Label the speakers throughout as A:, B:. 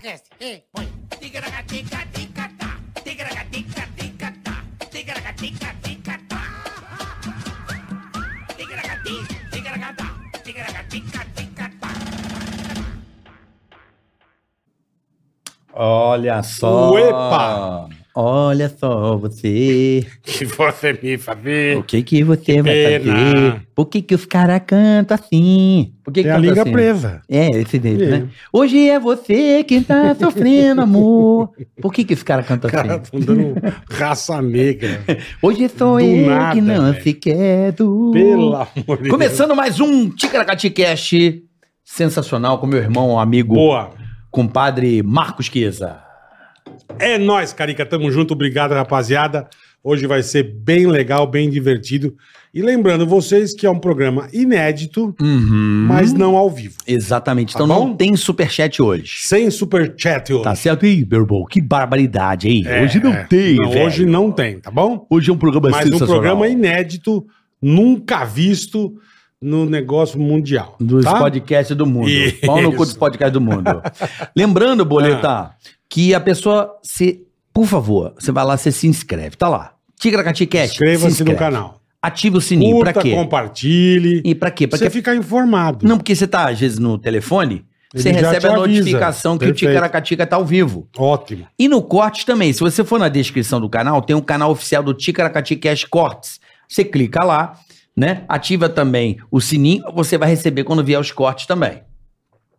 A: Cast. Ei, põe.
B: Olha só.
C: Uepa!
B: Olha só você.
C: Que você me
B: O
C: fazer.
B: que que você vai
C: É. Pena.
B: fazer? Por que que os caras cantam assim? Por
C: Tem
B: que que
C: É a
B: canta
C: língua
B: assim?
C: presa.
B: É, esse dele,
C: É.
B: né? Hoje é você que tá sofrendo, amor. Por que que os caras cantam
C: Cara,
B: assim?
C: tão dando raça negra.
B: Hoje sou
C: do
B: eu
C: nada,
B: que não
C: velho.
B: se quero.
C: Pelo amor de Deus.
B: Começando mais um Ticaracati Cast sensacional com meu irmão, amigo,
C: Boa.
B: compadre Marcos Chiesa.
C: É nóis, Carica. Tamo junto. Obrigado, rapaziada. Hoje vai ser bem legal, bem divertido. E lembrando vocês que é um programa inédito,
B: Uhum.
C: mas não ao vivo.
B: Exatamente.
C: Tá
B: então
C: bom?
B: não tem superchat hoje.
C: Sem superchat hoje.
B: Tá certo? Ih, meu irmão, que barbaridade, hein?
C: É,
B: hoje não tem,
C: Não,
B: velho.
C: hoje não tem, tá bom?
B: Hoje é um programa
C: Mas um
B: sensacional.
C: programa inédito, nunca visto no negócio mundial.
B: Dos
C: tá?
B: podcasts do mundo.
C: Isso.
B: Pau no cu dos podcasts do mundo. Lembrando,
C: Ah.
B: Boleta, que a pessoa se... Por favor, você vai lá, você se inscreve. Tá lá. Tigracati Cast.
C: Inscreva-se no
B: inscreve.
C: canal.
B: Ativa o sininho.
C: Curta,
B: pra quê?
C: compartilhe.
B: E pra quê? Pra
C: Você
B: quê?
C: ficar informado.
B: Não, porque você tá, às vezes, no telefone,
C: Ele
B: você
C: já te
B: recebe a
C: avisa.
B: notificação que
C: Perfeito.
B: o Ticaracatica tá ao vivo.
C: Ótimo.
B: E no corte também, se você for na descrição do canal, tem o canal oficial do Ticaracati Cash Cortes. Você clica lá, né? Ativa também o sininho, você vai receber quando vier os cortes também.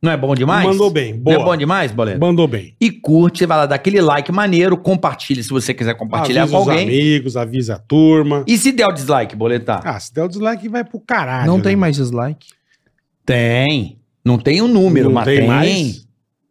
B: Não é bom demais?
C: Mandou bem.
B: Não
C: Boa.
B: é bom demais, Boleto?
C: Mandou bem.
B: E curte, você vai lá dar aquele like maneiro, compartilha se você quiser compartilhar
C: avisa
B: com
C: os
B: alguém.
C: amigos, avisa a turma.
B: E se der o dislike, Boletar?
C: Ah, se der o dislike, vai pro caralho.
D: Não
C: né?
D: tem mais dislike.
B: Tem. Não tem o número,
C: Não
B: mas
C: tem
B: tem.
C: mais?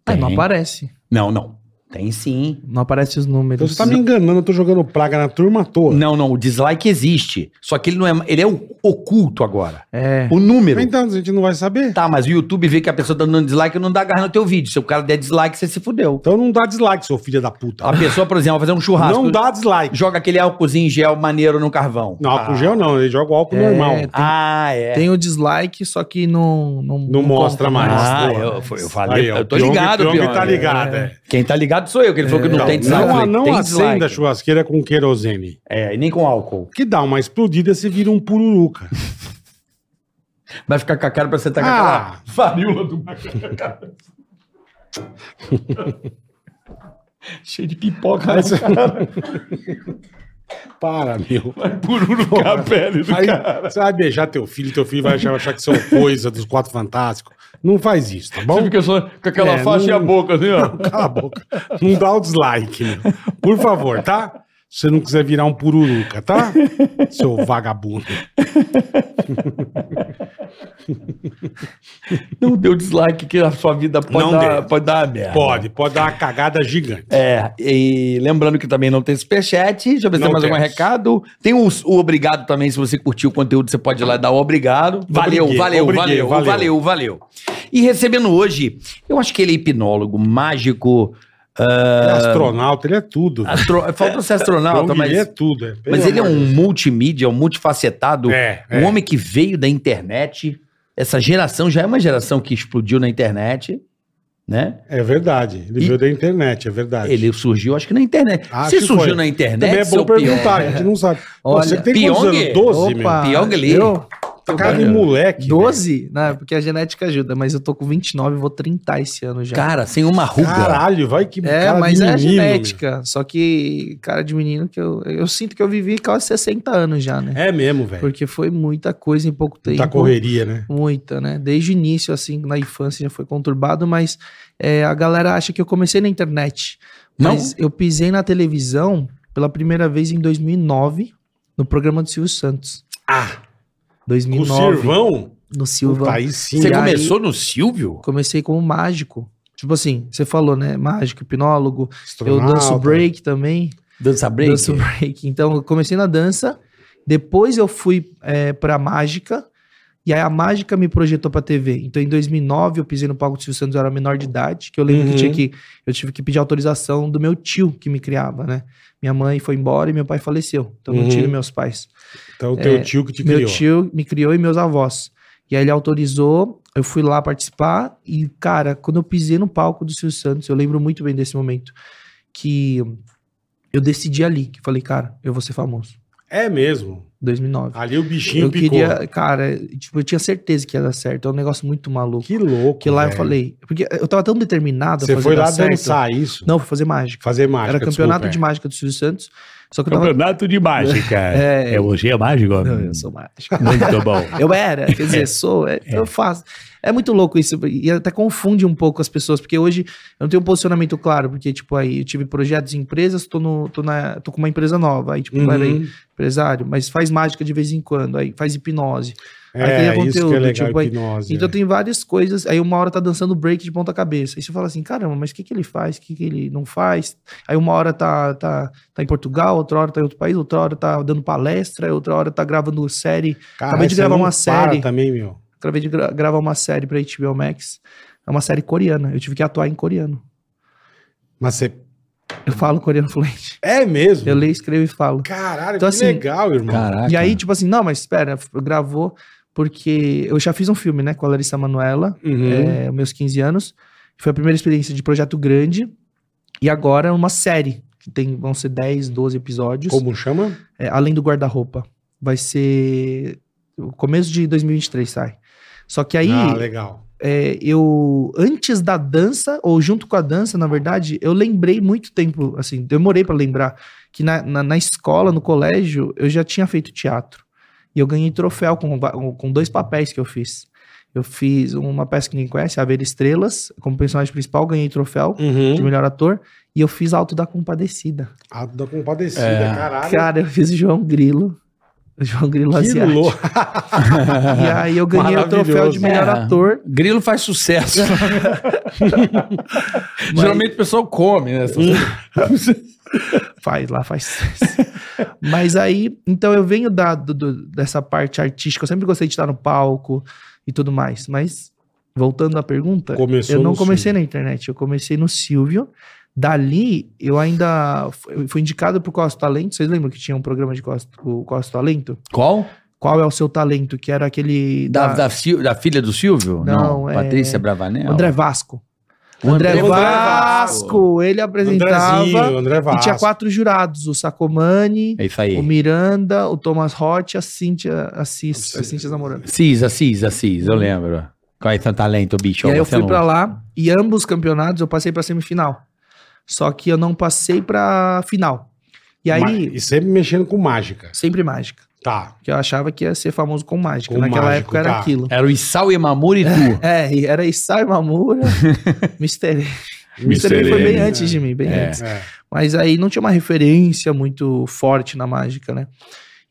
D: Ah, não
B: Tem.
D: aparece.
B: Não, não. Tem sim.
D: Não aparece os números.
C: Então você tá me enganando, eu tô jogando praga na turma à toa.
B: Não, não, o dislike existe. Só que ele não é. Ele é o- oculto agora.
D: É.
B: O número.
C: Então a gente não vai saber.
B: Tá, mas o YouTube vê que a pessoa tá dando dislike não dá garra no teu vídeo. Se o cara der dislike, você se fudeu.
C: Então não dá dislike, seu filho da puta.
B: A pessoa, por exemplo, vai fazer um churrasco.
C: Tá. Não dá dislike.
B: Joga aquele álcoolzinho em gel maneiro no carvão.
C: Não, álcool
B: Ah.
C: gel não, ele joga o álcool
D: É,
C: normal.
B: Ah, é.
D: Tem o dislike, só que não. Não,
C: Não mostra
D: conta
C: mais.
B: Ah,
C: boa.
B: eu, eu falei,
C: Aí, ó,
B: eu tô
C: o Pyong-
B: ligado,
C: Pyong
B: Pyong.
C: tá ligado, é.
B: Quem tá ligado sou eu, que ele falou que não
C: Não,
B: tem dislike. Eu
C: não,
B: falei,
C: não
B: tem
C: acenda a
B: dislike.
C: churrasqueira com querosene.
B: É, e nem com álcool.
C: Que dá uma explodida, você vira um pururuca.
B: Vai ficar com a cara pra você tá com
C: Ah.
B: aquela varíola do Cheio de pipoca.
C: Mas- Para, meu.
B: Pururuca a pele do
C: Aí,
B: cara.
C: você vai beijar teu filho, teu filho vai achar, achar que são coisa dos quatro fantásticos. Não faz isso, tá
B: Você
C: bom?
B: fica só com aquela
C: É,
B: faixa e a
C: não-
B: boca, assim, ó.
C: Cala a boca. Não dá o dislike, meu. Por favor, tá? Se você não quiser virar um pururuca, tá? Seu vagabundo.
B: Tá Não deu dislike que a sua vida pode
C: Não
B: dar,
C: deu.
B: pode dar uma merda.
C: Pode, pode dar uma cagada gigante.
B: É, e lembrando que também não tem superchat. Deixa eu ver se
C: Não
B: tem mais algum
C: temos.
B: recado. Tem o, o obrigado também. Se você curtiu o conteúdo, você pode ir lá e dar o obrigado. Valeu,
C: Obriguei,
B: valeu,
C: obriguei,
B: valeu,
C: valeu.
B: valeu, valeu, E recebendo hoje, eu acho que ele é hipnólogo, mágico.
C: Ele é
B: ah,
C: astronauta, ele é tudo. velho.
B: astro- Falta ser astronauta,
C: Pyong,
B: mas.
C: Ele é tudo. é. Pelo
B: Mas ele é
C: amor de
B: um
C: Deus.
B: multimídia, um multifacetado,
C: É,
B: um
C: é.
B: homem que veio da internet. Essa geração já é uma geração que explodiu na internet, né?
C: É verdade. Ele
B: E-
C: veio da internet, é verdade.
B: Ele surgiu, acho que na internet.
C: Acho
B: Se
C: que
B: surgiu
C: foi.
B: na internet,
C: Também é bom
B: seu Pyong,
C: perguntar, a gente não sabe. Tá Pô,
D: Olha,
C: você tem quantos
B: Pyong?
C: anos? 12,
D: Opa.
B: Pyong Lee.
D: Eu?
C: meu. Cara de moleque.
D: 12? Né? Porque a genética ajuda, mas eu tô com 29, vou 30 esse ano já.
B: cara, sem uma ruga.
C: velho. Caralho, vai que
D: é,
C: cara de
D: mas é a
C: menino,
D: genética. Só que, cara de menino, que eu, eu sinto que eu vivi quase 60 anos já, né?
C: meu. É mesmo, velho.
D: Porque foi muita coisa em pouco tempo.
C: Da correria, né?
D: Muita, né? Desde o início, assim, na infância já foi conturbado, mas é, a galera acha que eu comecei na internet.
B: Não?
D: Mas eu pisei na televisão pela primeira vez em 2009, no programa do Silvio Santos.
C: Ah, o
D: 2009,
C: Sirvão?
D: no Silvio.
C: Puta, aí sim.
B: Você
D: E aí-
B: começou no Silvio?
D: Comecei como mágico. Tipo assim, você falou, né? Mágico, hipnólogo. Eu
C: Astronauta.
D: danço break também.
B: Dança break?
D: Danço break. Então, eu comecei na dança, depois eu fui é, pra mágica, e aí a mágica me projetou pra TV. Então, em 2009, eu pisei no palco do Silvio Santos, eu era menor de idade, que eu lembro
C: Uhum.
D: que, tinha que eu tive que pedir autorização do meu tio que me criava, né? Minha mãe foi embora e meu pai faleceu. Então, eu
C: Uhum.
D: não tive meus pais.
C: Então, teu tio que te
D: É, meu
C: criou.
D: tio me criou e meus avós. E aí ele autorizou, eu fui lá participar. E, cara, quando eu pisei no palco do Silvio Santos, eu lembro muito bem desse momento. Que eu decidi ali, que eu falei, cara, eu vou ser famoso.
C: É mesmo.
D: 2009.
C: Ali o bichinho
D: Eu
C: Ah, picou.
D: queria, cara, tipo, eu tinha certeza que ia dar certo. É um negócio muito maluco.
C: Que louco.
D: Porque lá eu
C: velho.
D: falei. Porque eu tava tão determinado
C: Você foi
D: dar
C: lá
D: certo.
C: dançar é isso?
D: Não, fui fazer mágica.
C: Fazer mágica.
D: Era campeonato de
C: desculpa, é.
D: mágica do Silvio Santos. Só que eu tava.
A: Campeonato de mágica.
D: É.
A: É, você é mágico?
D: Não, eu sou mágica.
A: Muito bom.
D: Eu era, quer dizer, sou, é, eu faço. É muito louco isso, e até confunde um pouco as pessoas, porque hoje eu não tenho um posicionamento claro, porque, tipo, aí eu tive projetos em empresas, tô, no, tô, na, tô com uma empresa nova, aí, tipo,
C: é. Uhum.
D: peraí, empresário, mas faz mágica de vez em quando, aí faz hipnose. Aí
C: É,
D: cria
C: isso que é
D: conteúdo,
C: legal,
D: tipo, aí-
C: hipnose.
D: Então
C: é.
D: tem várias coisas, aí uma hora tá dançando break de ponta cabeça, aí você fala assim, caramba, mas o que que ele faz, o que que ele não faz? Aí uma hora tá, tá, tá em Portugal, outra hora tá em outro país, outra hora tá dando palestra, outra hora tá gravando série
C: Caralho,
D: acabei de
C: você
D: gravar
C: não
D: uma
C: para
D: série.
C: também, meu.
D: acabei de gra- gravar uma série pra HBO Max. É uma série coreana. Eu tive que atuar em coreano.
C: Mas você...
D: Eu falo coreano fluente.
C: É mesmo?
D: Eu leio, escrevo e falo.
C: Caralho,
D: Então,
C: que
D: assim,
C: legal, irmão.
B: Caraca.
D: E aí, tipo assim, não, mas espera, f- gravou porque eu já fiz um filme, né, com a Larissa Manoela,
C: Uhum.
D: é, meus 15 anos. Foi a primeira experiência de projeto grande. E agora é uma série, que tem, vão ser 10, 12 episódios.
C: Como chama?
D: É, além do guarda-roupa. Vai ser. O começo de 2023 sai. Só que aí,
C: Ah, legal.
D: é, eu antes da dança ou junto com a dança, na verdade, eu lembrei muito tempo, assim, demorei pra lembrar que na, na, na escola, no colégio, eu já tinha feito teatro e eu ganhei troféu com, va- com dois papéis que eu fiz. Eu fiz uma peça que ninguém conhece, A Ver Estrelas, como personagem principal, ganhei troféu de
C: Uhum.
D: melhor ator e eu fiz Alto da Compadecida.
C: A da compadecida,
B: É.
C: caralho.
D: Cara, eu fiz o João Grilo. O João Grilo
C: que
D: asiático.
C: louco.
D: E aí eu ganhei o troféu de
C: Maravilhoso.
D: melhor
B: É.
D: ator.
B: Grilo faz sucesso.
D: mas-
B: Geralmente o pessoal come, né?
D: Faz lá, faz. Mas aí, então eu venho da, do- do- dessa parte artística. Eu sempre gostei de estar no palco e tudo mais. Mas, voltando à pergunta,
C: Começou
D: eu não
C: no
D: comecei na internet. Eu comecei no Silvio. Dali, eu ainda fui fui indicado pro Qual é o Seu Talento. Vocês lembram que tinha um programa de Qual é o Seu- o Qual é o Seu Talento?
B: Qual?
D: Qual é o Seu Talento? Que era aquele...
B: Da, da, Sil- da filha do Silvio?
D: Não, é-
B: Patrícia Bravanel?
D: André Vasco.
B: O
D: André,
C: André
D: Vasco.
B: Vasco.
D: Ele apresentava...
C: Andrezinho, André
D: E
C: Vasco.
D: tinha quatro jurados. O Sacomani...
B: É isso aí.
D: O Miranda, o Thomas Roth, a Cíntia, a Cis,
C: Nossa.
D: a Cíntia Zamorano.
B: Cisa, Cisa, Cisa, eu lembro. Qual é teu talento, bicho?
D: e aí eu
B: Você
D: fui
B: não-
D: pra lá e ambos os campeonatos eu passei pra semifinal. Só que eu não passei pra final. E aí,
C: Ma- E sempre mexendo com mágica.
D: sempre mágica.
C: Tá.
D: Que eu achava que ia ser famoso com mágica.
C: Com
D: Naquela
C: mágico,
D: época era
C: tá.
D: aquilo.
B: Era É o Isao Emamura e tu.
D: É, e era Issai Mamura, Mr. Mr.
A: Mister
D: M foi
A: M.
D: bem antes de mim, bem
B: É.
D: antes.
C: É.
D: Mas aí não tinha uma referência muito forte na mágica, né?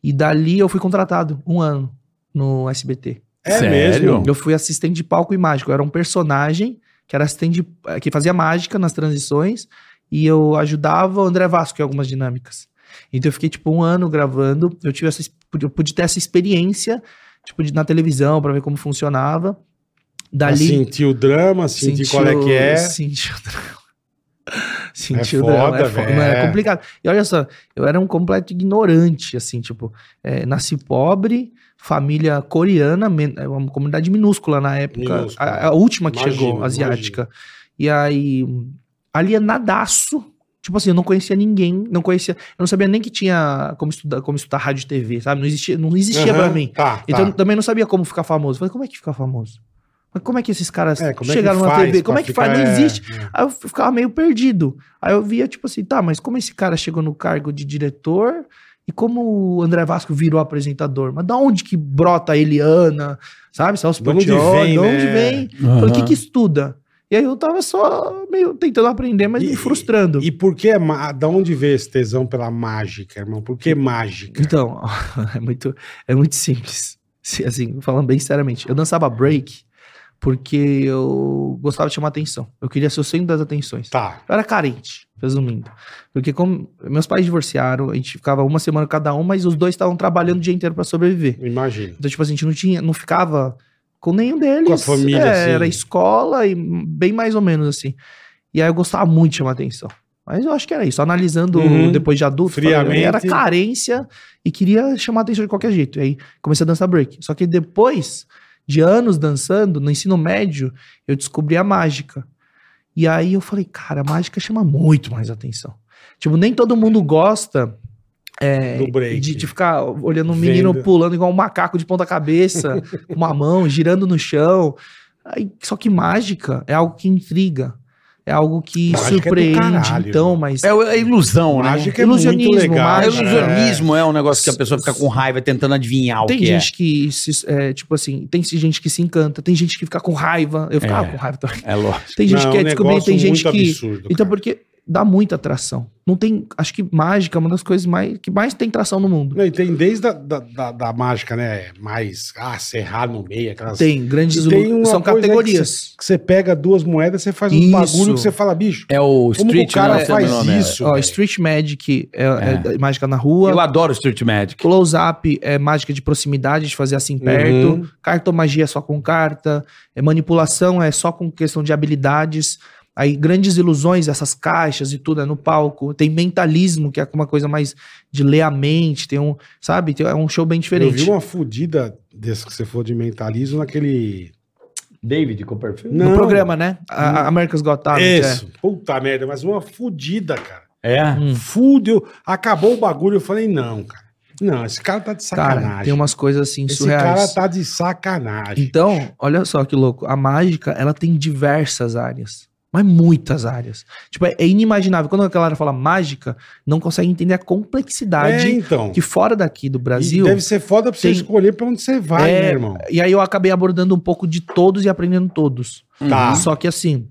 D: E dali eu fui contratado um ano no SBT.
C: É
B: Sério?
C: mesmo?
D: Eu fui assistente de palco e mágico. Eu era um personagem que era assistente de- eh, que fazia mágica nas transições e eu ajudava o André Vasco em algumas dinâmicas. Então eu fiquei tipo um ano gravando. Eu tive essa, ex- eu pude ter essa experiência tipo de- na televisão pra ver como funcionava.
C: Pra
D: Dali
C: Sentir o drama, sentir qual é que é.
D: Sentiu o drama. Sentiu o
C: foda,
D: drama. É foda,
C: velho.
D: mano, é complicado. E olha só, eu era um completo ignorante, assim, tipo, é, nasci pobre, família coreana, men- é uma comunidade minúscula na época.
C: Minúscula.
D: A, a última que
C: Imagino,
D: chegou, asiática. E aí, alienadaço. Tipo assim, eu não conhecia ninguém, não conhecia, eu não sabia nem que tinha como estudar, como estudar rádio e TV, sabe? Não existia, não existia
C: Aham,
D: pra mim.
C: Tá,
D: Então eu
C: tá.
D: também não sabia como ficar famoso. Falei, como é que fica famoso? Mas como é que esses caras
C: É, como é que
D: chegaram na
C: faz
D: TV?
C: pra
D: Como é que
C: ficar-
D: faz? Não
C: é,
D: existe.
C: é.
D: Aí eu ficava meio perdido. Aí eu via, tipo assim, tá, mas como esse cara chegou no cargo de diretor e como o André Vasco virou apresentador? Mas da onde que brota a Eliana? Sabe? Celso
C: De onde
D: Portiolli,
C: vem,
D: de onde
C: né?
D: vem? Falei, o que que estuda? E aí eu tava só meio tentando aprender, mas
C: E-
D: me frustrando.
C: E por que, é ma- da onde veio esse tesão pela mágica, irmão? Por que mágica?
D: Então, é muito, é muito simples. Se- Assim, falando bem sinceramente, eu dançava break porque eu gostava de chamar atenção. Eu queria ser o centro das atenções.
C: Tá.
D: Eu era carente, resumindo. Porque como meus pais divorciaram, a gente ficava uma semana cada um, mas os dois estavam trabalhando o dia inteiro pra sobreviver.
C: Imagina.
D: Então, tipo, assim, a gente não tinha, não ficava com nenhum deles.
C: Com a família,
D: É,
C: assim.
D: Era escola e bem mais ou menos assim. E aí eu gostava muito de chamar atenção. Mas eu acho que era isso. Analisando
C: Uhum.
D: depois de adulto,
C: Friamente.
D: era carência e queria chamar atenção de qualquer jeito. E aí comecei a dançar break. Só que depois de anos dançando, no ensino médio, eu descobri a mágica. E aí eu falei, cara, a mágica chama muito mais atenção. Tipo, nem todo mundo gosta é,
C: Do break.
D: De, de ficar olhando um menino
C: Vendo.
D: pulando igual um macaco de ponta cabeça, com uma mão, girando no chão. Aí, só que mágica é algo que intriga. É algo que
C: Mágica é do
D: surpreende.
C: caralho,
D: então,
C: irmão.
D: mas.
B: É, é ilusão, né?
C: Mágica é muito
D: Ilusionismo,
C: legal. né?
B: É
D: mágica.
C: cara.
B: ilusionismo, é. um negócio que a pessoa fica com raiva tentando adivinhar
D: Tem
B: o que é.
D: gente que se, é, tipo assim, tem gente que se encanta, tem gente que fica com raiva. Eu ficava
B: É.
D: com raiva também.
B: É lógico.
D: Tem gente
C: Não,
D: que
C: é um
D: quer descobrir, tem
C: negócio
D: gente
C: muito
D: que.
C: absurdo,
D: então,
C: cara.
D: porque dá muita atração. Não tem. Acho que mágica é uma das coisas mais, que mais tem tração no mundo.
C: Não, e tem desde a, da, da, da mágica, né? Mais, ah, serrar no meio, aquelas...
D: Tem grandes.
C: E tem
D: lu-
C: uma
D: são
C: coisa aí que
D: categorias.
C: Que você pega duas moedas, você faz um
D: Isso.
C: bagulho que você fala, bicho,
B: É o
C: como que
B: Street
C: o cara
B: né?
C: faz
B: Seu nome é-
C: isso?
D: Ó,
C: velho?
D: Street Magic é,
B: É.
D: é mágica na rua.
B: Eu adoro Street Magic.
D: Close-up é mágica de proximidade, de fazer assim perto.
C: Uhum.
D: Cartomagia é só com carta. É, manipulação é só com questão de habilidades. Aí, grandes ilusões, essas caixas e tudo é no palco. Tem mentalismo, que é uma coisa mais de ler a mente. Tem um, sabe? Tem- é um show bem
C: eu
D: diferente.
C: vi uma fodida desse que você for de mentalismo naquele...
B: David Copperfield.
D: No
C: Não.
D: programa, né? A, a America's Got Talent.
C: Isso, puta merda, mas uma fodida, cara.
B: É.
D: É. Hum.
C: Fudeu, acabou o bagulho, eu falei, não, cara. Não, esse cara tá de sacanagem.
D: é. Cara, tem umas coisas assim
C: esse
D: surreais.
C: cara tá de sacanagem.
D: Então, olha só que louco. A mágica, ela tem diversas áreas. Mas muitas áreas. Tipo, é, é inimaginável. Quando a galera fala mágica, não consegue entender a
C: é,
D: complexidade
C: então.
D: que fora daqui do Brasil.
C: E deve ser foda pra você
D: tem-
C: escolher pra onde você vai,
D: É,
C: né, irmão?
D: E aí eu acabei abordando um pouco de todos e aprendendo todos.
C: Tá.
D: Só que assim,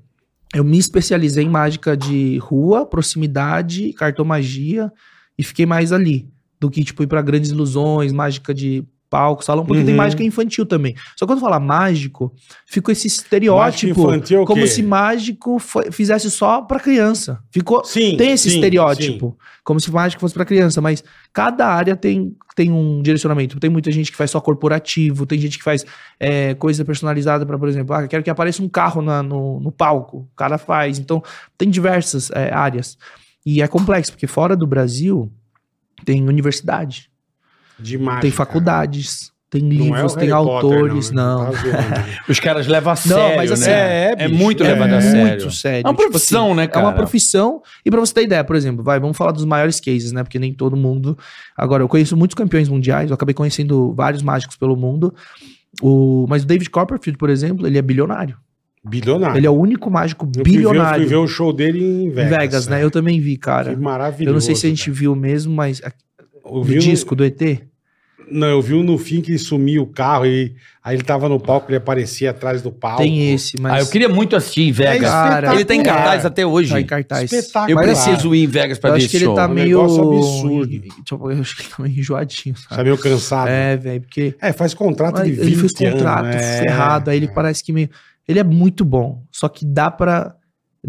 D: eu me especializei em mágica de rua, proximidade, cartomagia e fiquei mais ali do que tipo ir pra grandes ilusões, mágica de palco, salão, porque tem
C: Uhum.
D: mágica infantil também. Só que quando fala mágico, fica esse
C: Mágica
D: estereótipo
C: infantil é o quê?
D: como se mágico fo- fizesse só pra criança. Ficou
C: Sim.
D: tem esse
C: sim,
D: estereótipo, como se mágica fosse pra criança, mas cada área tem, tem um direcionamento. Tem muita gente que faz só corporativo, tem gente que faz é, coisa personalizada para, por exemplo, ah, quero que apareça um carro na- no, no palco, o cara faz. Então, tem diversas é, áreas. E é complexo, porque fora do Brasil tem universidade,
C: sim. De mágica.
D: tem faculdades, tem
C: Não é o
D: livros, tem
C: Harry Potter,
D: autores, não.
C: Tá zoando.
B: Os caras levam a sério,
D: Não, mas assim,
B: né?
C: é, bicho,
B: muito
C: é
B: levado a
C: muito
B: sério.
D: sério.
B: É uma
D: Tipo
B: profissão, né,
D: É
B: cara?
D: uma profissão. E pra você ter ideia, por exemplo, vai, vamos falar dos maiores cases, né? Porque nem todo mundo. Agora, eu conheço muitos campeões mundiais, eu acabei conhecendo vários mágicos pelo mundo. O... Mas o David Copperfield, por exemplo, ele é bilionário.
C: Bilionário.
D: Ele é o único mágico
C: Ah. Eu fui ver-
D: bilionário
C: Eu fui ver o show dele em
D: em
C: Vegas.
D: Vegas, né? Eu também vi,
C: Que
D: cara.
C: maravilhoso.
D: Eu não sei se a gente
C: cara.
D: viu mesmo, mas a-
C: Eu
D: do
C: vi um no-
D: disco do ET.
C: Não, eu vi um no fim que ele sumiu o carro e aí ele tava no palco, ele aparecia atrás do palco. É
D: Tem esse, mas. É
B: Ah, eu queria muito assistir em Vegas.
D: Cara,
B: ele tá em
C: espetacular.
B: cartaz até hoje.
D: Tá em cartaz.
C: Espetacular.
B: Eu
D: Mas,
B: preciso ir em Vegas pra
D: Eu
B: ver
D: acho que
B: esse
D: ele
B: show.
D: tá
C: Um
D: meio.
C: negócio absurdo.
D: Tipo, eu acho que ele tá meio enjoadinho,
C: Tá
D: sabe?
C: meio cansado. É,
D: É, velho, porque.
C: faz contrato
D: Mas
C: de 20
D: ele fez contrato
C: anos, né?
D: ferrado, aí ele parece que meio. Ele é muito bom, só que dá pra.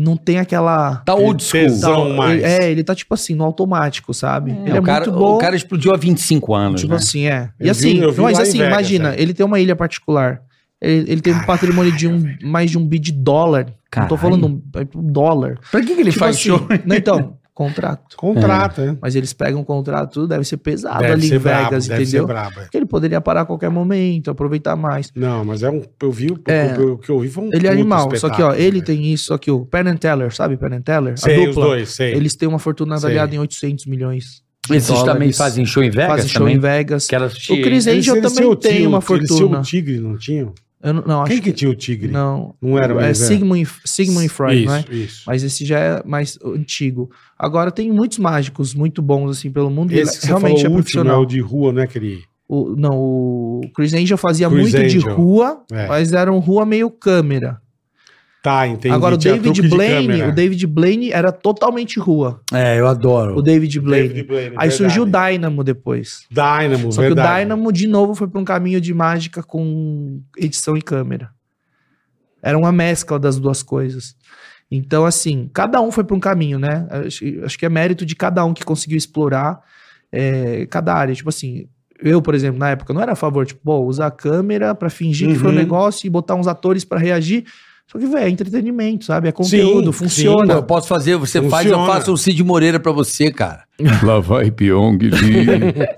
D: Não tem aquela.
B: Tá old school.
C: Tesão.
D: tal-
C: mais.
D: ele- é, ele tá tipo assim, no automático, sabe? ele
B: É,
D: é
B: o, cara,
D: muito bom.
B: o cara explodiu há 25 anos.
D: tipo
B: né?
D: assim, é.
C: um Eu vi-
D: E assim,
C: eu vi
D: mas
C: lá em
D: assim,
C: Vegas,
D: imagina,
C: é.
D: ele tem uma ilha particular. Ele, ele tem um patrimônio de um, mais de um bi de dólar. Não tô
B: Caralho.
D: falando um, é um dólar.
B: Pra que, que ele
D: Tipo
B: faz
D: assim,
B: show?
D: não, então, contrato.
C: Contrato, né?
D: Mas eles pegam o contrato, tudo deve ser pesado
C: Deve
D: É. ali
C: ser
D: em
C: brabo,
D: Vegas,
C: deve ser
D: entendeu?
C: brabo. é.
D: Porque ele poderia parar a qualquer momento, aproveitar mais.
C: Não, mas é um. Eu vi, o-
D: É.
C: o, o que eu vi foi um.
D: Ele é
C: puta
D: animal, só que ó,
C: espetáculo,
D: ele
C: né?
D: tem isso, só que o Penn and Teller, sabe Penn and Teller?
C: Sei,
D: a
C: os
D: dupla,
C: dois, sei.
D: eles têm uma fortuna
C: Sei.
D: avaliada em 800 milhões. de
B: Esses
D: dólares.
B: também fazem show em Vegas?
D: Fazem show
B: também?
D: em Vegas.
B: Quero assistir.
D: O Chris
C: é Eles-
D: Angel
C: eles
D: também
C: tinham o
D: tem
C: tigre,
D: uma
C: Eles tinham
D: fortuna.
C: o tigre, não tinham?
D: Eu não, não, acho
C: Quem que tinha o tigre?
D: Não.
C: Não era
D: É
C: mais, é.
D: Sigmund, e- Sigmund e Freud,
C: isso,
D: não é?
C: Isso.
D: Mas esse já é mais antigo. Agora tem muitos mágicos muito bons assim pelo mundo. e
C: Esse que você
D: ele realmente é
C: falou, o último é
D: profissional.
C: o de rua, né, aquele...
D: O- não, o Chris Angel fazia
C: Chris
D: muito de
C: Angel.
D: rua,
C: É.
D: mas era um rua meio câmera.
C: Tá, entendi.
D: Agora o
C: tinha
D: David
C: truque de
D: Blaine,
C: câmera.
D: o David Blaine era totalmente rua.
B: É, eu
D: O
B: adoro.
D: David Blaine.
C: Tipo, David Blaine, é
D: Aí
C: verdade.
D: surgiu o Dynamo depois.
C: Dynamo,
D: Só
C: verdade.
D: que o Dynamo de novo foi para um caminho de mágica com edição e câmera. Era uma mescla das duas coisas. Então assim, cada um foi para um caminho, né? Acho, acho que é mérito de cada um que conseguiu explorar é, cada área. Tipo assim, eu, por exemplo, na época não era a favor, tipo, pô, usar a câmera para fingir que foi um
C: Uhum.
D: negócio e botar uns atores para reagir. Só que, velho, é entretenimento, sabe? É conteúdo,
C: Sim,
D: funciona.
C: sim.
B: Eu posso fazer, você faz, eu
C: Funciona.
B: faço o Cid Moreira pra você, cara.
E: Lá vai Pyong Lee.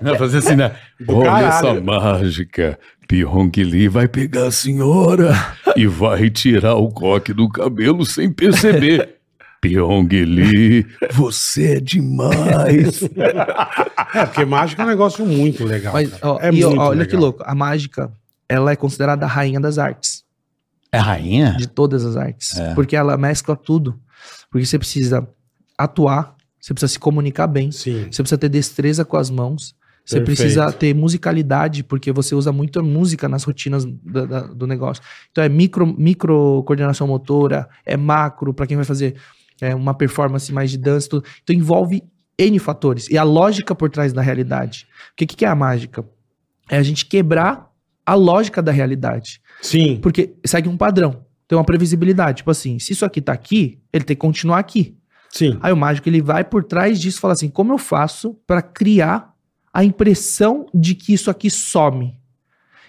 E: Vai fazer assim, né?
C: Do
E: Olha
C: caralho.
E: essa mágica. Pyong Lee vai pegar a senhora e vai tirar o coque do cabelo sem perceber. Pyong Lee, você é demais.
C: É, porque mágica é um negócio muito legal.
D: Mas,
C: cara.
D: ó,
C: é
D: e, ó,
C: muito
D: olha que
C: legal.
D: louco, a mágica, ela é considerada a rainha das artes,
B: É rainha?
D: de todas as artes,
B: É.
D: porque ela mescla tudo. Porque você precisa atuar, você precisa se comunicar bem,
C: Sim.
D: você precisa ter destreza com as mãos, você
C: Perfeito.
D: precisa ter musicalidade, porque você usa muito a música nas rotinas da- da- do negócio. Então é micro, micro coordenação motora, é macro, pra quem vai fazer é, uma performance mais de dança, tudo. Então envolve N fatores. E a lógica por trás da realidade. Porque o que, que é a mágica? É a gente quebrar a lógica da realidade.
C: Sim.
D: Porque segue um padrão. Tem uma previsibilidade. Tipo assim, se isso aqui tá aqui, ele tem que continuar aqui.
C: Sim.
D: Aí o mágico ele vai por trás disso e fala assim: como eu faço para criar a impressão de que isso aqui some?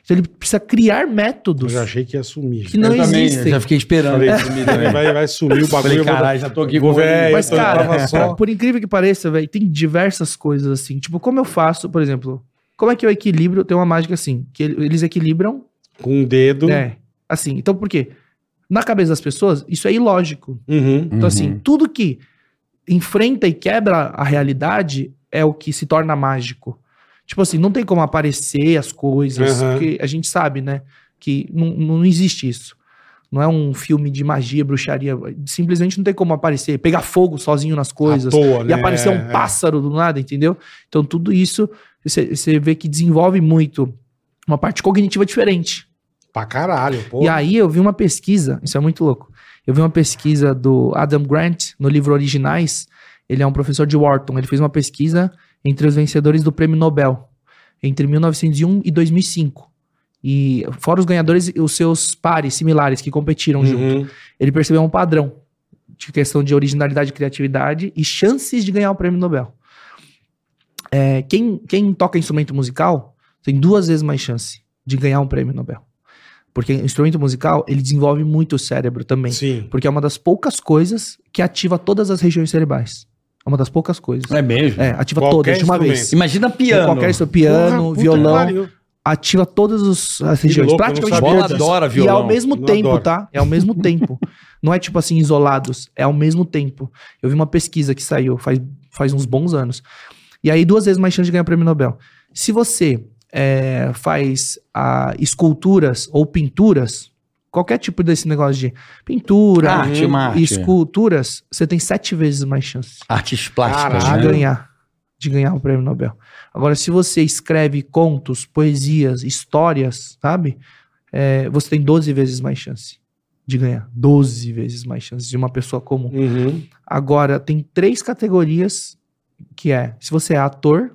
D: Então ele precisa criar
C: Eu
D: métodos
C: já achei que ia sumir.
D: que não né?
B: eu também, eu
D: existem.
B: já fiquei esperando.
C: Falei, vai, vai sumir o bagulho. eu
B: Falei,
C: vou-
B: caralho, já tô aqui
C: vou
B: com
C: ver,
D: Mas,
C: eu tô- eu
D: cara,
C: tava só-
D: Por incrível que pareça, velho, tem diversas coisas assim. Tipo, como eu faço, por exemplo, como é que eu equilibro? Tem uma mágica assim, que ele- eles equilibram,
C: com um dedo.
D: né? Assim, então por quê? Na cabeça das pessoas, isso é ilógico.
C: Uhum.
D: Então, assim, tudo que enfrenta e quebra a realidade é o que se torna mágico. Tipo assim, não tem como aparecer as coisas,
C: Aham.
D: porque a gente sabe, né? Que não, não existe isso. Não é um filme de magia, bruxaria. Simplesmente não tem como aparecer, pegar fogo sozinho nas
C: À
D: coisas.
C: toa,
D: E aparecer um
C: É.
D: pássaro do nada, entendeu? Então, tudo isso você você vê que desenvolve muito uma parte cognitiva diferente.
C: Pra caralho, pô.
D: E aí eu vi uma pesquisa, isso é muito louco. Eu vi uma pesquisa do Adam Grant no livro Originais. Ele é um professor de Wharton. Ele fez uma pesquisa entre os vencedores do Prêmio Nobel entre 1901 e 2005. E fora os ganhadores, os seus pares similares que competiram junto
C: Uhum.
D: ele percebeu um padrão de questão de originalidade e criatividade e chances de ganhar o prêmio Nobel. É, quem, quem toca instrumento musical tem duas vezes mais chance de ganhar um prêmio Nobel. Porque o instrumento musical, ele desenvolve muito o cérebro também.
C: Sim.
D: Porque é uma das poucas coisas que ativa todas as regiões cerebrais. É uma das poucas coisas.
B: É mesmo?
D: É, ativa
C: Qualquer
D: todas de uma
C: instrumento.
D: vez.
B: Imagina piano.
D: Qualquer instrumento, piano,
C: Porra, puta
D: violão,
C: que pariu.
D: ativa todas os- as regiões.
C: louco, eu não
D: praticamente
C: sabia
B: Bola
D: todas.
C: disso.
B: adora
D: E
B: violão.
D: ao mesmo
C: Eu
D: tempo,
C: adoro.
D: tá? É ao mesmo tempo. Não é tipo assim, isolados. É ao mesmo tempo. Eu vi uma pesquisa que saiu faz, faz uns bons anos. E aí, duas vezes mais chance de ganhar o prêmio Nobel. Se você é, faz ah, esculturas ou pinturas, qualquer tipo desse negócio de pintura
B: Arte, uma
D: e
B: Ah, arte.
D: esculturas, você tem sete vezes mais chance
B: Artes plásticas,
D: de
C: Caralho.
B: né?
D: ganhar. De ganhar o prêmio Nobel. Agora, se você escreve contos, poesias, histórias, sabe? É, você tem 12 vezes mais chance de ganhar. 12 vezes mais chance de uma pessoa comum.
C: Uhum.
D: Agora, tem três categorias que é se você é ator,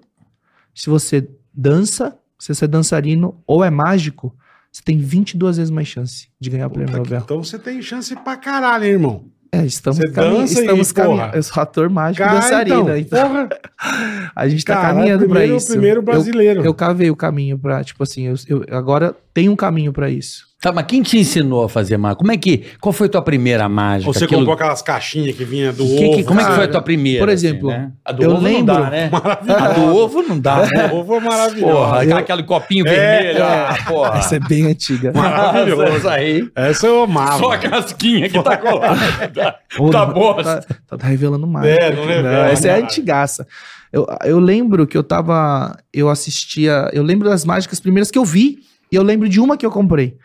D: se você dança, se você é dançarino ou é mágico, você tem 22 vezes mais chance de ganhar o prêmio
C: Puta que-
D: Nobel.
C: Então você tem chance pra caralho, hein, irmão.
D: É, estamos
C: Você
D: caminhando.
C: dança e,
D: Estamos caminhando.
C: porra.
D: Eu sou ator mágico e
C: Cara,
D: dançarino.
C: então,
D: então.
C: Porra,
D: A gente tá
C: caralho,
D: caminhando pra
C: primeiro,
D: isso.
C: Primeiro
D: Eu-
C: brasileiro.
D: Eu cavei o caminho pra, tipo assim, eu, eu- agora tem um caminho pra isso.
B: Tá, mas quem te ensinou a fazer mágica? Como é que. Qual foi tua primeira mágica?
C: Ou você
B: Aquilo-
C: comprou aquelas caixinhas que vinha do
B: Que- que-
C: ovo.
B: como é que foi a
D: cara.
B: tua primeira?
D: Por exemplo,
B: né? A do
D: eu
B: ovo
D: lembro-
B: não dá, né? A do ovo não dá, né?
C: O ovo é maravilhoso.
B: Porra, aquela- aquele copinho vermelho. Ah, porra.
D: Essa é bem antiga.
C: Tá maravilhoso. Ah,
B: Essa aí.
C: Essa eu amava.
B: Só a casquinha que tá colada. da, da bosta.
D: tá, tá- tá revelando mais.
C: É, não revela,
D: essa é a
C: caralho.
D: antigaça. Eu, eu lembro que eu tava. Eu assistia. Eu lembro das mágicas primeiras que eu vi. E eu lembro de uma que eu comprei.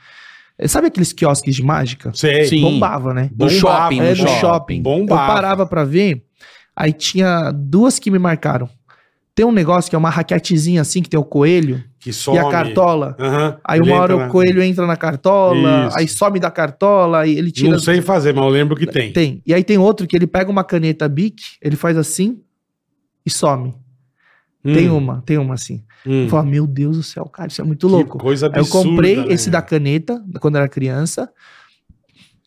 D: Eh, Sabe aqueles quiosques de mágica?
C: Sei.
B: Sim.
D: Bombava, né?
B: No
C: Bombava,
B: shopping,
D: É,
B: no
D: no
B: shopping.
D: shopping.
C: Bombava.
D: Eu parava pra ver, aí tinha duas que me marcaram. Tem um negócio que é uma raquetezinha assim, que tem o coelho
C: Que some.
D: e a cartola.
C: Aham. né?
D: Aí
C: Ele
D: uma hora
C: entra
D: o
C: na-
D: coelho entra na cartola,
C: Isso.
D: aí some da cartola, e ele tira.
C: Não sei fazer, mas eu lembro que tem.
D: Tem. E aí tem outro que ele pega uma caneta bic, ele faz assim e some. Tem
C: Hum,
D: uma, tem uma assim.
C: hum.
D: Eu falo, meu Deus do céu, cara, isso é muito
C: Que
D: louco.
C: coisa
D: Aí eu
C: absurda.
D: comprei
C: né?
D: esse da caneta quando eu era criança.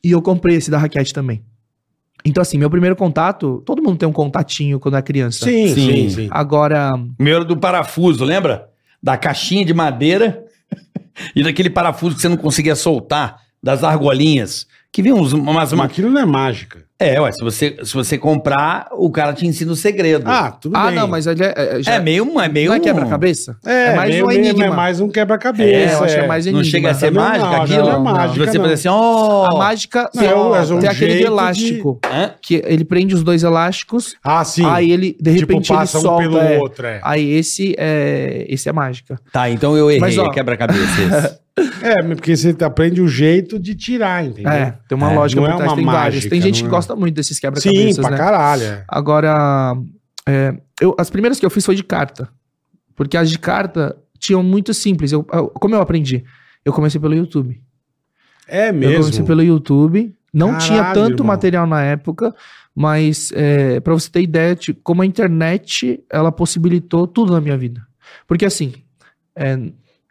D: E eu comprei esse da raquete também. Então, assim, meu primeiro contato, todo mundo tem um contatinho quando é criança.
C: Sim,
B: Sim.
C: sim, sim.
D: Agora,
B: Primeiro do parafuso, lembra? Da caixinha de madeira e daquele parafuso que você não conseguia soltar, das argolinhas. Que vem uns, umas,
C: Mas
B: uma...
C: aquilo não é mágica.
B: É, ué, se você, se você comprar, o cara te ensina o segredo.
C: Ah, tudo
D: Ah,
C: bem.
D: não, mas ele é, é, já-
B: é meio, é meio
D: Não é
B: um-
D: quebra-cabeça?
C: É,
D: mais
C: meio-
D: um
C: meio-
D: enigma.
C: É mais um
D: É,
C: quebra-cabeça.
D: eu acho que é mais
B: Não
D: enigma.
B: chega a ser
C: Não,
B: mágica
C: não,
B: aquilo?
C: não é
B: De
C: mágica,
B: Você
C: não.
B: fazer assim, ó...
D: A mágica
C: Não, é um- é um
D: tem aquele do
C: jeito de-
D: elástico.
B: Hã?
D: Que ele prende os dois elásticos,
C: Ah, sim.
D: aí ele, de repente,
C: tipo, passa
D: ele
C: um
D: solta.
C: pelo
D: é.
C: outro, é.
D: Aí esse é, esse é mágica.
B: Tá, então eu errei,
D: Mas, ó-
B: é quebra-cabeça esse.
C: É, porque você aprende o jeito de tirar, entendeu?
D: É, tem uma
B: É,
D: lógica
C: não é
D: por trás,
C: uma
D: tem várias. Tem
C: mágica,
D: gente
C: não
D: que
C: é.
D: gosta muito desses
C: Sim,
D: quebra-cabeças,
C: pra
D: né?
C: caralho. é.
D: Agora, é, eu, as primeiras que eu fiz foi de carta. Porque as de carta tinham muito simples. Eu, eu- como eu aprendi? Eu comecei pelo YouTube.
C: É
D: Eu comecei
C: mesmo.
D: pelo YouTube. Não
C: Caralho,
D: tinha tanto
C: irmão.
D: material na época, mas é, para você ter ideia de como a internet ela possibilitou tudo na minha vida. Porque assim, é,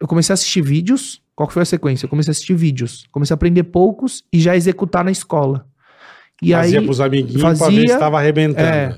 D: eu comecei a assistir vídeos. Qual que foi a sequência? Eu comecei a assistir vídeos. Comecei a aprender poucos e já executar na escola. E
C: fazia
D: aí,
C: pros amiguinhos pra
D: fazia,
C: ver se tava arrebentando.
D: é,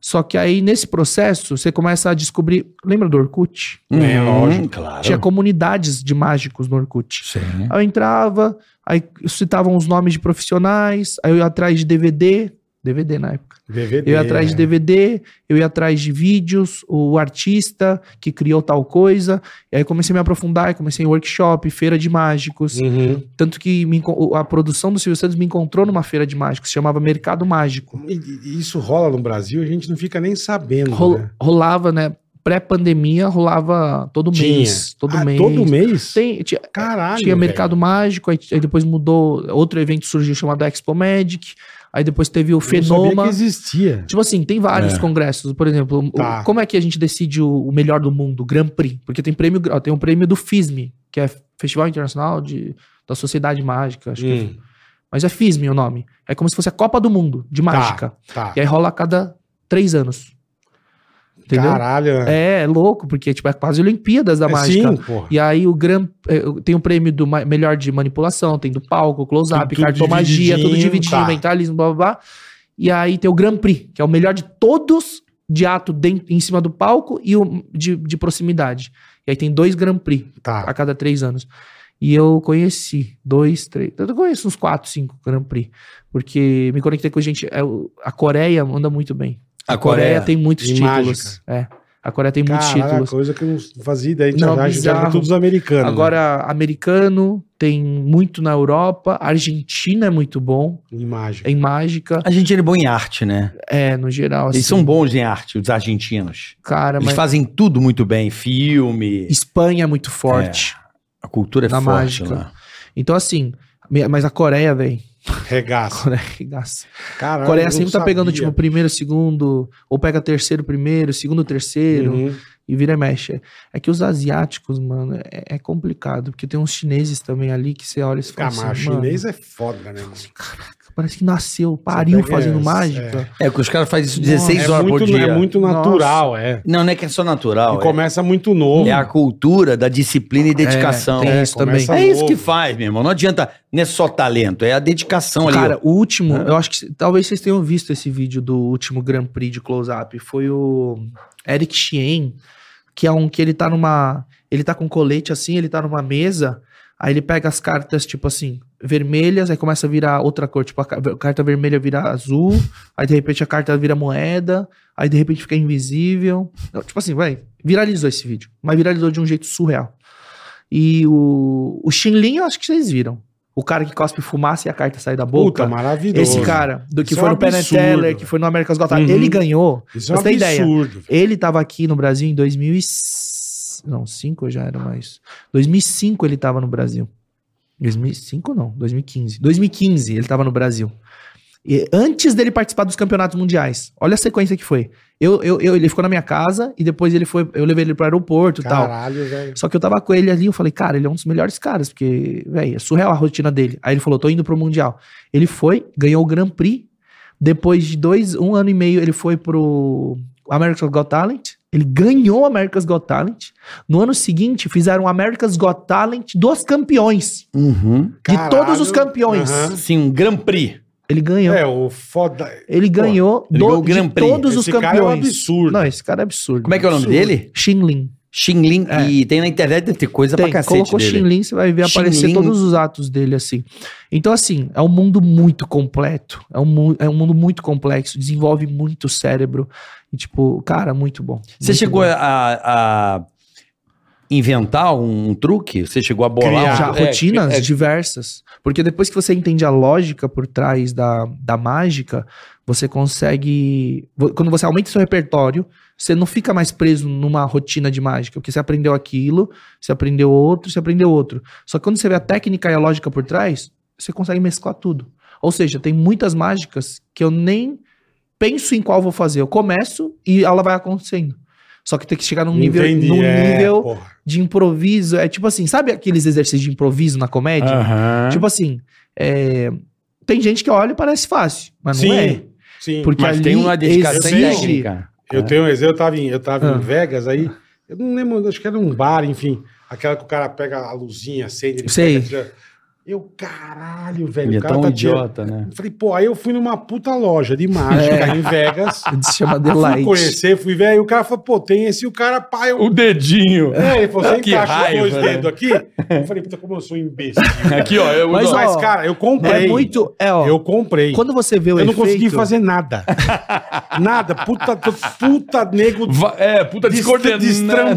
D: só que aí nesse processo você começa a descobrir. Lembra do Orkut?
E: Hum,
C: É, lógico.
B: claro.
D: Tinha comunidades de mágicos no Orkut.
B: Sim.
D: Aí eu entrava, aí citavam os nomes de profissionais, aí eu ia atrás de DVD, DVD na época.
C: DVD.
D: Eu ia atrás de
C: né?
D: DVD, eu ia atrás de vídeos, o artista que criou tal coisa. E aí comecei a me aprofundar, comecei em workshop, feira de mágicos.
C: Uhum.
D: Tanto que me encon- a produção do Silvio Santos me encontrou numa feira de mágicos, se chamava Mercado Mágico.
C: E- e Isso rola no Brasil, a gente não fica nem sabendo.
D: Rol-
C: né?
D: Rolava, né? Pré-pandemia, rolava todo
C: Tinha.
D: mês. Todo
C: Ah,
D: mês.
C: Todo mês?
D: Tem- tinha-
C: Caralho.
D: tinha
C: velho.
D: Mercado Mágico, aí, aí depois mudou, outro evento surgiu chamado Expo Magic, aí depois teve
C: Eu
D: o
C: não sabia
D: Fenoma.
C: que existia. É.
D: Tipo assim, tem vários congressos, por exemplo, o-
C: Tá.
D: como é que a gente decide o, o melhor do mundo, o Grand Prix? Porque tem prêmio, ó, tem um prêmio do FISME, que é Festival Internacional de, da Sociedade Mágica, acho que é,
C: Hum,
D: mas é FISME o nome. É como se fosse a Copa do Mundo de mágica.
C: tá.
D: E aí rola a cada três anos. Entendeu?
C: Caralho. né?
D: É, é louco, porque tipo, é quase Olimpíadas da
C: É,
D: mágica.
C: Sim, porra.
D: E aí o gran, eh, tem o prêmio do ma- melhor de manipulação, tem do palco,
C: Tem
D: close-up,
C: tudo
D: cartomagia, tudo
C: divididinho,
D: divididinho,
C: tá.
D: mentalismo, blá, blá, blá. E aí tem o Grand Prix, que é o melhor de todos de ato dentro, em cima do palco e o de, de proximidade. E aí tem dois Grand Prix a
C: Tá.
D: cada três anos. E eu conheci dois, três. Eu conheço uns quatro, cinco Grand Prix. Porque me conectei com gente. é, o- A Coreia manda muito bem.
B: A
D: A Coreia,
B: Coreia.
D: tem muitos
C: E
D: títulos. É. A Coreia tem muitos
C: Caralho, é
D: títulos.
C: coisa que eu não fazia ideia. A gente
D: Não,
C: achava- a gente achava
D: bizarro.
C: todos americanos. né?
D: Agora, americano, tem muito na Europa. Argentina é muito bom
C: Em mágica.
D: em mágica.
B: A gente é bom em arte, né?
D: É, no geral, assim.
B: Eles são bons em arte, os argentinos.
D: Cara,
B: Eles
D: mas
B: fazem tudo muito bem, filme,
D: Espanha é muito forte.
B: a cultura é
D: Na
B: forte
D: mágica.
B: lá.
D: Então, assim... me- Mas a Coreia, velho.
C: Regaça.
D: Coreia, regaça.
C: Caralho.
B: Ah,
D: A Coreia
C: eu
D: sempre tá
C: não
D: pegando,
C: sabia.
D: tipo, primeiro, segundo, ou pega terceiro, primeiro, segundo, terceiro,
C: Uhum.
D: e vira e mexe. É que os asiáticos, mano, é, é complicado, porque tem uns chineses também ali que você olha e você fala
C: Ah,
D: assim,
C: mas o
D: mano,
C: chinês é foda, né? mano?
D: parece que nasceu, pariu
C: pega
D: fazendo
C: essa,
D: mágica.
B: É que os caras fazem isso 16
C: É
B: horas por
C: muito,
B: dia.
C: é muito
D: Nossa.
C: natural, é.
B: Não, não é que é só
C: E
B: natural. é-
C: começa muito novo.
B: É, a cultura da disciplina e dedicação.
D: tem
B: É,
D: isso também.
C: começa
B: isso
C: novo.
B: que faz, meu irmão. Não adianta, não é só talento, é a dedicação ali.
D: Cara,
B: ó.
D: o último,
B: É.
D: eu acho que c- talvez vocês tenham visto esse vídeo do último Grand Prix de close-up. Foi o Eric Chien, que é um que ele tá numa. Ele tá com um colete assim, ele tá numa mesa. Aí ele pega as cartas, tipo assim, vermelhas, aí começa a virar outra cor, tipo, a ca- a carta vermelha vira azul, aí de repente a carta vira moeda, aí de repente fica invisível. Não, tipo assim, vai, viralizou esse vídeo, mas viralizou de um jeito surreal. E o, o Xinlin, eu acho que vocês viram. O cara que cospe fumaça e a carta sai da boca.
C: Puta, maravilhoso.
D: Esse cara, do que
C: Isso
D: foi
C: é um
D: no Penn and
C: absurdo,
D: Teller,
C: velho.
D: que foi no America's Got Talent,
C: Uhum.
D: ele ganhou.
C: Isso é um
D: Você tem ideia?
C: absurdo.
D: Ele tava aqui no Brasil em 2000 e... s- Não, 5 eu já era mais. 2005 ele tava no Brasil. 2005 não, 2015. 2015 ele tava no Brasil. E antes dele participar dos campeonatos mundiais. Olha a sequência que foi. Eu, eu, eu- ele ficou na minha casa e depois ele foi, eu levei ele pro aeroporto e tal.
C: Caralho, velho.
D: Só que eu tava com ele ali, eu falei, cara, ele é um dos melhores caras, porque, velho, é surreal a rotina dele. Aí ele falou, tô indo pro Mundial. Ele foi, ganhou o Grand Prix. Depois de dois, um ano e meio, ele foi pro America's Got Talent. Ele ganhou o America's Got Talent. No ano seguinte, fizeram o America's Got Talent dos campeões.
B: Uhum.
C: Caralho.
D: De todos os campeões.
C: Aham.
B: Sim, um Grand Prix.
D: Ele ganhou.
C: É, o foda.
D: Ele ganhou
B: ele
D: do-
B: ganhou o Grand
D: de
B: Prix.
D: todos os
C: Esse cara é um
D: campeões.
C: absurdo.
D: Não, esse cara é absurdo.
B: Como é que é o nome
D: Absurdo.
B: dele?
D: Xinlin.
B: Xinglin,
D: É.
B: e tem na internet, deve ter coisa
D: Tem,
B: pra cacete
D: colocou
B: dele.
D: Shinlin, você vai ver aparecer
B: Shinlin.
D: todos os atos dele, assim. Então, assim, é um mundo muito completo. É um, mu- é um mundo muito complexo, desenvolve muito o cérebro. E, tipo, cara, muito bom.
B: Você
D: muito
B: chegou
D: bom.
B: a, a inventar um truque? Você chegou a bolar?
C: Criar.
B: um-
D: já
B: é,
D: rotinas
B: é,
D: diversas. Porque depois que você entende a lógica por trás da, da mágica, você consegue. vo- Quando você aumenta seu repertório, você não fica mais preso numa rotina de mágica. Porque você aprendeu aquilo, você aprendeu outro, você aprendeu outro. Só que quando você vê a técnica e a lógica por trás, você consegue mesclar tudo. Ou seja, tem muitas mágicas que eu nem penso em qual vou fazer. Eu começo e ela vai acontecendo. Só que tem que chegar num nível, num
C: é,
D: nível
C: porra.
D: de improviso. É tipo assim, sabe aqueles exercícios de improviso na
E: é,
D: comédia?
A: Aham.
D: Tipo assim, é, tem gente que olha e parece fácil, mas não é.
C: Sim, sim.
D: Porque
B: Mas
D: ali
B: tem uma dedicação
C: exige-
B: e técnica.
C: Eu tenho um exemplo, eu tava em, eu tava
D: É. Ah.
C: em Vegas aí, eu não lembro, acho que era um bar, enfim. Aquela que o cara pega a luzinha, acende, ele
D: Sei.
C: pega, tira. Eu, caralho, velho,
B: Ele é
C: o cara
B: tão
C: tá
B: idiota, né?
C: tirando- Falei, pô, aí eu fui numa puta loja de mágica em Vegas.
D: Se chama The
C: Fui
D: É. Light.
C: conhecer, fui ver, aí o cara falou, pô, tem esse, e o cara, pai, eu...
E: O dedinho.
C: É, ele falou, você
E: Que
C: encaixa os dois
E: raiva, né?
C: dedos aqui? Eu falei, puta, como eu sou um imbecil.
E: Aqui, ó. é Eu,
D: Mas,
E: ó,
C: Mas,
D: ó,
C: cara, eu comprei.
D: É muito. É, ó.
C: Eu comprei.
D: quando você vê o
C: eu não
D: efeito.
C: consegui fazer nada. nada. Puta, puta nego
E: va- é, puta
C: Descoordenado.
E: descoordenado.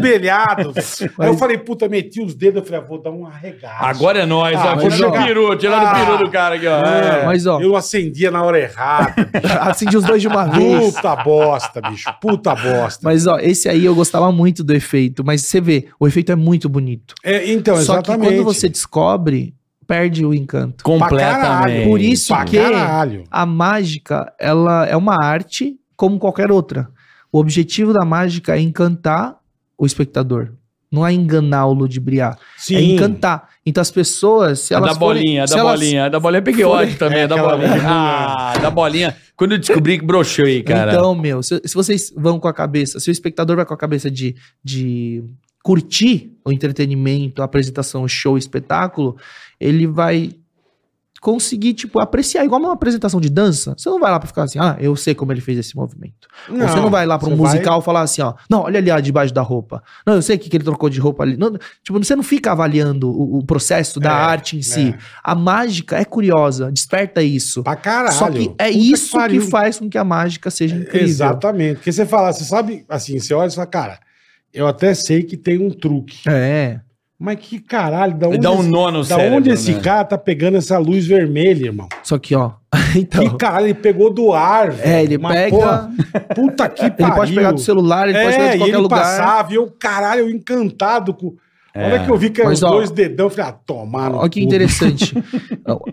C: Destrambelhado. Aí eu falei, puta, meti os dedos, eu falei, ah, vou dar um arregaço.
E: Agora é nós.
D: Ah,
E: ó.
D: mas
E: Vou no
C: não.
E: peru, tirar
C: Ah.
E: do peru do cara aqui, ó.
C: É,
D: mas, ó.
C: Eu acendia na hora errada.
D: Acende os dois de uma vez.
C: puta bosta, bicho. Puta bosta.
D: Mas, ó, esse aí eu gostava muito do efeito. Mas você vê, o efeito é muito bonito.
C: É, então,
D: Só
C: exatamente.
D: que quando você descobre, perde o encanto.
B: Completamente.
C: caralho.
E: é
D: Por isso
C: Pra
D: que-
C: caralho.
D: A mágica, ela é uma arte como qualquer outra. O objetivo da mágica é encantar o espectador. Não é enganar ou ludibriar.
C: Sim.
D: É encantar. Então as pessoas, se
E: A
D: elas
E: da É bolinha, a
D: se
E: da
D: elas-
E: bolinha. A da bolinha eu peguei
D: forem-
E: ódio também,
C: É,
E: a da
C: aquela-
E: bolinha. Ah, da bolinha. Quando eu descobri que brochei, cara.
D: Então, meu, se, se vocês vão com a cabeça, se o espectador vai com a cabeça de, de curtir o entretenimento, a apresentação, o show, o espetáculo, ele vai conseguir, tipo, apreciar. Igual uma apresentação de dança, você não vai lá pra ficar assim, ah, eu sei como ele fez esse movimento. você não vai lá pra um
C: você
D: musical falar assim, ó, não, olha ali ó, debaixo da roupa. Não, eu sei o que, que ele trocou de roupa ali. Não, tipo, você não fica avaliando o, o processo da
C: É,
D: arte em si.
C: é.
D: A mágica é curiosa, desperta isso.
C: Pra caralho.
D: Só que
C: Puta
D: é isso que,
C: pariu. É,
D: faz com que a mágica seja incrível.
C: Exatamente. Porque você fala, você sabe, assim, você olha e fala, cara, eu até sei que tem um truque.
D: É.
C: Mas que caralho, da onde,
E: Dá um
C: esse,
E: nó no
C: da
E: cérebro,
C: onde esse
E: né?
C: cara tá pegando essa luz vermelha, irmão?
D: Só que, ó, então.
C: Que caralho, ele pegou do ar,
D: É, ele
C: Uma
D: pega. é,
C: porra, puta que pariu.
D: ele pode pegar do celular, ele pode pegar
C: É,
D: de
C: e ele
D: qualquer lugar.
C: passava, e eu, caralho, eu encantado com... A hora
E: É.
C: que eu vi que eram
D: Mas,
C: os
D: ó,
C: dois dedão, eu falei, ah, toma no
D: Olha que
C: cu.
D: interessante.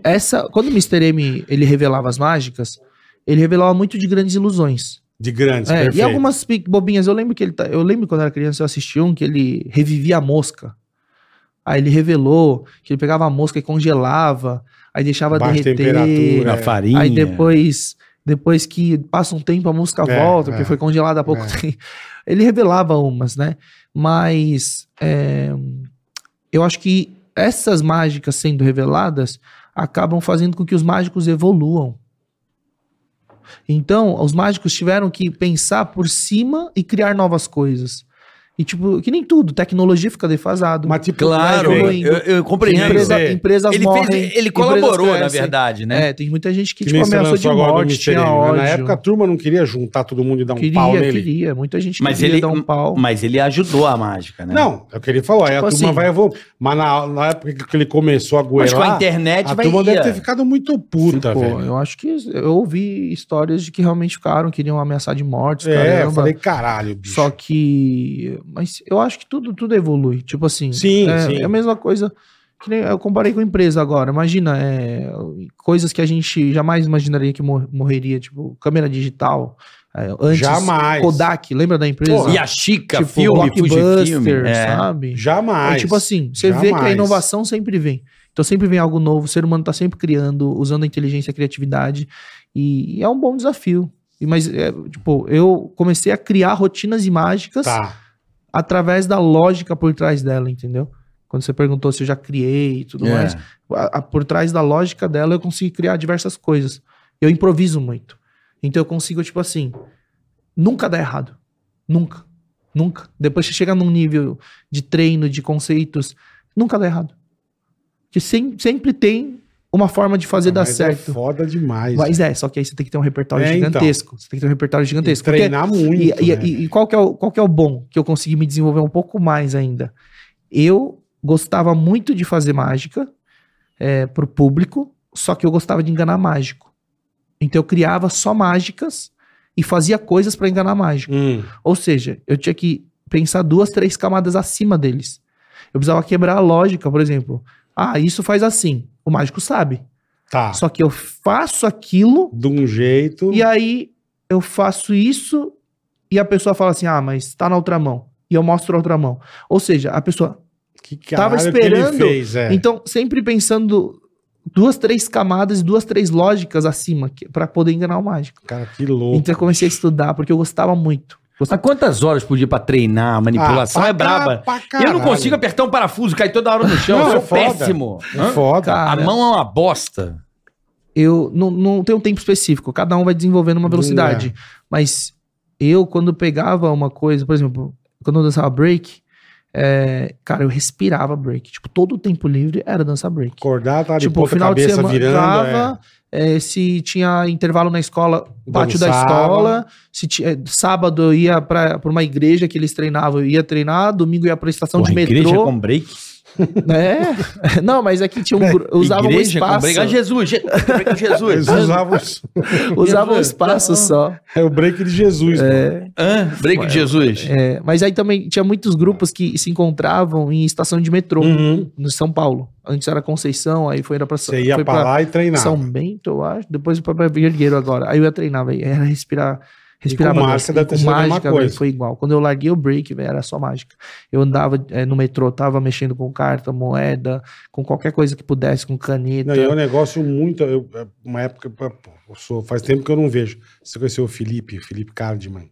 D: Essa, quando o Mr. M ele revelava as mágicas, ele revelava muito de grandes ilusões.
C: De grandes,
D: É,
C: perfeito.
D: e algumas pe- bobinhas. Eu lembro que ele. tá- Eu lembro quando eu era criança, eu assisti um que ele revivia a mosca. Aí ele revelou que ele pegava a mosca e congelava, aí deixava
C: Baixa
D: derreter.
C: temperatura.
A: Na
C: É.
A: farinha.
D: Aí depois, depois que passa um tempo, a mosca
C: É,
D: volta,
C: é.
D: porque foi congelada há pouco
C: É.
D: tempo. Ele revelava umas, né? Mas é, eu acho que essas mágicas sendo reveladas acabam fazendo com que os mágicos evoluam. Então, os mágicos tiveram que pensar por cima e criar novas coisas. E tipo, que nem tudo, tecnologia fica defasado.
C: Mas, tipo,
B: Claro,
C: mas,
B: eu,
C: velho,
D: evoluindo.
B: eu compreendo.
C: Empresa-
D: Empresa, empresas
B: Ele, fez-
D: morrem.
B: ele
D: empresas
B: colaborou, na
D: crescem.
B: verdade, né?
D: É, tem muita gente que,
C: que nem
D: tipo,
C: você
D: ameaçou de
C: lançou agora do
D: morte,
C: Mr.
D: tinha
C: M, né?
D: ódio.
C: Na época a turma não queria juntar todo mundo e dar um
D: queria,
C: pau nele.
D: queria. Muita gente
B: Mas
D: queria
B: ele-
D: dar um pau.
B: Mas ele ajudou a mágica, né?
C: Não, é eu queria falar, aí a
D: Tipo
C: turma
D: assim.
C: vai evoluir. Mas na, na época que ele começou a
B: Mas com a
C: goelar,
B: internet
C: a
B: vai
C: turma deve
B: ia.
C: ter ficado muito puta,
D: Ficou.
C: velho.
D: Eu acho que eu ouvi histórias de que realmente ficaram, queriam ameaçar de morte,
C: É, eu
D: caramba.
C: falei, caralho, bicho.
D: Só que. Mas eu acho que tudo, tudo evolui. Tipo assim.
C: Sim,
D: é,
C: sim.
D: é a mesma coisa. Que nem eu comparei com empresa agora. Imagina, é, coisas que a gente jamais imaginaria que mor- morreria, tipo, câmera digital. é, antes,
C: Jamais.
D: Kodak, lembra da empresa?
C: Porra,
B: E a Chica,
D: tipo,
B: filme, Fujifilme.
D: Blockbuster,
B: É.
D: sabe?
C: Jamais.
D: É tipo assim, você vê que a
C: Jamais.
D: inovação sempre vem. Então sempre vem algo novo, o ser humano tá sempre criando, usando a inteligência e a criatividade. E, e é um bom desafio. E, mas, é, tipo, eu comecei a criar rotinas e mágicas
C: Tá.
D: através da lógica por trás dela, entendeu? Quando você perguntou se eu já criei e tudo
B: É.
D: mais, a- a- por trás da lógica dela eu consigo criar diversas coisas. Eu improviso muito. Então eu consigo, tipo assim, nunca dar errado. Nunca. Nunca. Depois você chega num nível de treino, de conceitos, nunca dá errado. Porque sem- sempre tem uma forma de fazer dar
C: Mas
D: certo.
C: É foda demais.
D: Mas é, só que aí você tem que ter um repertório
C: É, então.
D: gigantesco. Você tem que ter um repertório gigantesco. Porque-
C: treinar muito.
D: e, e-
C: né?
D: e- e qual, que é o, qual que é o bom? Que eu consegui me desenvolver um pouco mais ainda. Eu gostava muito de fazer mágica é, pro público, só que eu gostava de enganar mágico. Então eu criava só mágicas e fazia coisas pra enganar mágico.
C: Hum,
D: Ou seja, eu tinha que pensar duas, três camadas acima deles. Eu precisava quebrar a lógica, por exemplo. Ah, isso faz assim. O mágico sabe.
C: tá.
D: Só que eu faço aquilo
C: De um jeito.
D: e aí eu faço isso e a pessoa fala assim: ah, mas tá na outra mão. E eu mostro a outra mão. Ou seja, a pessoa.
C: que
D: tava
C: caralho
D: esperando.
C: Que ele fez, é.
D: Então, sempre pensando duas, três camadas, duas, três lógicas acima que- pra poder enganar o mágico.
C: Cara, que louco.
D: Então, eu comecei a estudar porque eu gostava muito.
B: Mas quantas horas por dia pra treinar? A manipulação
C: Ah,
B: é braba.
C: pra ca- pra
B: Eu não
C: caralho.
B: consigo apertar um parafuso, cai toda hora no chão.
C: Não, é
B: eu sou
C: foda.
B: péssimo.
C: É foda.
B: A
D: Cara,
B: mão é uma bosta.
D: eu não, não tenho um tempo específico, cada um vai desenvolvendo uma velocidade. Mas eu, quando pegava uma coisa, por exemplo, quando eu dançava break, é, cara, eu respirava break. Tipo, todo o tempo livre era dançar break.
C: Acordar, tá de
D: tipo,
C: ponta cabeça virando. é.
D: tava, é, se tinha intervalo na escola, pátio da
C: Dançava.
D: escola. Se ti- é, sábado eu ia pra, pra uma igreja que eles treinavam, eu ia treinar, domingo eu ia pra estação de
B: Porra,
D: metrô.
B: igreja com break.
D: É. Não, mas aqui tinha um. gru- Eu usava um
B: igreja com
D: espaço.
B: break. Ah, Jesus, Je- break Jesus.
C: Eles usavam os-
D: Usava um
B: Jesus.
D: espaço só.
C: é o break de Jesus. mano.
B: Hã? break de Jesus.
D: É, mas aí também tinha muitos grupos que se encontravam em estação de metrô,
C: Uhum.
D: no São Paulo. Antes era Conceição, aí foi era pra,
C: Você ia
D: foi
C: pra lá e treinar.
D: São Bento, eu acho. Depois foi pra Vergueiro agora. Aí eu ia treinar, velho. Era respirar. Respirava
C: mágica
D: dança.
C: deve ter sido a mesma
D: mágica, velho,
C: coisa.
D: foi igual. Quando eu larguei o break, velho, era só mágica. Eu andava eh, no metrô, tava mexendo com carta, moeda, com qualquer coisa que pudesse, com caneta.
C: Não, e é um negócio muito. eu- é uma época. pô, eu sou- faz tempo que eu não vejo. Você conheceu o Felipe, o Felipe Cardman.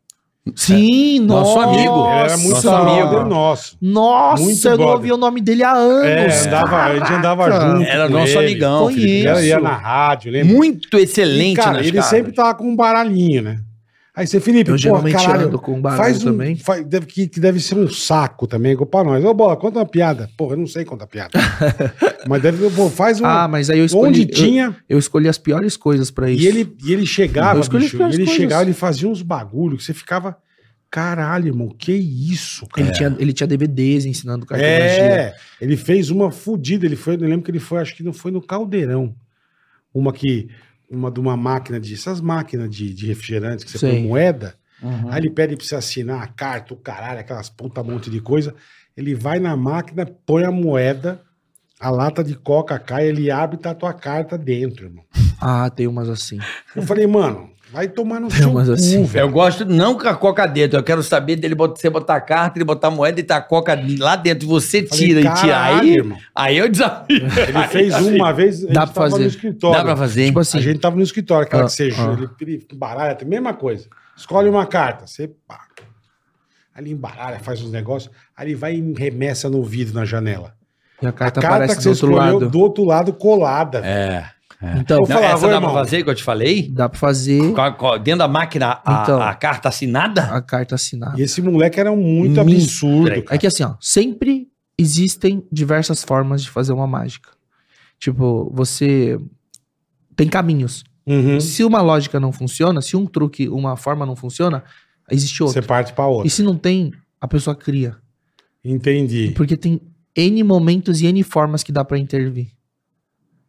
D: Sim, É. nosso
B: Nosso amigo.
D: amigo.
C: Ele era muito
B: Nosso
C: amigo
B: amigo.
C: nosso.
D: Nossa,
C: Muito
D: eu não
C: brother.
D: ouvi o nome dele há
C: É,
D: anos.
C: andava, a gente andava
D: Cara,
C: junto.
B: Era
C: com
B: nosso
C: ele.
B: amigão.
D: Conheço.
B: Felipe
C: Ele ia na
B: Neto.
C: rádio, lembra?
B: Muito excelente,
C: E, cara,
B: nas
C: ele
B: caras.
C: sempre tava com um baralhinho, né? Aí você, Felipe,
D: Eu
C: pô,
D: geralmente
C: caralho,
D: ando com um baralho
C: faz um,
D: também.
C: faz- deve- que, que deve ser um saco também igual pra nós. Ô, Bola, conta uma piada. Pô, eu não sei contar piada. Mas deve, pô, faz um...
D: Ah, mas aí eu escolhi.
C: onde
D: eu-
C: tinha,
D: Eu, escolhi as piores coisas pra isso.
C: e ele, e ele chegava,
D: Eu escolhi
C: bicho, e
D: as
C: ele
D: coisas.
C: chegava, ele fazia uns bagulho que você ficava, caralho, irmão, que isso,
D: Ele
C: cara.
D: tinha, ele tinha DVDs ensinando cartomagia.
C: É, ele fez uma fodida, ele foi, eu lembro que ele foi, acho que não foi no Caldeirão. Uma que, uma de uma máquina de, essas máquinas de, de refrigerante que você põe
D: Sim.
C: moeda,
B: Uhum.
C: Aí ele pede pra você assinar a carta, o caralho, aquelas puta um monte de coisa. Ele vai na máquina, põe a moeda, a lata de coca cai, ele abre e tá a tua carta dentro, irmão.
D: Ah, tem umas assim.
C: Eu falei, mano, vai tomar no
D: Não,
C: seu
D: mas
C: cu,
D: assim,
B: Eu
C: velho.
B: gosto não com a coca dentro. Eu quero saber dele bot- você botar a carta, ele botar a moeda e tá a coca lá dentro. E você
C: Falei,
B: tira e tira.
C: "Caralho,
B: Aí,
C: irmão.
B: aí eu desafio.
C: Ele fez uma vez, a gente
D: assim, Dá pra
C: tava
D: fazer.
C: no
B: Dá
C: escritório.
B: pra fazer?
D: Tipo assim,
C: A gente tava no escritório, aquela
D: Ah,
C: que você
D: ah.
C: joga, ele embaralha, tem a mesma coisa. Escolhe uma carta, você pá. Aí ele embaralha, faz uns negócios, aí ele vai e remessa no vidro na janela.
D: e a carta
C: a carta
D: aparece
C: que
D: do
C: você
D: outro
C: escolheu
D: lado.
C: do outro lado colada.
B: É.
D: Então,
C: Eu
B: Não,
C: falava,
B: essa dá
C: irmão.
B: pra fazer que eu te falei?
D: dá pra fazer
B: Com a- com a- dentro da máquina, a,
D: Então.
B: a carta assinada?
D: a carta assinada.
C: E esse moleque era muito
D: Hum,
B: Minha
C: absurdo.
D: É que assim, ó, sempre existem diversas formas de fazer uma mágica. Tipo, você tem caminhos.
C: Uhum.
D: Se uma lógica não funciona, se um truque, uma forma não funciona, existe outra.
C: Você parte pra outra.
D: E se não tem, a pessoa cria.
C: Entendi.
D: Porque tem N momentos e N formas que dá pra intervir.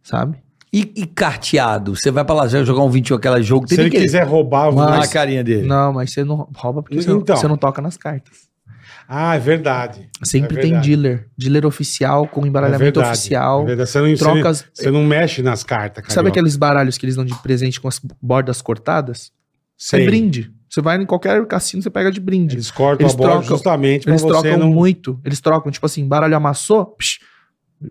D: Sabe?
B: E, e carteado? Você vai pra lá jogar um 21, aquele jogo.
C: Se ele
B: que-
C: quiser roubar,
B: Olha
C: mas...
B: a carinha dele.
D: Não, mas você não rouba porque você, não-
C: Então.
D: você não toca nas cartas.
C: ah, é verdade.
D: Sempre
C: É
D: tem
C: verdade.
D: dealer. Dealer oficial com
C: É
D: embaralhamento
C: verdade. É
D: oficial.
C: verdade. Você, não, você não-
D: trocas. eh,
C: você não mexe nas cartas, cara.
D: Sabe aqueles baralhos que eles dão de presente com as bordas cortadas? É brinde. Você vai em qualquer cassino, você pega de brinde. Eles,
C: Eles cortam
D: Eles
C: a bola
D: trocam-
C: justamente pra você
D: trocam
C: não...
D: muito. Eles trocam, tipo assim, baralho amassou, psh,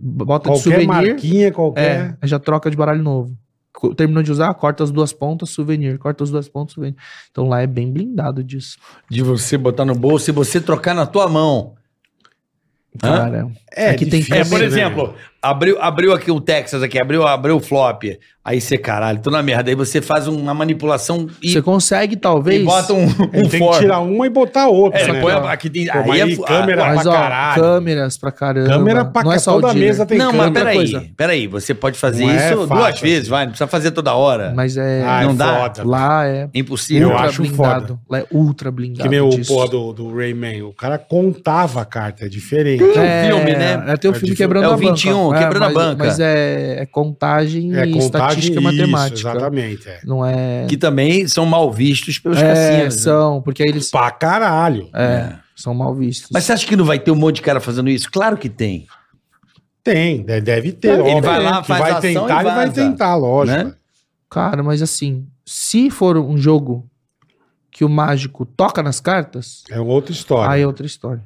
D: bota de
C: Qualquer
D: souvenir.
C: marquinha, qualquer...
D: É, aí já troca de baralho novo. Co- Terminou de usar, corta as duas pontas, souvenir. Corta as duas pontas, souvenir. Então lá é bem blindado disso.
B: De você botar no bolso e você trocar na tua mão. Hã?
D: Cara,
C: É,
D: Aqui tem
C: difícil,
B: É, por
C: né?
B: exemplo, Abriu, abriu aqui o Texas, aqui, abriu, abriu o flop. Aí você, caralho, tô na merda. Aí você faz uma manipulação e,
D: Você consegue, talvez.
B: e bota um, um
C: Ele tem que
B: for.
C: tirar uma e botar outra.
B: É, você
C: né?
B: põe a- aqui tem,
C: Pô, mas
B: aí
C: aí
B: é,
C: câmera
B: a-
D: mas,
C: pra
D: ó,
C: caralho.
D: câmeras pra caramba.
C: Câmera pra
D: não é só o
C: toda
D: dealer,
C: mesa tem
B: ah, Não, mas
C: câmera.
B: peraí,
D: coisa.
B: peraí. Você pode fazer
C: Não é
B: isso
C: fácil,
B: duas
C: assim.
B: vezes, vai. Não precisa fazer toda hora.
D: Mas é.
C: Ah,
B: não
C: é
B: dá?
C: foda.
D: Lá é
B: É Impossível.
C: Eu
D: ultra
C: acho
D: blindado. Lá é ultra
C: Que
D: blindado.
C: nem o
D: disso.
C: porra do, do Rayman. O cara contava a carta, é diferente.
B: É um filme, né?
D: É tem o
C: É
D: filme
C: difícil.
D: Quebrando
B: É o
D: a Banca.
B: 21, Quebrando a
D: mas-
B: Banca.
D: Mas é, é contagem
C: É
D: e
C: contagem
D: estatística
C: isso,
D: matemática.
C: Exatamente. É.
D: Não é.
B: Que também são mal vistos pelos
D: é,
B: cassinos. né?
D: são, porque aí eles
C: Pra caralho.
D: é, são mal vistos.
B: Mas você acha que não vai ter um monte de cara fazendo isso? Claro que tem.
C: Tem, de- deve ter.
B: Ele
C: óbvio,
B: vai lá,
C: que
B: faz
C: vai
B: ação
C: tentar,
B: e
C: ele vai
B: vaza,
C: tentar, lógico.
B: né?
D: Cara, mas assim, se for um jogo que o mágico toca nas cartas,
C: É outra história.
D: aí é outra história.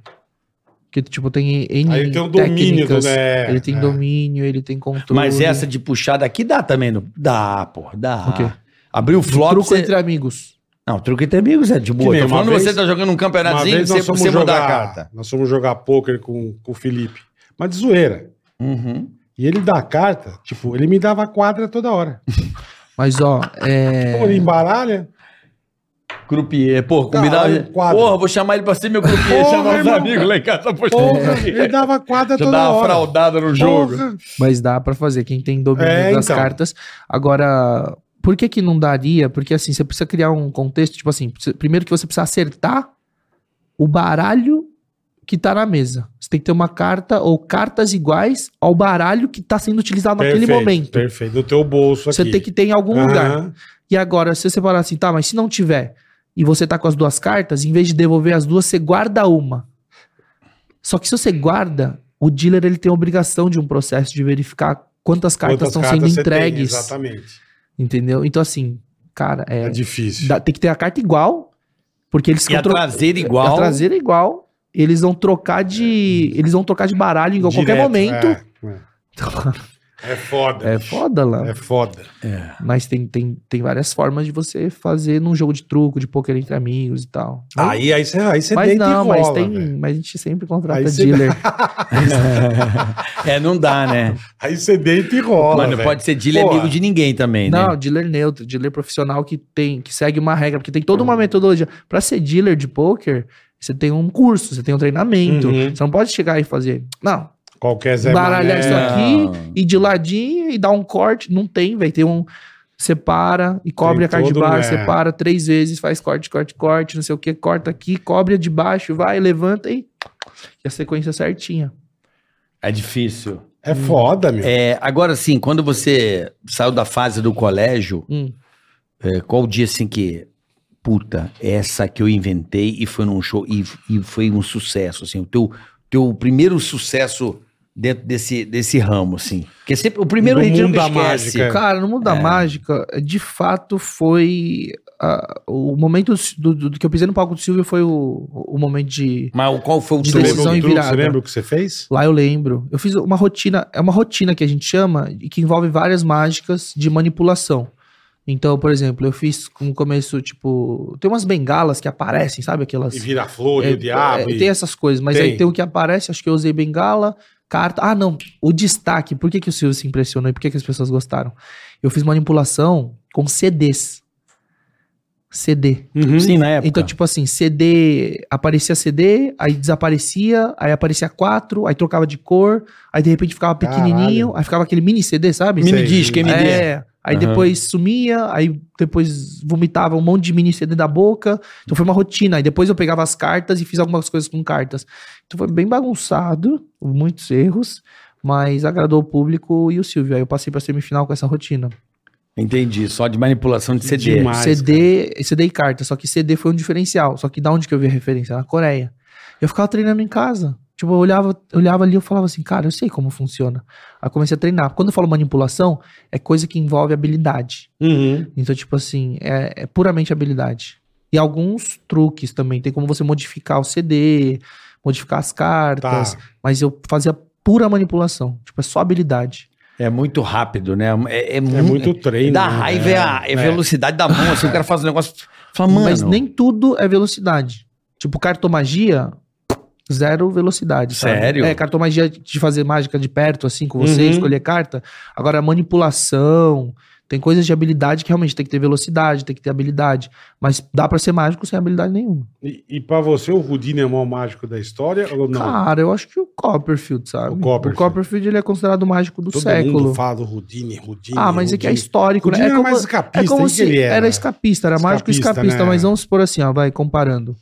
D: Que tipo, tem N
C: Aí ele tem o domínio do.
D: técnicas,
C: É,
D: ele tem
C: é.
D: domínio, ele tem controle.
B: Mas essa de puxar daqui dá também. Não... Dá, pô, dá.
D: O quê?
B: Abriu o flop.
D: Truco
B: você-
D: entre amigos.
B: Não, truque entre amigos é de
C: Que
B: boa.
C: nem
B: Tô
C: uma
B: falando
C: vez-
B: você tá jogando um
C: Uma
B: campeonatozinho
C: vez
B: você,
C: nós
B: você
C: fomos
B: mudar a
C: jogar.
B: carta.
C: Nós fomos jogar pôquer com, com o Felipe. Mas de zoeira.
B: Uhum.
C: E ele dá a carta, tipo, ele me dava a quadra toda hora.
D: Mas ó, é.
C: Como ele embaralha.
B: Croupier, pô,
C: Caralho,
B: combinar.
C: quadro.
B: Porra, vou chamar ele pra ser meu croupier,
C: Porra,
B: chamar os
C: irmão.
B: amigos lá em casa. Pô,
C: Porra, ele dava a quadra
B: É. já
C: toda
B: dá uma
C: hora.
B: fraudada no jogo.
C: Porra.
D: Mas dá pra fazer, quem tem domínio
C: É,
D: das
C: então.
D: cartas. Agora, por que que não daria? Porque assim, você precisa criar um contexto, tipo assim, precisa- primeiro que você precisa acertar o baralho que tá na mesa. Você tem que ter uma carta ou cartas iguais ao baralho que tá sendo utilizado naquele momento.
C: Perfeito. No teu bolso aqui.
D: Você tem que ter em algum
C: Aham.
D: lugar. E agora, se você falar assim, tá, mas se não tiver e você tá com as duas cartas, em vez de devolver as duas, você guarda uma. Só que se você guarda, o dealer ele tem a obrigação de um processo de verificar quantas cartas
C: Quantas
D: estão sendo
C: cartas você tem,
D: entregues.
C: exatamente.
D: entendeu? Então, assim, cara,
C: É,
D: é,
C: difícil.
D: dá- tem que ter a carta igual, porque eles
B: E a
D: tro-
B: traseira
D: a
B: igual.
D: traseira é igual. Eles vão trocar
C: É.
D: de. Eles vão trocar de baralho em qualquer
B: né?
C: Direto,
D: momento.
C: É, é. É foda.
D: É, foda lá.
C: É foda.
B: É.
D: Mas tem, tem, tem várias formas de você fazer num jogo de truco, de poker entre amigos e tal.
C: Aí, aí você aí você
D: mas
C: deita
D: não,
C: e rola,
D: mas tem.
C: velho.
D: Mas a gente sempre contrata
C: Aí você- Né?
D: dealer.
B: É, não dá, né?
C: Aí você deita e rola,
B: Mas não
C: velho.
B: pode ser dealer
C: Porra.
B: amigo de ninguém também, né?
D: não, dealer neutro, dealer profissional que tem, que segue uma regra, porque tem
C: Uhum.
D: toda uma metodologia. Pra ser dealer de poker, você tem um curso, você tem um treinamento.
C: Uhum.
D: Você não pode chegar e fazer. Não,
C: Qualquer Zé
D: baralhar
C: Mané.
D: isso aqui
B: Não.
D: e de ladinho e dar um corte. Não tem, velho. Tem um. Separa e cobre
C: Tem
D: a carta de
C: todo,
D: baixo,
C: né?
D: separa três vezes, faz corte, corte, corte, não sei o que, corta aqui, cobre a de baixo, vai, levanta e. E a sequência certinha.
B: É difícil.
C: É foda, meu.
B: É, agora sim, quando você saiu da fase do colégio,
D: Hum.
B: é, qual o dia assim que. Puta, essa que eu inventei e foi num show e, e foi um sucesso, assim. O teu, teu primeiro sucesso dentro desse, desse ramo, assim. Porque sempre o primeiro
C: Do
B: a gente
C: mundo
B: nunca
C: da
B: esquece.
C: mágica. É.
D: Cara, no mundo da mágica, de fato, foi. ah, o momento do, do- do que eu pisei no palco do Silvio foi o, o momento de.
B: Mas qual foi o
D: De
C: Você
B: teu-
C: lembra
D: decisão
C: o
D: e
C: truque?
D: virada.
C: Você lembra o que você fez?
D: Lá eu lembro. Eu fiz uma rotina, é uma rotina que a gente chama e que envolve várias mágicas de manipulação. Então, por exemplo, eu fiz no começo, tipo, tem umas bengalas que aparecem, sabe? Aquelas.
C: E vira flor, e
D: É,
C: o diabo.
D: é,
C: e-
D: tem essas coisas, mas
C: Tem.
D: aí tem o que aparece, acho que eu usei bengala, carta. Ah, não. O destaque. Por que, que o Silvio se impressionou e por que, que as pessoas gostaram? Eu fiz manipulação com CDs. CD.
C: Uhum.
B: Sim, na época.
D: Então, tipo assim, CD, aparecia CD, aí desaparecia, aí aparecia quatro, aí trocava de cor, aí de repente ficava pequenininho, aí ficava aquele mini CD, sabe?
B: Mini
C: Sei.
B: disco, MD.
D: É, aí
B: Aham.
D: depois sumia, aí depois vomitava um monte de mini CD da boca. Então foi uma rotina. Aí depois eu pegava as cartas e fiz algumas coisas com cartas. Então foi bem bagunçado, muitos erros, mas agradou o público e o Silvio. Aí eu passei pra semifinal com essa rotina.
B: Entendi, só de manipulação de CD.
C: Demais. Mas,
D: CD, CD e carta, só que CD foi um diferencial. Só que da onde que eu vi a referência? Na Coreia. Eu ficava treinando em casa. Tipo, eu olhava, eu olhava ali e eu falava assim, cara, eu sei como funciona. Aí eu comecei a treinar. Quando eu falo manipulação, é coisa que envolve habilidade.
C: Uhum.
D: Então, tipo assim, é, é puramente habilidade. E alguns truques também. Tem como você modificar o CD, modificar as
C: Tá.
D: cartas. Mas eu fazia pura manipulação. Tipo, é só habilidade.
B: É muito rápido, né? É, é
C: É
B: mu-
C: muito treino.
B: Da
C: né?
B: raiva é, a é velocidade da mão, assim, o cara faz um negócio. Fala, mano.
D: Mas nem tudo é velocidade. Tipo, cartomagia zero velocidade. sabe?
B: Sério?
D: É, cartomagia de fazer mágica de perto, assim, com você,
C: Uhum.
D: escolher carta. Agora, manipulação, tem coisas de habilidade que realmente tem que ter velocidade, tem que ter habilidade. Mas dá pra ser mágico sem habilidade nenhuma.
C: E, e pra você, o Houdini é o maior mágico da história ou não?
D: Cara, eu acho que o Copperfield, sabe?
C: O Copperfield.
D: ele é considerado o mágico do
C: Todo mundo
D: século.
C: fala do Houdini, Houdini.
D: Ah, mas é que é
C: Houdini.
D: histórico, né?
C: Houdini
D: É
C: era
D: como,
C: mais escapista,
D: é como
C: hein,
D: se
C: que ele né? era.
D: era escapista, era mágico
C: Escapista,
D: escapista,
C: né?
D: mas vamos supor assim, ó, vai comparando.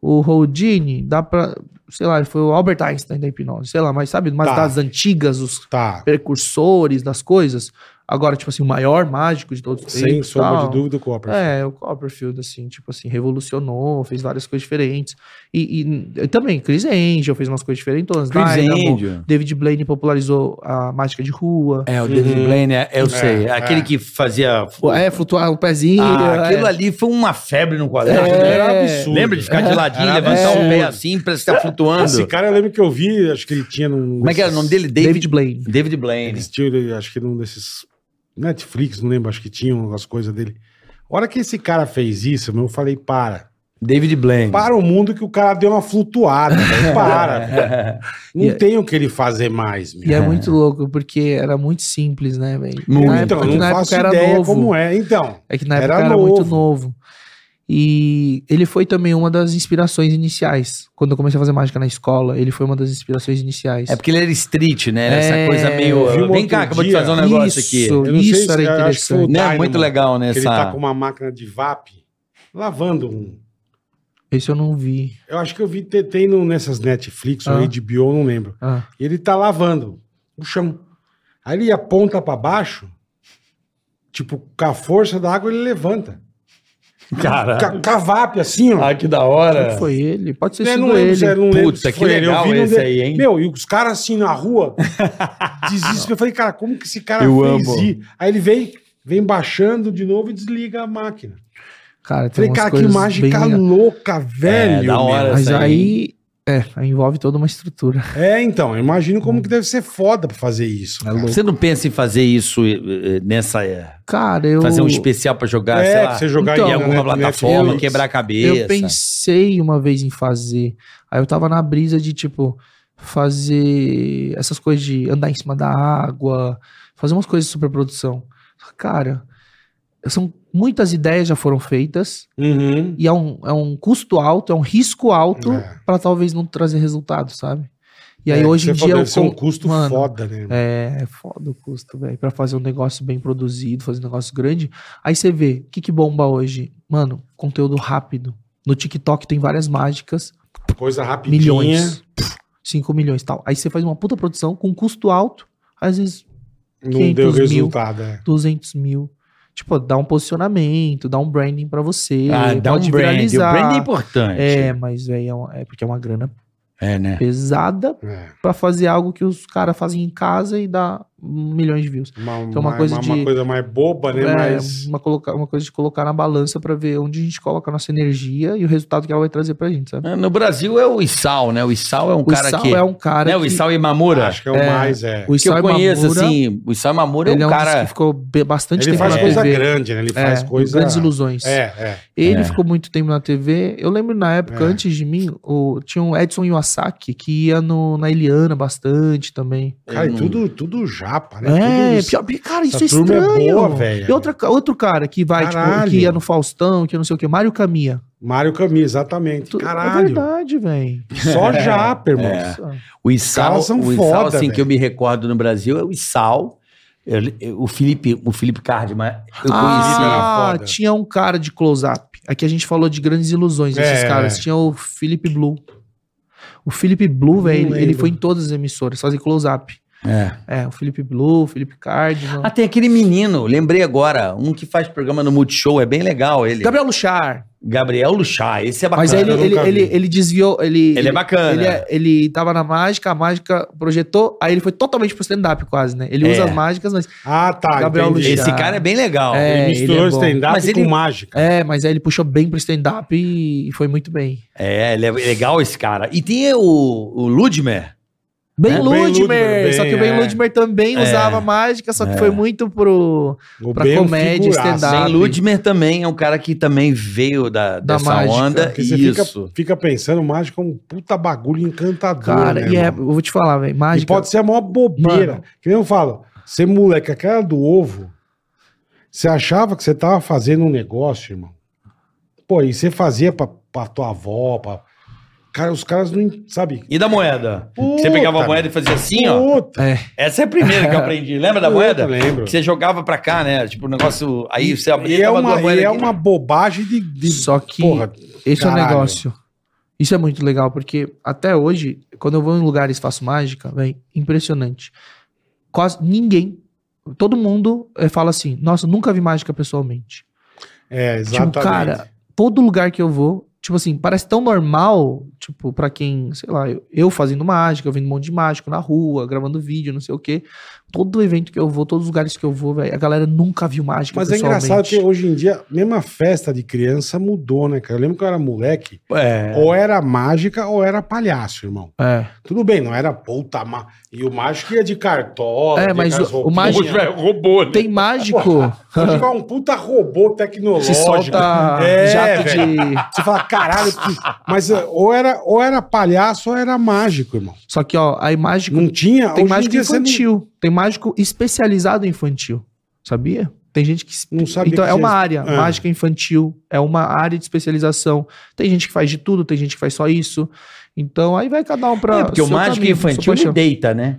D: O Houdini, dá pra, sei lá, ele foi o Albert Einstein da hipnose, sei lá, mas sabe, mas
C: Tá.
D: das antigas, os
C: Tá,
D: precursores das coisas. Agora, tipo assim, o maior mágico de todos os
C: sem
D: tempos,
C: sombra
D: tal.
C: de dúvida, o Copperfield.
D: É, o Copperfield, assim, tipo assim, revolucionou, fez várias coisas diferentes. E, e- e também, Chris Angel fez umas coisas diferentes.
B: Chris
D: Dynamo,
B: Angel.
D: David Blaine popularizou a mágica de rua.
B: É, o David
C: Uhum.
B: Blaine, é- eu sei.
C: é.
B: Aquele que fazia.
D: É, flutuar o pezinho.
B: Ah, aquilo
D: é.
B: ali foi uma febre no colégio.
D: É.
B: né?
C: absurdo.
B: Lembra de ficar de ladinho,
C: Era
B: levantar o pé
C: absurdo.
B: assim pra estar flutuando?
C: Esse cara eu lembro que eu vi, acho que ele tinha num.
B: Como é que era o nome dele?
D: David,
B: David,
D: Blaine.
B: David Blaine.
C: Eles tinham, ele- acho que num desses. Netflix, não lembro, acho que tinham as coisas dele. A hora que esse cara fez isso, meu, eu falei, para.
B: David Blaine.
C: Para o mundo que o cara deu uma flutuada. velho, para. velho. Não
D: E é-
C: tem o que ele fazer mais, meu.
D: E é muito louco, porque era muito simples, né, velho?
B: Muito.
D: Na
C: Então,
D: época,
C: eu não
D: na
C: faço
D: época era
C: ideia
D: novo.
C: como é. Então,
D: É que na
C: Era
D: época era,
C: novo.
D: muito novo. E ele foi também uma das inspirações iniciais. Quando eu comecei a fazer mágica na escola, ele foi uma das inspirações iniciais.
B: É porque ele era street, né? Era Essa
D: É.
B: coisa
C: Eu vi um
B: meio. Vem cá,
C: outro
B: acabou de
C: dia.
B: fazer um negócio
D: Isso. Tá
B: aqui.
C: eu não sei
D: Isso
C: se
D: era
C: eu acho que foi o
D: interessante.
B: Né?
C: Dynamo,
B: Muito legal, né?
C: Que ele
B: Essa...
C: tá com uma máquina de VAP lavando um.
D: Esse eu não vi.
C: Eu acho que eu vi, te- tem no, nessas Netflix, ou
D: Ah.
C: HBO, não lembro.
D: Ah.
C: E ele tá lavando o chão. Aí ele aponta pra baixo, tipo, com a força da água ele levanta.
A: Cara,
C: Ca- Cavape assim, ó.
B: Ah, que da
D: Será que
B: hora.
D: foi ele? Pode ser
C: Eu
D: sido
C: é, não lembro, se
D: ele.
C: era- não lembro
B: Puta,
C: se
B: que
C: foi ele. Eu
B: legal
C: vi no
B: esse
C: de-
B: aí, hein?
C: Meu, e os caras assim na rua, desespero. Eu falei, cara, como que esse cara
E: Eu
C: fez
E: amo.
C: isso? Aí ele vem, vem baixando de novo e desliga a máquina.
D: Cara, tem
C: Falei,
D: umas
C: cara, que
D: coisas bem
C: mágica
D: legais.
C: louca, velho.
B: É, da hora.
C: meu.
D: Mas
B: essa
D: aí... É, aí envolve toda uma estrutura.
C: É, então, eu imagino como que deve ser foda pra fazer isso.
D: É
C: cara.
D: louco.
B: Você não pensa em fazer isso eh, eh, nessa. eh,
D: Cara, eu...
B: Fazer um especial pra
C: É,
B: jogar, sei
C: pra
B: lá,
C: você jogar
B: em
D: Então,
B: alguma
C: né,
B: plataforma,
C: Netflix.
B: quebrar a cabeça.
D: Eu pensei uma vez em fazer. Aí eu tava na brisa de, tipo, fazer essas coisas de andar em cima da água, fazer umas coisas de superprodução. Cara, são muitas ideias já foram feitas
C: Uhum.
D: e é um, é um custo alto, é um risco alto
C: É.
D: pra talvez não trazer resultado, sabe? E aí
C: É,
D: hoje em
C: você
D: dia
C: falou,
D: eu
C: deve ser um
D: con-
C: custo
D: Mano,
C: foda, né?
D: é, é foda o custo, velho. Pra fazer um negócio bem produzido, fazer um negócio grande. Aí você vê, o que, que bomba hoje? Mano, conteúdo rápido. No TikTok tem várias mágicas,
C: Coisa rapidinha.
D: milhões. 5 milhões e tal. Aí você faz uma puta produção com um custo alto, às vezes
C: Não deu
D: 500 mil.
C: resultado, é.
D: 200 mil. Tipo, dá um posicionamento, dá um branding pra você.
B: Ah, dá um
D: pode
B: brand. O
D: viralizar.
B: brand é importante.
D: É, mas velho, é, uma- é porque é uma grana
B: É, né?
D: pesada
C: É.
D: pra fazer algo que os caras fazem em casa e dá milhões de views.
C: Uma,
D: Então, uma
C: uma-
D: coisa
C: uma
D: de-
C: coisa mais boba, né?
D: É,
C: Mas
D: uma, coloca, uma coisa de colocar na balança pra ver onde a gente coloca a nossa energia e o resultado que ela vai trazer pra gente, sabe?
B: É, No Brasil é o Issal, né? O Issal é um
D: o
B: cara
D: Sal
B: que.
D: é um cara.
B: né? O
D: que-
B: Issal Imamura.
C: acho que é o mais, é.
D: o
B: Que
D: Issal
B: eu conheço,
D: Imamura,
B: assim. O Issal Imamura é
D: ele
B: um
D: dos que
B: cara.
D: ficou be- bastante
C: Ele
D: tempo
C: faz
D: na
C: coisa
D: TV.
C: grande, né? Ele
D: É,
C: faz coisa...
D: Grandes ilusões.
C: É, é.
D: Ele
B: É.
D: ficou muito tempo na TV. Eu lembro na época,
C: É.
D: antes de mim, o, tinha um Edson Iwasaki que ia no, na Eliana bastante também.
C: Cara, e
B: Hum.
C: tudo, tudo japa, né?
D: É,
C: tudo...
D: pior, cara, isso
C: essa
D: é
C: turma é
D: estranho.
C: boa, velho.
D: e outra, ca- outro cara que vai, tipo,
C: Caralho.
D: que ia no Faustão, que não sei o que, Mário Caminha.
C: Mário Camus, exatamente.
D: Tu- É
C: Caralho. É.
D: verdade, É. velho.
C: Só japa, irmão.
D: Nossa.
B: O Issal,
C: caras são
B: o Issal
C: foda,
B: assim,
C: velho.
B: que eu me recordo no Brasil é o Issal. Eu- eu- o Felipe, o Felipe Cardman, eu conheci.
D: ah,
C: era né, foda.
D: tinha um cara de close-up. Aqui a gente falou de grandes ilusões desses
C: É,
D: caras.
C: é.
D: Tinha o Felipe Blue. O Felipe Blue, velho, ele
C: lembro.
D: foi em todas as emissoras, fazer close-up. É, o Felipe Blue, o Felipe Cardman.
B: Ah, tem aquele menino, lembrei agora, um que faz programa no Multishow, é bem legal ele.
D: Gabriel Luchar.
B: Gabriel Luchar, esse é bacana.
D: Mas aí ele,
C: eu
D: ele,
C: nunca
D: ele,
C: vi.
D: ele desviou. Ele,
B: Ele é bacana.
D: Ele, é- ele tava na mágica, a mágica projetou, aí ele foi totalmente pro stand-up quase, né? Ele usa
B: É.
D: as mágicas, mas.
C: Ah, tá.
D: Gabriel
C: entendi.
D: Luchar.
B: Esse cara é bem legal.
D: É,
C: Ele
D: ele
C: misturou
D: é bom.
C: stand-up
B: Mas
C: com
B: ele-
C: mágica.
D: É, mas aí ele puxou bem pro stand-up e, e foi muito bem.
B: É, ele é legal esse cara. E tem o, o Ludmer.
D: Ben
C: É, Ben
D: Ludmer!
C: Ludmer,
D: só que o
C: Ben,
D: Ben
C: é.
D: Ludmer também
B: É.
D: usava mágica, só que foi muito pro.
C: O
D: Pra
C: Ben é um
D: comédia,
C: figuraça.
D: stand-up.
B: Ben
D: Sabe.
B: Ludmer também é um cara que também veio da,
D: Da
B: dessa
D: mágica.
B: onda.
C: Porque você fica,
B: Isso.
C: fica pensando, mágica é um puta bagulho encantador.
D: Cara,
C: né,
D: e é, eu
C: irmão?
D: vou te falar, velho.
C: E
D: Mágica.
C: pode ser a maior bobeira.
D: Mano.
C: Que nem eu falo, você moleque, aquela do ovo, você achava que você tava fazendo um negócio, irmão. Pô, e você fazia pra, pra tua avó, pra... Cara, os caras não, en- sabe...
B: E da moeda?
C: Puta,
B: você pegava a moeda e fazia assim, ó.
C: Puta,
B: Essa é a primeira que eu aprendi. Lembra da moeda?
C: puta, lembro.
B: Que você jogava pra cá, né? Tipo, o negócio. Aí você abria
C: E é
B: tava
C: uma,
B: duas moedas
C: e é
B: aqui. né?
C: uma bobagem de... de-
D: Só que
C: Porra,
D: esse é o
C: caralho.
D: negócio. Isso é muito legal, porque até hoje, quando eu vou em lugares e faço mágica, velho, impressionante. Quase ninguém. Todo mundo eh, fala assim: nossa, nunca vi mágica pessoalmente.
C: é,
D: Tipo,
C: exatamente.
D: cara, todo lugar que eu vou, tipo assim, parece tão normal, tipo, pra quem, sei lá, eu, eu fazendo mágica, eu vendo um monte de mágico na rua, gravando vídeo, não sei o quê. Todo evento que eu vou, todos os lugares que eu vou, velho, a galera nunca viu mágica
C: Mas é engraçado que hoje em dia, mesmo a festa de criança mudou, né, cara? Eu lembro que eu era moleque,
B: É.
C: ou era mágica ou era palhaço, irmão.
D: É,
C: Tudo bem, não era puta. ma- E o mágico ia de cartola. ia
D: É,
C: com
D: mas
C: as
D: o- o
C: roupinhas.
B: Ah,
D: mágico-
E: Hoje é robô, né?
D: tem mágico.
C: Hoje vai um puta robô tecnológico.
D: Se solta
C: É,
D: jato
C: velho.
D: de.
C: Você fala, caralho. que- Mas eh, ou era, ou era palhaço ou era mágico, irmão.
D: Só que, ó, aí mágico.
C: Não tinha. hoje
D: tem
C: em
D: mágico
C: dia você não-
D: infantil. Tem mágico especializado em infantil. Sabia? Tem gente que.
C: Não sabia
D: então
C: que
D: é uma
C: tinha-
D: área.
C: Ah.
D: Mágica infantil. É uma área de especialização. Tem gente que faz de tudo, tem gente que faz só isso. Então aí vai cada um pra.
B: É, porque o
D: seu
B: mágico
D: caminho,
B: infantil
D: sua
B: ele
D: paixão.
B: deita, né?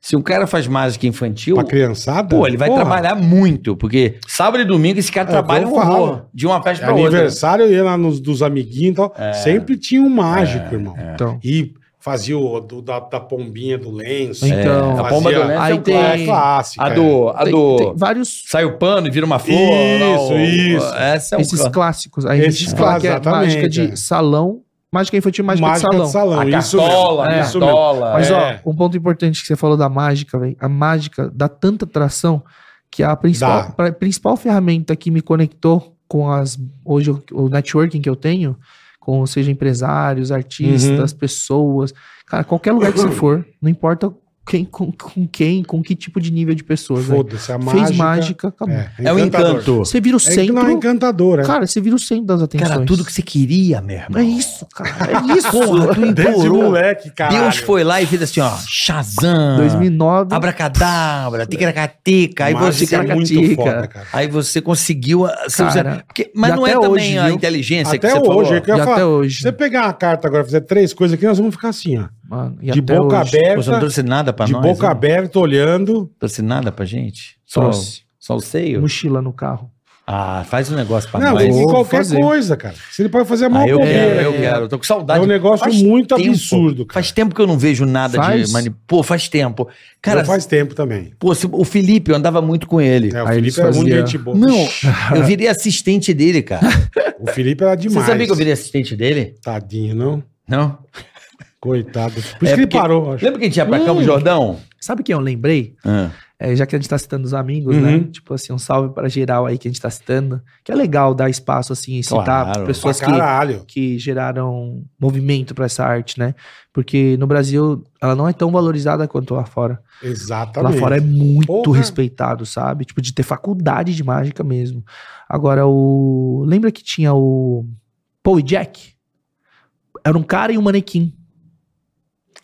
B: Se um cara faz mágica infantil,
C: Pra criançada.
B: pô, ele vai
C: porra,
B: trabalhar muito. Porque sábado e domingo esse cara
C: É,
B: trabalha
C: eu
B: um horror.
C: falo.
B: De uma festa pra outra.
C: é Aniversário, eu ia lá nos, dos amiguinhos e
D: É.
C: tal. Sempre tinha um mágico, irmão.
D: Então.
C: E fazia o do- da, da pombinha do lenço.
D: Então.
B: A pomba do
C: fazia-
B: lenço
D: Aí
B: é um
D: tem-
B: clássico.
C: É clássico.
B: A
C: é.
B: do. A
D: tem-
B: do...
D: tem vários.
B: Sai o pano e vira uma flor.
C: Isso,
B: lá, o-
C: isso.
B: Essa é um
D: esses
B: clá-
D: clássicos. Aí a
C: Esses
D: gente fala que é
C: clássicos,
D: mágica de
C: exatamente, é.
D: salão. Mágica infantil, é mágica,
C: Mágica
D: de salão.
B: A
C: isso mesmo,
B: cartola, a
C: isso mesmo.
B: cartola.
D: Mas,
C: É.
D: ó, um ponto importante que você falou da mágica, velho. A mágica dá tanta atração que a principal,
C: Dá.
D: pra- principal ferramenta que me conectou com as. Hoje, o- o networking que eu tenho, com seja empresários, artistas,
C: Uhum.
D: pessoas. Cara, qualquer lugar que você for, não importa quem, com, com quem, com que tipo de nível de pessoas. velho.
C: Foda-se, a mágica.
D: Fez mágica, acabou.
B: É um
C: encantador.
B: encanto.
D: Você vira o
C: É que não é
D: centro.
C: encantador, é.
D: cara, você vira o centro das atenções.
B: Cara, tudo que você Ah. queria, meu irmão.
D: É isso, cara. É isso.
B: Porra, tu
C: Desde
B: implorou.
C: moleque, cara.
B: Deus foi lá e fez assim, ó. Shazam.
D: 2009.
B: Abracadabra, ticaracatica. Aí
C: Mágica
B: você,
C: é muito
D: catica.
C: foda, cara.
B: aí você conseguiu. a- se você-
D: Cara,
B: porque- mas
D: e
B: não é
D: até
B: também
D: hoje,
B: a
D: viu?
B: inteligência que
C: Até
B: você
C: hoje, é
B: falou.
C: que eu
D: E
C: ia
D: até
C: falar.
D: hoje.
C: Se você pegar uma carta agora e fizer três coisas aqui, nós vamos ficar assim, ó.
D: Mano, e
C: de
D: até
C: boca
B: Pô,
D: hoje.
B: Você não
C: aberta,
B: trouxe nada pra
C: de
B: nós.
C: boca
B: né?
C: aberta, olhando.
B: Trouxe nada pra gente? Só,
D: Trouxe.
B: só o seio?
D: Mochila no carro.
B: Ah, faz um negócio pra
C: Não,
B: nós.
C: em
D: vou
C: qualquer
D: fazer.
C: coisa, cara. Se ele pode fazer a maior
B: Ah, eu
C: bobeira
B: quero, eu
C: aqui.
B: quero. Eu tô com
C: É
B: saudade.
C: um negócio
B: Faz
C: muito
B: tempo.
C: absurdo, cara.
B: Faz tempo que eu não vejo nada
D: Faz?
B: de mani... Pô, faz tempo.
C: Cara,
B: Cara,
C: faz tempo também.
B: pô, se- o Felipe, eu andava muito com ele.
C: É, o
D: Aí
C: Felipe
D: eles
C: era muito
D: faziam-
C: gente boa.
B: Não, eu virei assistente dele, cara.
C: O Felipe era demais.
B: Você sabia que eu virei assistente dele?
C: Tadinho, não?
B: Não?
C: Coitado. Por
D: É
C: isso que ele
B: porque-
C: parou, acho.
B: Lembra que a gente ia pra Campo Jordão?
D: Sabe quem eu lembrei? É, já que a gente tá citando os amigos,
C: Uhum.
D: né? Tipo assim, um salve pra geral aí que a gente tá citando. Que é legal dar espaço, assim, e citar
B: Claro.
C: Pra
D: pessoas que,
C: caralho.
D: que geraram movimento pra essa arte, né? Porque no Brasil, ela não é tão valorizada quanto lá fora.
C: Exatamente.
D: Lá fora é muito
C: Porra.
D: respeitado, sabe? Tipo, de ter faculdade de mágica mesmo. Agora, o. Lembra que tinha o. Paul e Jack? Era um cara e um manequim.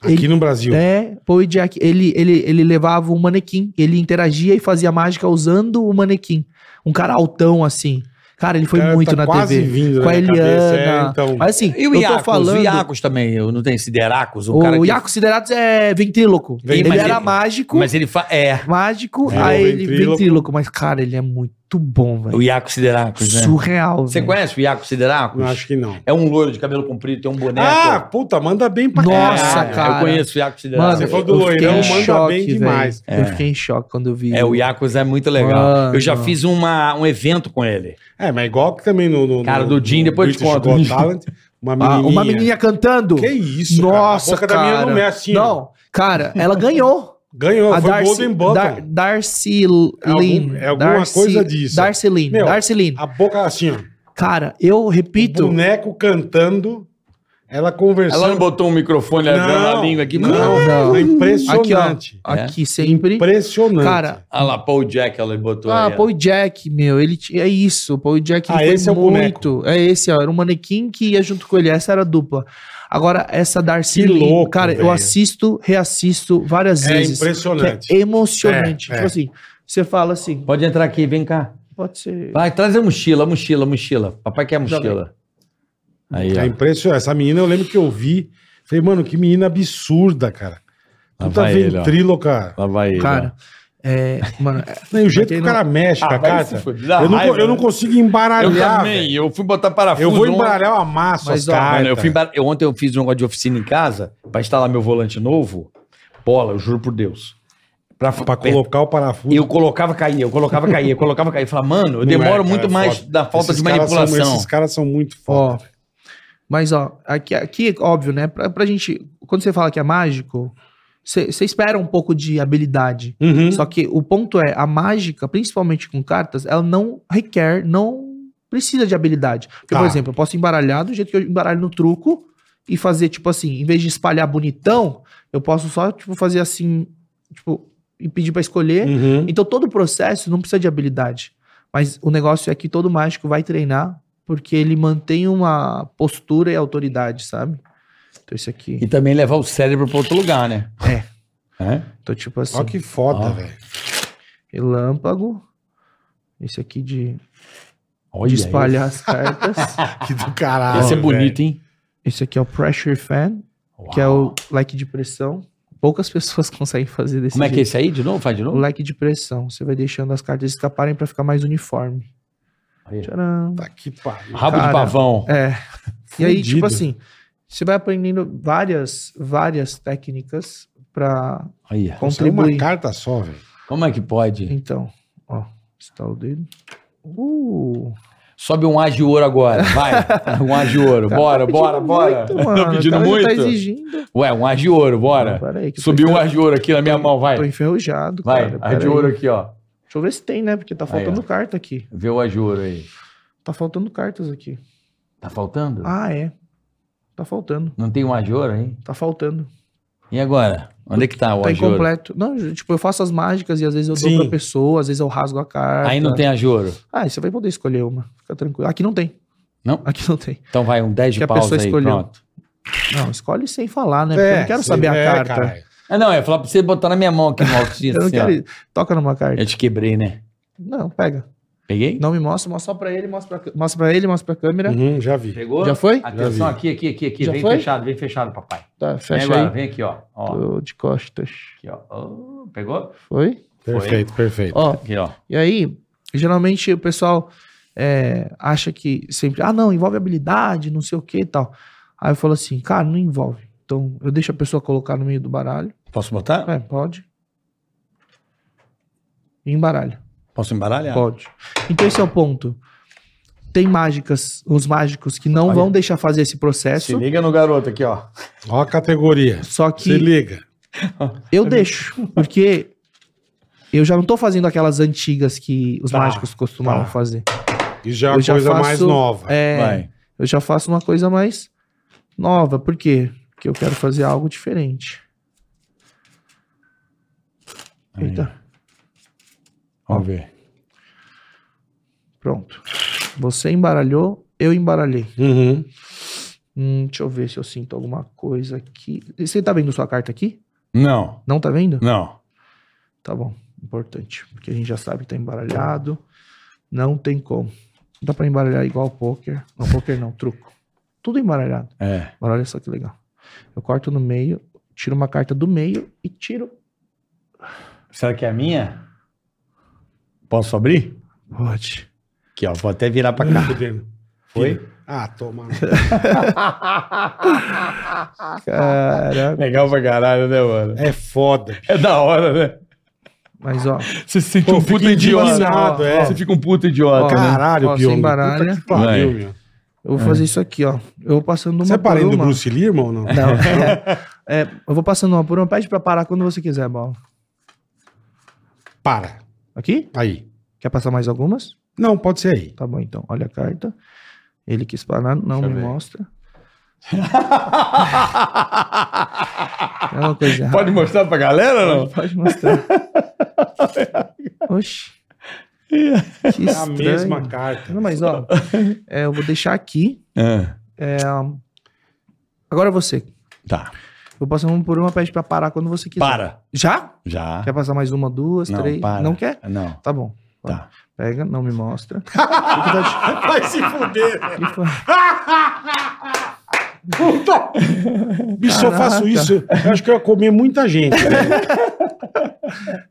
C: Aqui no Brasil.
D: É, Paul e Jack. Ele, ele, ele levava um manequim, ele interagia e fazia mágica usando o manequim. Um cara altão, assim. Cara, ele foi
C: Cara,
D: muito
C: tá
D: na
C: quase
D: TV.
C: Vindo
D: Com
C: na
D: a
C: minha cabeça,
D: Eliana.
C: é, então,
D: Mas assim,
B: E o
D: eu
B: Iacos?
D: tô falando.
B: O Iacos também, eu não tenho Sideracos? O,
D: o
B: cara que-
D: Iaco Sideratos é ventríloco.
C: Vem-
D: ele
B: mas
D: era
B: ele-
D: mágico,
B: Mas ele faz... É,
D: mágico,
C: É,
D: aí
C: o
D: ele
C: ventríloco.
D: ventríloco. Mas, cara, ele é muito bom, velho.
B: o Iacos Sideracos, né?
D: Surreal,
B: Você
D: velho.
B: conhece o Iacos Sideracos?
C: não acho que não.
B: É um loiro de cabelo comprido, tem um boneco. É,
C: Ah, puta, manda bem pra
D: Nossa,
C: caralho.
D: cara.
B: Eu conheço o Iacos
D: Mano,
B: Sideracos.
C: Você falou do
D: eu fiquei
C: loirão,
D: em
C: manda
D: choque,
C: bem
D: velho.
C: demais.
D: Eu fiquei em choque quando eu vi.
B: É, o Iacos é muito legal.
D: Mano.
B: Eu já fiz uma, um evento com ele.
C: É, mas igual que também no. no
B: Cara,
C: no-
B: do Jim,
C: no
B: depois eu te
C: British
B: conto.
C: Got Talent, uma menininha.
D: Ah, uma menina cantando.
C: Que isso, cara?
D: Nossa,
C: A boca
D: cara.
C: da menina não é assim. ó.
D: Não, cara, ela ganhou.
C: Ganhou,
D: a
C: foi
D: Darcy,
C: Golden Button.
D: Dar- Darcy
C: É algum-
D: Lynn.
C: é alguma
D: Darcy-
C: coisa disso.
D: Darcy Lynn.
C: Meu, é
D: Darcy Lynn.
C: A boca assim, ó.
D: Cara, eu
C: O
D: repito.
C: boneco cantando. Ela
E: Ela não
C: conversando.
E: botou um microfone abrindo a
C: é Não,
E: língua aqui.
C: Não,
D: Não.
C: é impressionante.
B: É.
D: Aqui sempre.
C: Impressionante.
D: Cara,
E: Ah lá, Paul Jack, ela botou
D: Ah,
E: aí. ó.
D: Paul Jack, meu, ele t- é isso. Paul Jack ele
C: Ah, esse é o
D: muito. É esse, ó. Era um manequim que ia junto com ele. Essa era a dupla. Agora, essa Darcy
C: Que
D: Lin,
C: louco,
D: cara,
C: velho.
D: eu assisto, reassisto várias
C: é
D: vezes.
C: impressionante.
D: Que é emocionante.
C: É,
D: tipo
C: é.
D: assim, você fala assim,
B: Pode entrar aqui, vem cá.
D: pode ser.
B: Vai, traz a mochila, a mochila, a mochila. Papai quer a mochila. Aí,
C: É
B: ó.
C: impressionante. Essa menina, eu lembro que eu vi. Falei, mano, que menina absurda, cara.
B: Lá
C: Puta
B: vai ele, ó.
C: ventríloca.
B: Lá vai ele.
D: Cara, é, mano, é-
C: Não, e o jeito
D: Pra
C: que
D: quem
C: o cara mexe com
E: Ah,
C: a
E: vai se
C: carta.
E: fuder, dá
C: Eu não,
E: raiva,
C: eu não
E: né?
C: consigo
E: Eu
C: embaralhar.
E: também,
C: velho.
E: eu fui botar parafuso.
C: Eu vou
E: ontem.
C: embaralhar uma massa as
D: Mas, ó, mano,
C: cartas.
B: Mano, eu fui embar- eu- ontem eu fiz um negócio de oficina em casa pra instalar meu volante novo. Bola, eu juro por Deus. Pra,
C: Pra
B: per-
C: colocar o parafuso.
B: Eu colocava, caía, eu colocava, caía, eu colocava, caía. Eu falava, mano,
C: Não
B: eu
C: é,
B: demoro
C: cara,
B: muito
C: é
B: mais
C: foda.
B: da falta
C: Esses
B: de
C: caras são-
B: manipulação.
C: esses caras são muito
D: ó.
C: foda.
D: Mas, ó, aqui, aqui óbvio, né? Pra, pra gente, quando você fala que é mágico, você você espera um pouco de habilidade.
C: Uhum.
D: Só que o ponto é, a mágica, principalmente com cartas, ela não requer, não precisa de habilidade. Porque,
C: Tá.
D: por exemplo, eu posso embaralhar do jeito que eu embaralho no truco e fazer, tipo assim, em vez de espalhar bonitão, eu posso só, tipo, fazer assim, tipo, e pedir pra escolher.
C: Uhum.
D: Então todo o processo não precisa de habilidade. Mas o negócio é que todo mágico vai treinar porque ele mantém uma postura e autoridade, sabe? Então isso aqui.
B: E também levar o cérebro pra outro lugar, né?
D: É.
B: É?
D: Então, tipo assim.
C: Olha que foda,
B: Ó.
C: velho.
D: Relâmpago. Esse aqui de,
B: Olha
D: de espalhar as cartas.
C: Que do
B: aí.
C: caralho.
B: Ia ser
C: velho.
B: bonito, hein?
D: Esse aqui é o Pressure Fan, que é o leque de pressão. Poucas pessoas conseguem fazer desse
B: Como é que é
D: jeito.
B: esse aí? De novo? Faz de
D: O
B: novo?
D: leque de pressão. Você vai deixando as cartas escaparem pra ficar mais uniforme.
B: Aí.
D: Tcharam.
C: Tá que pariu.
B: Rabo de
D: Cara.
B: pavão.
D: É. E aí,
C: Fudido.
D: tipo assim, você vai aprendendo várias, várias técnicas pra
B: Aí.
C: Nossa, é uma
D: contribuir.
C: carta só, velho.
B: Como é que pode?
D: Então, ó, está o dedo. Uh,
B: Sobe um ar de ouro agora. Vai. Um ar de ouro.
D: tá
B: Bora,
D: pedindo
B: bora, bora.
D: muito, mano. O
E: pedindo
D: cara já Tá
E: muito?
D: exigindo.
B: Ué, um ar de ouro, bora.
D: Pera aí, que eu tô
B: Subiu um
D: enfer-
B: ar de ouro aqui na minha mão,
D: Tô
B: vai.
D: enferrujado,
B: Vai,
D: cara.
B: ar de
D: pera aí.
B: ouro aqui, ó.
D: Deixa eu ver se tem, né? Porque tá
B: Aí,
D: faltando
B: ó.
D: carta aqui.
B: Vê o ar de ouro aí.
D: Tá faltando cartas aqui.
B: Tá faltando?
D: Ah, é. Tá faltando.
B: Não tem um ar de ouro aí?
D: Tá faltando.
B: E agora? Onde é que tá o
D: Tá
B: ar de ouro?
D: incompleto. Não, tipo, eu faço as mágicas e às vezes eu
C: Sim.
D: dou pra pessoa, às vezes eu rasgo a carta.
B: Aí não tem ar de ouro.
D: Ah, você vai poder escolher uma. Fica tranquilo. Aqui não tem.
B: Não?
D: Aqui não tem.
B: Então vai, um 10
D: Que
B: de
D: a pessoa
B: pausa aí,
D: escolheu.
B: pronto.
D: Não, escolhe sem falar, né? Porque eu não quero
C: sim,
D: saber a
C: é,
D: carta.
C: caralho.
B: Ah, não, eu ia falar pra você botar na minha mão aqui no altinho.
D: Eu não
B: assim, ó.
D: quero. Toca numa carta.
B: Eu te quebrei, né?
D: Não, pega.
B: Peguei?
D: Não me mostra, mostra só pra ele, mostra pra, mostra pra ele, mostra pra câmera.
C: Uhum, já vi.
B: Pegou?
D: Já foi?
B: Atenção,
C: Já vi.
B: aqui, aqui, aqui, aqui.
D: Já
B: vem
D: foi?
B: fechado, vem fechado, papai.
D: Tá,
B: Vem
D: fecha
B: agora,
D: aí.
B: vem aqui, ó. ó.
D: Tô de costas.
B: Aqui, ó. Ô, pegou?
D: Foi?
C: Perfeito, perfeito.
D: Ó,
B: Aqui, ó.
D: e aí, geralmente o pessoal é, acha que sempre, ah, não, envolve habilidade, não sei o que e tal. Aí eu falo assim, cara, não envolve. Então, eu deixo a pessoa colocar no meio do baralho.
B: Posso botar?
D: É, pode. E embaralha.
B: Posso embaralhar?
D: Pode. Então esse é o ponto. Tem mágicas, os mágicos que não
B: Olha.
D: vão deixar fazer esse
B: Se
D: processo.
B: liga no garoto aqui, ó.
C: Ó a categoria.
D: Só
C: Se
D: que
C: liga.
D: eu deixo, porque eu já não tô fazendo aquelas antigas que os
C: Tá,
D: mágicos costumavam
C: tá.
D: fazer.
C: E já é
D: Eu
C: uma
D: já
C: coisa
D: faço-
C: mais nova.
D: É,
B: Vai.
D: eu já faço uma coisa mais nova. Por quê? Porque eu quero fazer algo diferente.
B: Aí.
D: Eita,
B: Vamos ver.
D: pronto. Você embaralhou, eu embaralhei.
C: Uhum.
D: Hum, deixa eu ver se eu sinto alguma coisa aqui. Você tá vendo sua carta aqui?
B: Não,
D: Não tá vendo?
B: não.
D: Tá bom, importante. Porque a gente já sabe que tá embaralhado. Não tem como. Dá pra embaralhar igual pôquer. Não, pôquer não, truco. Tudo embaralhado.
B: É.
D: Agora olha só que legal. Eu corto no meio, tiro uma carta do meio e tiro.
B: Será que é a minha? Posso abrir?
D: Pode.
B: Aqui, ó. Vou até virar pra
C: Tá
B: cá.
C: fudendo.
B: Foi?
C: Ah, toma.
D: Caraca.
B: Legal pra caralho, né, mano?
C: É foda.
B: É da hora, né?
D: Mas ó,
B: Você se sente
C: Pô,
B: um
C: fica
B: puta idiota.
C: indignado, é.
B: Você fica um puta idiota.
D: Ó,
B: né?
C: Caralho,
D: Ó, você
C: Piolo.
D: embaralha.
C: Puta que pariu,
B: Vai.
C: meu.
D: eu vou fazer isso aqui, ó. Eu vou passando uma
C: É. Você é
D: por
C: parente do
D: uma.
C: Bruce Lee, irmão, ou não?
D: Não, é, é, eu vou passando uma por uma. Pede pra parar quando você quiser, bola.
C: Para.
D: Aqui?
C: Aí.
D: Quer passar mais algumas?
C: Não, pode ser aí.
D: Tá bom, então. Olha a carta. Ele quis parar, não
B: Deixa eu
D: me
B: ver.
D: mostra. É uma coisa errada.
B: Pode mostrar pra galera, não?
D: Pode, pode mostrar. Oxi. Que
C: É a
D: estranho.
C: mesma carta.
D: Não, mas ó, é, eu vou deixar aqui.
B: É,
D: Agora você.
B: tá.
D: Eu passo uma por uma, pede pra parar quando você quiser.
B: Para.
D: Já?
B: Já.
D: Quer passar mais uma, duas,
B: Não,
D: três?
B: para.
D: Não quer?
B: Não.
D: Tá bom.
B: Tá.
D: Pega, não me mostra. O que tá
C: Vai se fuder.
D: de- que foi?
C: Puta! Bicho, se eu
D: Caraca.
C: faço isso, eu acho que eu ia comer muita gente. né? velho.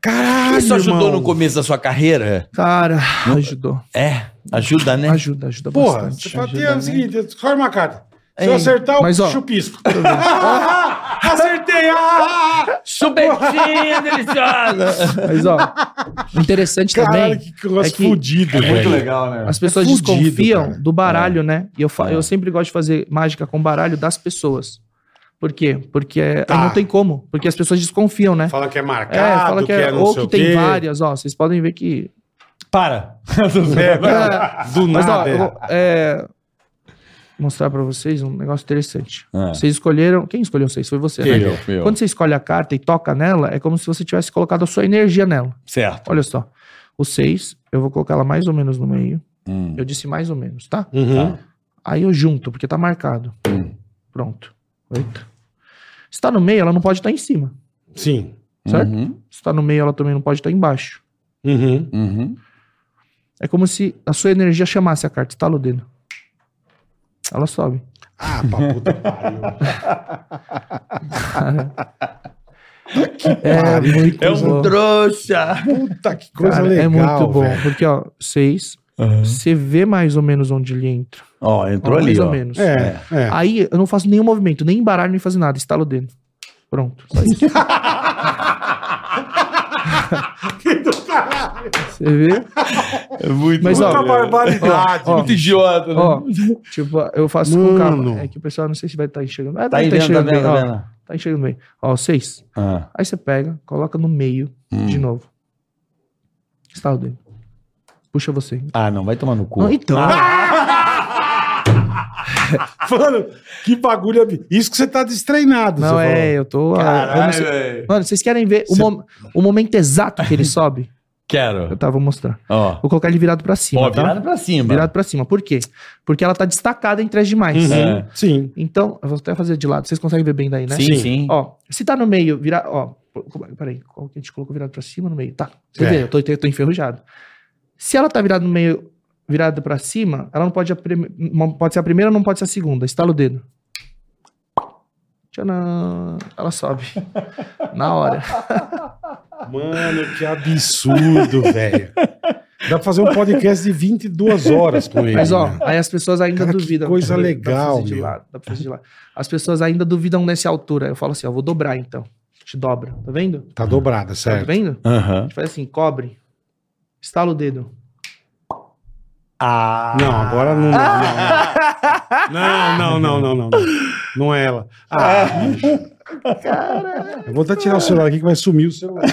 C: Caralho,
B: Isso ajudou
C: irmão.
B: no começo da sua carreira?
D: Cara, ajudou.
B: É. Ajuda, né?
D: Ajuda, ajuda
C: Porra,
D: bastante.
C: você fala, tem-
D: ajuda,
C: é o
D: né?
C: seguinte, escolhe uma carta. Se
D: Ei,
C: eu acertar, eu
D: mas, ó,
C: chupisco. Ah, Acertei!
D: Tá
C: Ah,
B: Chupetinha deliciosa.
D: Mas ó, o interessante
C: caralho,
D: também,
C: que negócio
D: é que-
C: fudido,
B: Muito
C: velho.
B: legal, né?
D: as pessoas
C: Tá. É fudido,
D: desconfiam
C: cara.
D: do baralho, né? E eu, fa-
B: É.
D: eu sempre gosto de fazer mágica com baralho das pessoas. Por quê? Porque é,
C: Tá.
D: aí não tem como. Porque as pessoas desconfiam, né?
C: Fala que é marcado,
D: É, fala que, é,
C: não
D: ou
C: sei o
D: que tem
C: quê.
D: várias, ó. Vocês podem ver que.
B: Para.
C: É, do
D: Mas ó,
C: nada.
D: eu
C: é.
D: vou é, mostrar pra vocês um negócio interessante.
C: É.
B: Ah.
D: Vocês escolheram. Quem escolheu vocês? Foi você, né?
E: Eu, eu.
D: Quando você escolhe a carta e toca nela, é como se você tivesse colocado a sua energia nela.
B: Certo.
D: Olha só. O 6, eu vou colocar ela mais ou menos no meio.
B: Hum.
D: Eu disse mais ou menos, tá?
C: Uhum.
D: Aí eu junto, porque tá marcado. Pronto. Oito. Se tá no meio, ela não pode estar em cima,
C: Sim.
D: certo?
B: Uhum.
D: Se tá no meio, ela também não pode estar embaixo.
C: Uhum.
B: Uhum.
D: É como se a sua energia chamasse a carta, estala o dedo. Ela sobe.
C: Ah, pra puta que pariu. Tá
D: É, muito
B: É um trouxa.
C: Puta que coisa
D: Cara,
C: legal.
D: é muito bom,
C: velho.
D: porque ó, seis, você vê mais ou menos onde ele entra.
B: Ó, entrou
D: mais
B: ali,
D: ou
B: ó.
D: menos.
C: É, é.
D: Aí eu não faço nenhum movimento, nem embaralho, nem fazer nada, estalo o dedo. Pronto. Só isso. Você vê?
B: É muito
D: Mas, ó,
C: Puta barbaridade.
D: ó,
B: muito idiota, né?
D: Ó, tipo, eu faço com
C: Mano.
D: calma. É que o pessoal não sei se vai estar enxergando. Ah,
B: Tá
D: deve
B: aí
D: tá
B: dentro, tá
D: enxergando
B: vendo,
D: bem, ó.
B: tá vendo?
D: Tá enxergando bem. Ó, seis.
B: Ah.
D: Aí você pega, coloca no meio
C: Hum.
D: de novo. Estalo o dedo. Puxa você.
B: Ah, não, vai tomar no cu.
D: Não, então.
C: Ah, Mano, que bagulho. ab- Isso que você tá destreinado.
D: Não,
C: você
D: é, eu tô. eu não sei-
B: velho.
D: Mano, vocês querem ver o, mom- o momento exato que ele sobe? Eu
B: Quero.
D: tá, vou mostrar.
B: Ó.
D: Vou colocar ele virado pra cima,
B: Ó,
D: tá?
B: virado pra cima.
D: Virado pra cima. Por quê? Porque ela tá destacada entre as demais.
C: falou. Uhum,
B: É.
C: Sim.
D: Então, eu vou até fazer de lado. Vocês conseguem ver bem daí, né?
B: Sim,
C: Sim.
B: sim.
D: Ó, se tá no meio, virar. Ó, como é- peraí, qual que a gente colocou virado pra cima no meio? Tá. Você
C: É.
D: vê, eu tô, eu tô enferrujado. Se ela tá virada no meio, virada pra cima, ela não pode, a prime- não pode ser a primeira, não pode ser a segunda. Estala o dedo. Tchanã. Ela sobe. Na hora.
C: Mano, que absurdo, velho. Dá pra fazer um podcast de 22 horas com ele.
D: Mas ó,
C: né?
D: aí as pessoas ainda
C: Cara, que
D: duvidam.
C: coisa
D: Dá pra
C: legal,
D: fazer de
C: meu.
D: lado, dá pra fazer de lado. As pessoas ainda duvidam nessa altura. Eu falo assim, ó, vou dobrar então. Te dobra, tá vendo?
C: Tá dobrada,
D: Tá
C: certo?
D: vendo?
B: Aham.
D: A gente faz assim, cobre. Estala o dedo.
B: Ah.
C: Não, agora não. Não, não, não, não, não. Não, não, Não é ela. Ah, Cara. Eu vou até tirar o celular aqui que vai sumir o celular.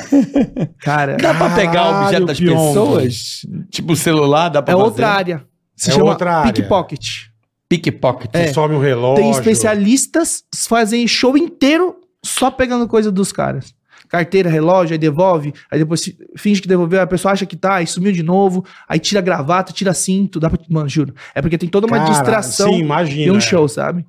D: Cara,
B: Dá pra pegar o objeto
C: Caralho,
B: das
C: Pyong.
B: pessoas? Tipo o celular, dá pra
D: é
B: fazer?
D: outra área. Se
C: É
D: chama
C: outra área.
D: pickpocket.
B: Pickpocket.
C: Que some o relógio.
D: Tem especialistas que fazem show inteiro só pegando coisa dos caras. Carteira, relógio, aí devolve, aí depois se- finge que devolveu, aí a pessoa acha que tá, aí sumiu de novo, aí tira a gravata, tira cinto, dá pra. Mano, juro. É porque tem toda uma
C: Cara,
D: distração
C: Sim, imagina.
D: e um
C: é.
D: show, sabe?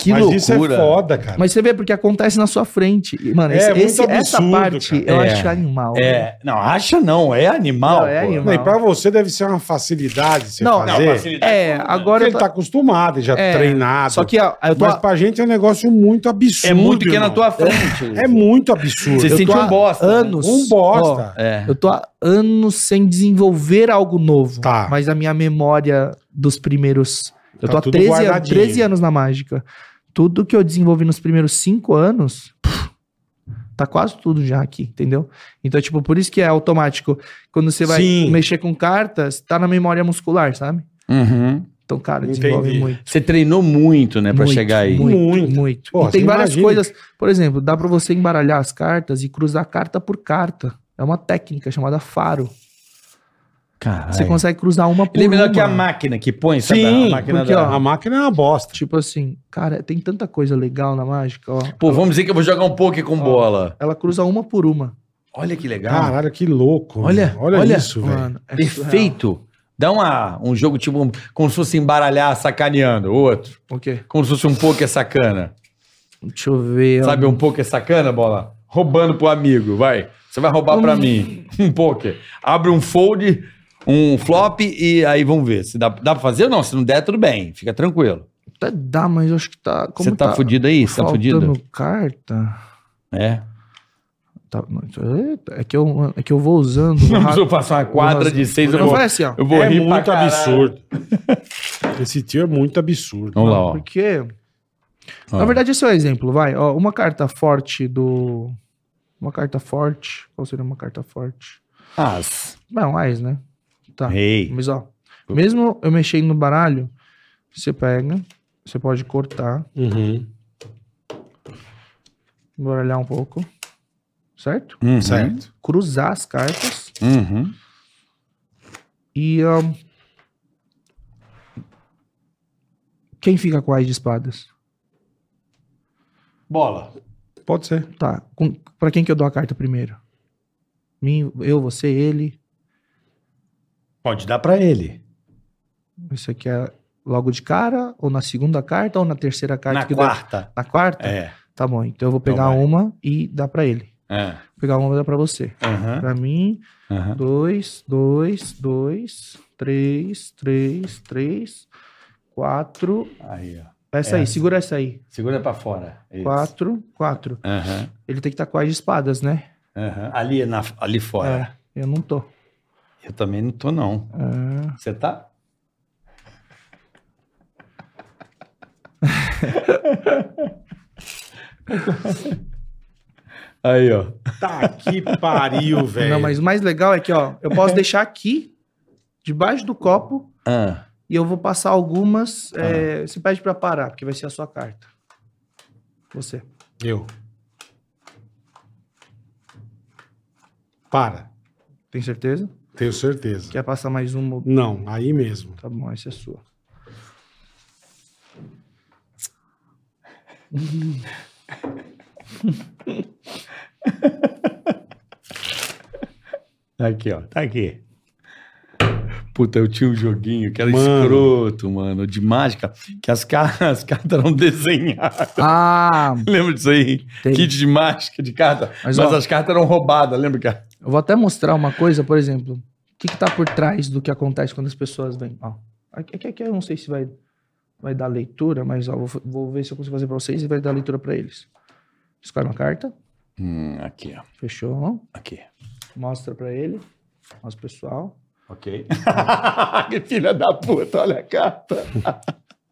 B: Que
C: Mas
B: loucura.
C: isso é foda, cara.
D: Mas você vê porque acontece na sua frente. E, Mano,
C: É,
D: esse-
C: muito
D: esse- essa
C: absurdo,
D: parte
C: cara.
D: eu
B: É.
D: acho animal. né?
B: É, não, acha não, é animal.
D: Não, é
B: pô.
D: animal.
C: Não, e pra você deve ser uma facilidade você
D: Não, não,
C: fazer.
B: facilidade.
D: É, agora.
C: Porque
D: eu
C: ele
D: tô-
C: tá acostumado, ele já
D: É,
C: treinado.
D: Só que ó, eu tô.
C: Mas pra gente é um negócio muito absurdo.
B: É muito que é na
C: irmão.
B: tua frente.
C: É muito absurdo.
B: Você
D: eu
B: sente
D: tô
B: um
D: há
B: bosta, né?
D: Anos.
C: Um bosta.
D: Ó, É. Eu tô há anos sem desenvolver algo novo.
C: Tá.
D: Mas a minha memória dos primeiros. Eu
C: Tá
D: tô há
C: tudo
D: 13, anos-
C: guardadinho.
D: 13 anos na mágica. Tudo que eu desenvolvi nos primeiros 5 anos. pff, Tá quase tudo já aqui, entendeu? Então, tipo, por isso que é automático. Quando você vai
C: Sim.
D: mexer com cartas, tá na memória muscular, sabe?
B: Uhum.
D: Então, cara,
C: Entendi.
D: desenvolve muito.
B: Você treinou muito, né, pra
D: muito,
B: chegar aí.
D: Muito, muito.
C: Muito. Pô,
D: e tem
C: você
D: várias
C: imagina.
D: coisas. Por exemplo, dá pra você embaralhar as cartas e cruzar carta por carta. É uma técnica chamada faro.
B: Caralho.
D: Você consegue cruzar uma por
B: Ele é melhor
D: uma.
B: que a máquina que põe, sabe?
C: Sim,
B: a máquina
D: porque,
B: da...
D: ó,
C: A máquina é uma bosta.
D: Tipo assim, cara, tem tanta coisa legal na mágica, ó.
B: Pô, vamos dizer que eu vou jogar um poker com
D: Ó.
B: bola.
D: Ela cruza uma por uma.
B: Olha que legal.
C: Caralho, que louco.
B: Olha,
C: meu. olha,
B: olha.
C: isso, velho.
D: Tá. Mano, é surreal.
B: Perfeito. Dá uma, um jogo tipo um- como se fosse embaralhar, sacaneando. Outro.
D: O quê?
B: Como se fosse um poker sacana.
D: Deixa eu ver. ó.
B: Sabe um poker sacana, bola? Roubando pro amigo, vai. Você vai roubar
D: Hum.
B: pra mim. Um poker. Abre um fold, um flop e aí vamos ver. Se dá, dá pra fazer ou não? Se não der, tudo bem. Fica tranquilo.
D: Até dá, mas eu acho que tá. Como
B: Você tá, fudido aí? Você tá
D: faltando
B: fudido?
D: carta.
B: É.
D: Tá, mas, eita, é, que eu, é que eu vou usando.
B: Não, Se eu passar uma quadra de seis, eu
D: Eu
B: vou,
D: falei assim, ó.
B: eu vou
C: é
B: rir pra
C: muito
B: caralho.
C: absurdo. Esse tio é muito absurdo.
B: Vamos lá, ó.
D: Porque.
B: Ó.
D: Na verdade, esse é o exemplo, vai. Ó, uma carta forte do. Uma carta forte. Qual seria uma carta forte?
B: As.
D: Não, mais, né? Tá.
B: Ei.
D: Mas ó, mesmo eu mexendo no baralho, você pega, você pode cortar,
C: Uhum.
D: baralhar um pouco, certo?
B: Uhum.
C: Certo.
D: Cruzar as cartas
B: Uhum.
D: e. ó, Quem fica com as de espadas?
B: Bola.
C: Pode ser.
D: Tá. Com... Pra quem que eu dou a carta primeiro? Mim, eu, você, ele.
C: Pode dar pra ele.
D: Isso aqui é logo de cara, ou na segunda carta, ou na terceira carta
B: Na
D: que eu dou-
B: quarta.
D: Na quarta?
B: É.
D: Tá bom. Então eu vou pegar
B: vai.
D: uma e dar pra ele.
B: É.
D: Vou pegar uma e dar pra você.
B: Aham.
D: Pra mim,
B: Aham.
D: dois, dois, dois, três, três, três, quatro.
B: Aí, ó.
D: Essa aí, segura essa aí.
B: Segura pra fora. É. Isso.
D: Quatro, quatro.
B: Aham.
D: Ele tem que estar com as de espadas, né?
B: Aham. Ali, na, ali fora.
D: Eu não tô. É.
B: Eu também não tô, não.
D: Ah,
B: Você tá? Aí, ó.
C: Tá que pariu, velho.
D: não, mas o mais legal é que, ó, eu posso deixar aqui, debaixo do copo,
B: Ah,
D: E eu vou passar algumas. eh, você pede pra parar, porque vai ser a sua carta. Você.
C: Eu. Para.
D: Tem certeza?
C: Tenho certeza.
D: Quer passar mais uma?
C: Não, aí mesmo.
D: Tá bom, essa é sua.
B: aqui, ó. Tá aqui. Puta, eu tinha um joguinho que era
C: Mano.
B: escroto, mano, de mágica, que as, car as cartas eram desenhadas.
D: Ah,
B: Lembra disso aí?
D: Tem.
B: Kit de mágica de carta. Mas,
D: Mas, ó.
B: as cartas eram roubadas, lembra, cara?
D: eu vou até mostrar uma coisa, por exemplo. O que, que tá por trás do que acontece quando as pessoas vêm? Ó, aqui, aqui, aqui eu não sei se vai, vai dar leitura, mas ó, vou, fa- vou ver se eu consigo fazer pra vocês e vai dar leitura pra eles. Escolhe uma carta.
B: Hum, aqui, ó.
D: Fechou.
B: Aqui.
D: Mostra pra ele. Mostra pro pessoal.
B: Ok. que filha da puta, olha a carta.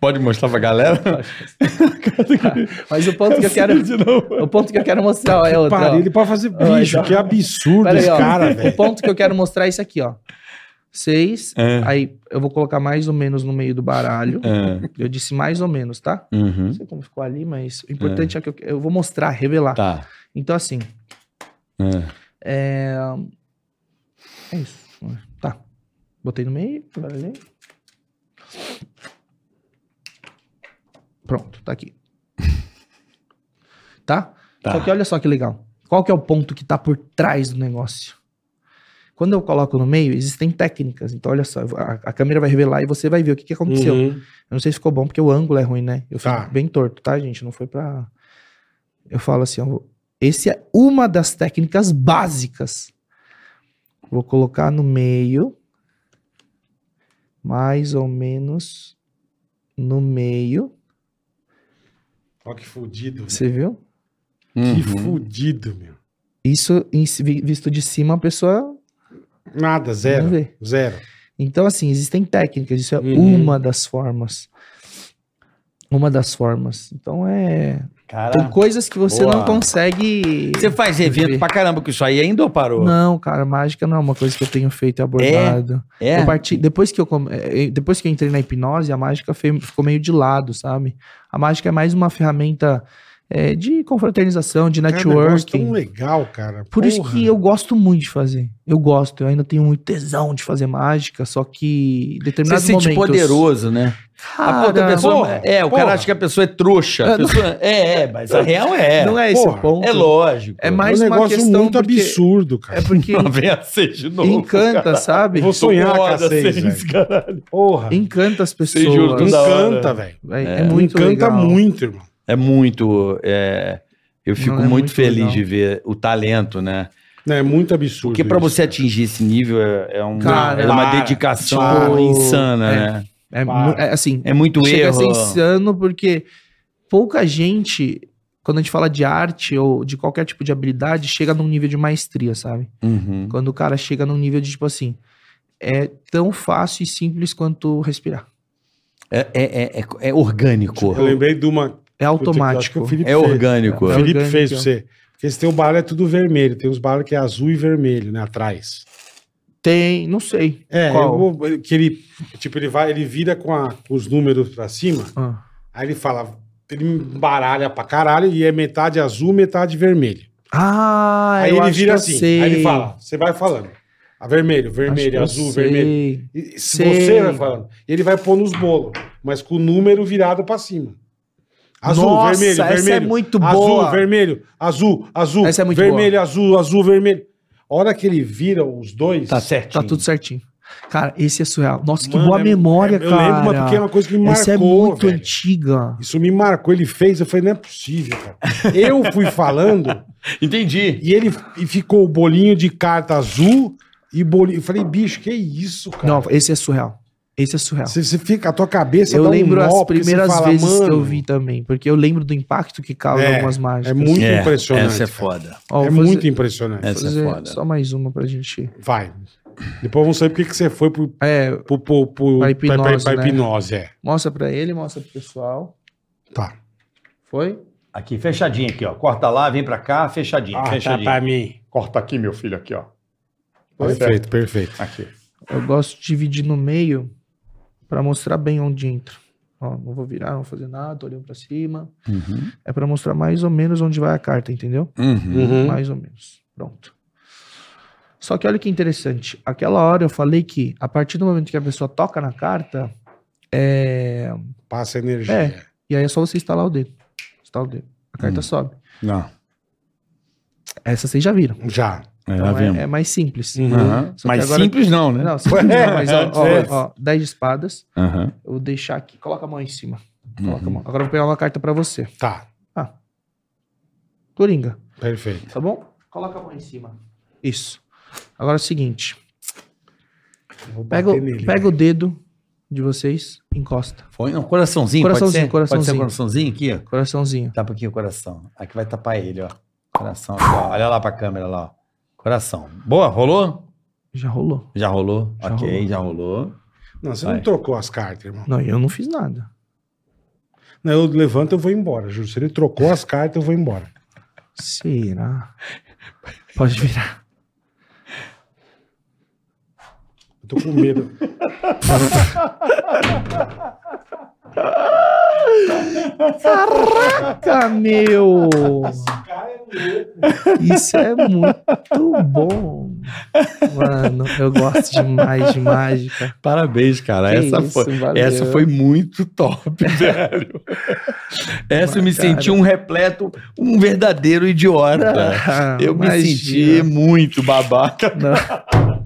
B: Pode mostrar pra galera?
D: Ah, Mas o ponto que eu quero.
B: De novo.
D: O ponto que eu quero mostrar ó, é outro.
C: Para
D: ó.
C: ele pra fazer
D: Ó,
C: bicho,
D: então-
C: que absurdo
D: Pera aí,
C: esse
D: ó.
C: cara,
D: O
C: velho.
D: ponto que eu quero mostrar é isso aqui, ó. Seis.
B: É.
D: Aí eu vou colocar mais ou menos no meio do baralho.
B: É.
D: Eu disse mais ou menos, tá?
B: Uhum.
D: Não sei como ficou ali, mas o importante é, que eu, eu vou mostrar, revelar.
B: Tá.
D: Então, assim,
B: É.
D: é. É isso. Tá. Botei no meio, baralhei. Pronto, tá aqui. Tá?
B: Tá.
D: Só que olha só que legal. Qual que é o ponto que tá por trás do negócio? Quando eu coloco no meio, existem técnicas. Então, olha só, a, a câmera vai revelar e você vai ver o que, que aconteceu.
C: Uhum.
D: Eu não sei se ficou bom, porque o ângulo é ruim, né? Eu fiz
C: Tá.
D: bem torto, tá, gente? Não foi pra. Eu falo assim, ó, esse é uma das técnicas básicas. Vou colocar no meio, mais ou menos no meio.
C: Ó, que fudido. velho.
D: Você viu?
C: Que
B: Uhum.
C: fudido, meu.
D: Isso em si- vi- visto de cima, a pessoa
C: Nada, zero.
D: não vê.
C: Zero.
D: Então, assim, existem técnicas, isso é
C: Uhum.
D: uma das formas. Uma das formas. Então é.
C: Ah.
D: Tem
B: Cara.
D: coisas que você
B: Boa.
D: não consegue.
B: Você faz evento pra caramba com isso aí ainda ou parou?
D: Não, cara, mágica não é uma coisa que eu tenho feito e abordado.
B: É.
D: Eu parti, depois, que eu, come- eh, eh, depois que eu entrei na hipnose, a mágica fe- ficou meio de lado, sabe? A mágica é mais uma é ferramenta é, de confraternização, de
C: Cara, é um negócio
D: networking.
C: tão legal, cara.
D: Por isso
C: Porra.
D: que eu gosto muito de fazer. Eu gosto, eu ainda tenho muito tesão de fazer mágica, só que em
B: Você
D: determinados
B: se sente
D: momentos-
B: poderoso, né?
D: Cara,
B: a outra pessoa,
C: porra,
B: é, o
C: porra.
B: cara acha que a pessoa é trouxa. A pessoa- é, é, mas a real é.
D: não é esse
C: porra,
D: o ponto.
B: É lógico.
D: É
C: É
D: mais
C: um
D: uma
C: negócio
D: questão
C: muito
D: porque-
C: absurdo, cara.
D: É porque
B: Conversa de novo.
D: encanta, sabe?
C: Vou sonhar com a seis, velho.
B: caralho.
C: Porra.
D: Encanta as
E: Sem
D: pessoas.
E: juros, tudo da hora.
C: Encanta, velho.
D: É, é muito
C: Encanta
D: legal.
C: muito, irmão.
B: É muito. é, eu fico
D: Não, é
B: muito,
D: muito
B: feliz
D: legal.
B: de ver o talento, né?
C: É muito absurdo.
B: Porque pra
C: isso,
B: você
C: cara.
B: atingir esse nível é, é um-
D: Cara,
B: é uma
C: para,
B: dedicação
D: para.
B: insana,
D: É.
B: né?
D: É,
C: Para.
D: mu- é assim,
B: É muito
D: chega a
B: erro.
D: ser insano porque pouca gente, quando a gente fala de arte ou de qualquer tipo de habilidade, chega num nível de maestria, sabe?
B: Uhum.
D: Quando o cara chega num nível de tipo assim, é tão fácil e simples quanto respirar.
B: É, é- é- é- é orgânico.
C: Eu lembrei de uma. puta,
D: É
C: que Acho que
D: automático.
C: o Felipe
B: É orgânico.
C: O
D: É
C: Felipe
D: orgânico,
C: fez
D: ó.
C: pra você. Porque se tem um baralho é tudo vermelho, tem uns baralhos que é azul e vermelho, né, atrás.
D: Tem, não sei.
C: É,
D: Qual?
C: eu vou- que ele, tipo, ele vai, ele vira com, a- com os números pra cima,
D: Ah,
C: aí ele fala, ele embaralha pra caralho e é metade azul, metade vermelho.
D: Ah,
C: Aí
D: eu
C: ele
D: acho
C: vira
D: que eu
C: assim,
D: sei.
C: aí ele fala, você vai falando. A vermelho,
D: Acho que
C: vermelho,
D: eu
C: azul,
D: sei. Tá
C: vermelho. E se
D: Sei.
C: você vai falando, ele vai pôr nos bolos, mas com o número virado pra cima. Azul,
D: Nossa,
C: vermelho,
D: essa é
C: vermelho.
D: muito
C: azul,
D: boa.
C: vermelho, azul, azul,
D: Essa é muito
C: vermelho, azul, azul, vermelho. A hora que ele vira os dois.
B: Tá certo.
D: Tá tudo certinho. Cara, esse é surreal. Nossa, que
C: mano,
D: boa
C: é-
D: memória,
C: é- eu
D: cara.
C: lembro, mas porque é uma coisa que me marcou.
D: Essa é muito
C: velho.
D: antiga.
C: Isso me marcou, ele fez, eu falei, não é possível, cara. Eu fui falando
B: Entendi.
C: e ele e ficou o bolinho de carta azul e bolinho. Eu falei, bicho, que isso, cara?
D: Não, esse é surreal. Esse é surreal.
C: Você, você fica, a tua cabeça
D: eu
C: dá um
D: lembro
C: nó,
D: as
C: porque você
D: primeiras
C: fala,
D: vezes que eu
C: "Mano,
D: vi também, porque eu lembro do impacto que causa
C: É,
D: algumas mágicas.
C: É muito
B: É,
C: impressionante.
B: Essa é
C: cara.
B: foda.
D: Ó,
C: É
D: vou fazer-
C: muito impressionante.
B: É.
D: vou
B: Essa
D: fazer
B: foda.
D: Só mais uma pra gente.
C: Vai. Depois vamos saber por que que você foi pro,
D: É,
C: pro, pro, pro-
D: Pra hipnose,
C: pra- pra- pra
D: né?
C: hipnose, é.
D: mostra pra ele, mostra pro pessoal.
C: Tá.
D: Foi?
B: Aqui, fechadinho aqui, ó. Corta lá, vem pra cá, fechadinho,
D: Ah, tá,
B: fechadinho.
C: Ah, tá mim.
E: Corta aqui, meu filho, aqui, ó. Tá
C: Perfeito, perfeito.
E: Aqui.
D: Eu gosto de dividir no meio pra mostrar bem onde entra. Ó, não vou virar, não vou fazer nada, tô olhando pra cima.
B: Uhum.
D: É pra mostrar mais ou menos onde vai a carta, entendeu?
B: Uhum.
C: Uhum.
D: Mais ou menos. Pronto. Só que olha que interessante. Aquela hora eu falei que a partir do momento que a pessoa toca na carta, é...
C: Passa energia.
D: É. e aí é só você instalar o dedo. Instalar o dedo. A carta sobe.
B: Hum. Não.
D: Essa vocês já viram.
C: Já.
B: É,
D: Então
B: lá
D: é,
B: vemos.
D: é mais simples.
C: Uhum.
B: Aham.
D: Só que
B: Mas
D: agora-
B: simples não, né?
D: Não, simples não, mas ó, ó,
C: Antes.
D: ó, 10 de espadas.
B: Aham.
D: Eu vou deixar aqui. Coloca a mão em cima. Coloca a
B: Uhum.
D: mão. Agora eu vou pegar uma carta pra você.
C: Tá.
D: Coringa,
C: Perfeito.
D: tá bom? Coloca a mão em cima. Isso. Agora é o seguinte.
C: Vou bater
D: Pega, o-
C: nele,
D: pega
C: velho.
D: o dedo de vocês, encosta.
B: Foi? Não, coraçãozinho, pode
D: Coraçãozinho,
B: ser? Pode ser
D: coraçãozinho.
B: coraçãozinho aqui, ó.
D: Coraçãozinho.
B: Tapa aqui o coração. Aqui vai tapar ele, ó. Coração. aqui, ó. Olha lá pra câmera lá, ó. Coração. Boa, rolou?
D: Já rolou.
B: Já rolou?
D: Já
B: ok,
D: rolou.
B: já rolou.
C: Não, você
B: Vai.
C: não trocou as cartas, irmão.
D: Não, eu não fiz nada.
C: Não, eu levanto, eu vou embora, juro. Se ele trocou as cartas, eu vou embora.
D: Será? Pode virar.
C: Eu tô com medo.
D: Caraca, meu! Isso é muito bom. Mano, eu gosto demais de mágica.
B: Parabéns, cara.
D: Que
B: essa,
D: isso,
B: foi,
D: valeu.
B: essa foi muito top, velho. essa eu me
D: Cara.
B: senti um repleto, um verdadeiro idiota.
D: Ah,
B: Tá. Eu me
D: imagina.
B: senti muito babaca.
D: Não.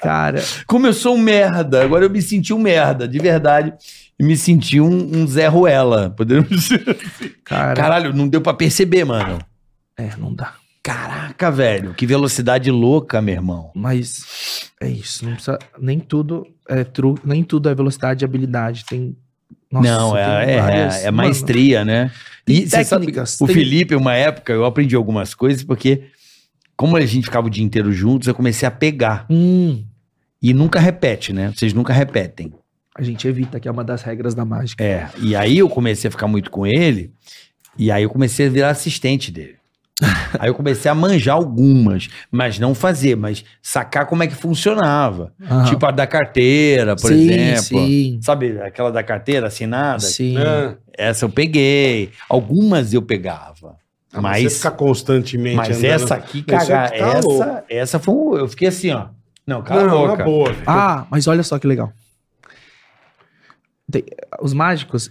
D: Cara,
B: Como eu sou um merda, agora eu me senti um merda, de verdade. E Me senti um, um Zé Ruela. Podemos dizer.
D: cara.
B: Caralho, não deu pra perceber, mano.
D: É, não dá.
B: Caraca, velho, que velocidade louca, meu irmão.
D: Mas é isso. Não precisa, nem tudo é truque, nem tudo é velocidade e habilidade. Tem.
B: não,
D: tem
B: é, é,
D: várias-
B: é, é
D: Mano,
B: maestria, né?
D: Tem
B: E você sabe,
D: técnicas,
B: o
D: tem-
B: Felipe, uma época, eu aprendi algumas coisas, porque como a gente ficava o dia inteiro juntos, eu comecei a pegar.
D: Hum,
B: E nunca repete, né? Vocês nunca repetem.
D: A gente evita, que é uma das regras da mágica.
B: É. E aí eu comecei a ficar muito com ele, e aí eu comecei a virar assistente dele. Aí eu comecei a manjar algumas, mas não fazer, mas sacar como é que funcionava.
D: Aham.
B: Tipo a da carteira, por
D: Ah, sim,
B: exemplo.
D: Sim,
B: Sabe aquela da carteira assinada?
D: sim.
C: É.
B: Essa eu peguei. Algumas eu pegava.
C: Ah,
B: mas
C: Você fica constantemente
B: mas
C: andando-
B: essa aqui,
C: Esse é o que
B: cara,
C: tá louco.
B: essa, essa foi um. Eu fiquei assim, ó. Não, cala a
C: Não, na
B: boca.
C: boa. velho.
D: Ah, mas olha só que legal. Tem- os mágicos,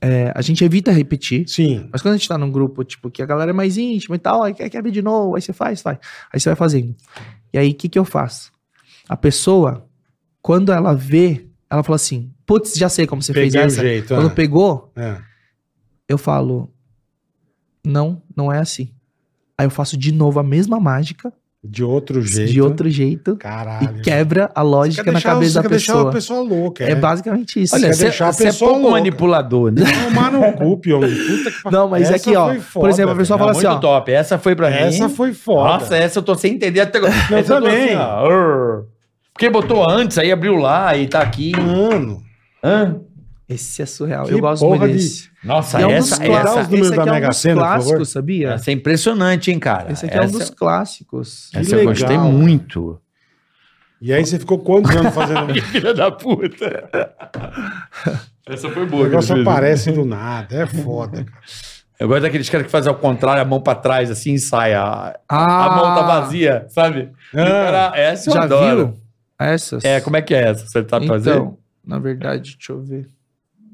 D: é, a gente evita repetir.
C: Sim.
D: Mas quando a gente tá num grupo, tipo, que a galera é mais íntima e tal, aí quer, quer ver de novo, aí você faz, faz. Aí você vai fazendo. E aí, o que que eu faço? A pessoa, quando ela vê, ela fala assim, putz, já sei como você
C: Peguei o
D: fez essa.
C: jeito.
D: Quando
C: é.
D: pegou,
C: É.
D: eu falo, não, não é assim. Aí eu faço de novo a mesma mágica,
C: De outro jeito.
D: de outro jeito,
C: Caralho.
D: e quebra a lógica na cabeça da
C: deixar a
D: pessoa.
C: pessoa louca.
D: É basicamente isso.
B: Olha,
C: quer
B: você
C: deixar a
B: você é
C: pessoa
B: pouco
C: louca.
B: manipulador, né?
C: Tomar no cu, Pion. Puta que
D: Não, mas é
C: Essa
D: aqui, ó.
C: foi
D: por exemplo, a
C: foda,
D: pessoa
B: Não,
D: fala assim,
B: Tá né? muito
D: ó.
B: top. Essa foi pra mim.
C: Essa foi foda.
B: Nossa,
D: é.
B: essa eu tô sem entender até agora.
C: Eu
B: Essa tô assim,
C: também.
B: ó, "Arr". Porque botou antes, aí abriu lá e tá aqui.
C: Mano.
B: Hã?
D: Esse é surreal.
C: Que
D: eu gosto
C: porra
D: muito
C: de-
D: desse.
B: Nossa,
D: E é um dos
B: essa,
C: clássicos.
B: essa,
C: Dá os números
D: esse aqui
C: da
D: é um
C: Mega
D: dos
C: Sena, por favor.
D: clássicos, sabia?
B: essa é impressionante, hein, cara.
D: Esse aqui é um dos clássicos.
B: essa eu
C: legal.
B: gostei muito.
C: E aí você ficou quantos anos fazendo isso?
E: Filha da puta. Essa foi
C: O
E: boa.
C: negócio
E: cara.
C: aparece do nada. É foda, cara.
B: Eu gosto daqueles caras que fazem ao contrário, a mão pra trás, assim, e sai. A, a mão tá vazia, sabe?
C: Ah.
B: Cara, essa eu
D: Ah, Já
B: adoro.
D: viu? Essas?
B: É, como é que é essa? Você tá
D: então,
B: fazendo?
D: na verdade, deixa eu ver.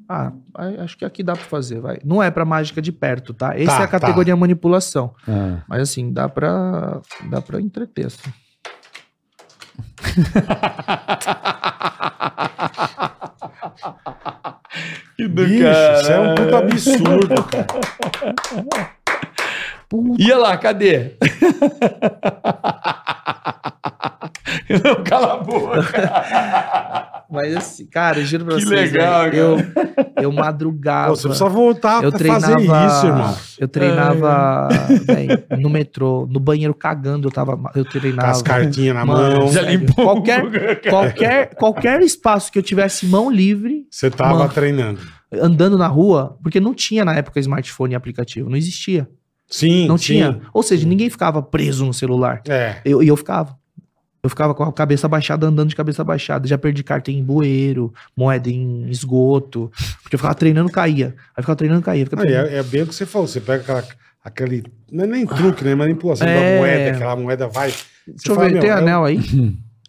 D: Ah, a- acho que aqui dá pra fazer, vai. Não é pra mágica de perto, tá? Essa
C: Tá,
D: é a
C: tá.
D: categoria manipulação.
B: Ah.
D: Mas assim, dá pra, dá pra entreter, assim.
E: Que do
C: Bicho,
E: cara.
C: isso é um puta absurdo, cara.
D: é um
B: Ia lá, cadê? Não, cala a boca.
D: Mas assim, cara, eu juro pra
E: Que
D: vocês.
E: legal,
D: velho, Eu, eu madrugava.
C: Pô, você precisa voltar
D: eu
C: pra
D: treinava,
C: fazer isso, irmão.
D: Eu treinava véi, no metrô, no banheiro cagando, eu tava, eu
C: Com
D: treinava.
C: as cartinhas na
D: Mano,
C: mão.
E: Já
D: Sério.
E: limpou
D: Qualquer-
E: o Google, cara.
D: qualquer, qualquer espaço que eu tivesse mão livre,
C: Você tava
D: Mano.
C: treinando.
D: andando na rua, porque não tinha na época smartphone e aplicativo, não existia.
C: Sim,
D: Não
C: sim.
D: tinha. Ou seja, ninguém ficava preso no celular.
C: É.
D: Eu- E eu, ficava. Eu ficava com a cabeça baixada, andando de cabeça baixada. Já perdi carta em bueiro, moeda em esgoto. Porque eu ficava treinando, caía. Aí ficava treinando, caía. Ficava
C: Não, e
D: treinando.
C: é, é bem o que você falou. Você pega aquela, aquele. Não é nem truque, né? Manipulação
D: É.
C: da moeda. Aquela moeda vai. Você
D: Deixa eu
C: fala,
D: ver,
C: meu,
D: tem
C: é um-
D: anel aí?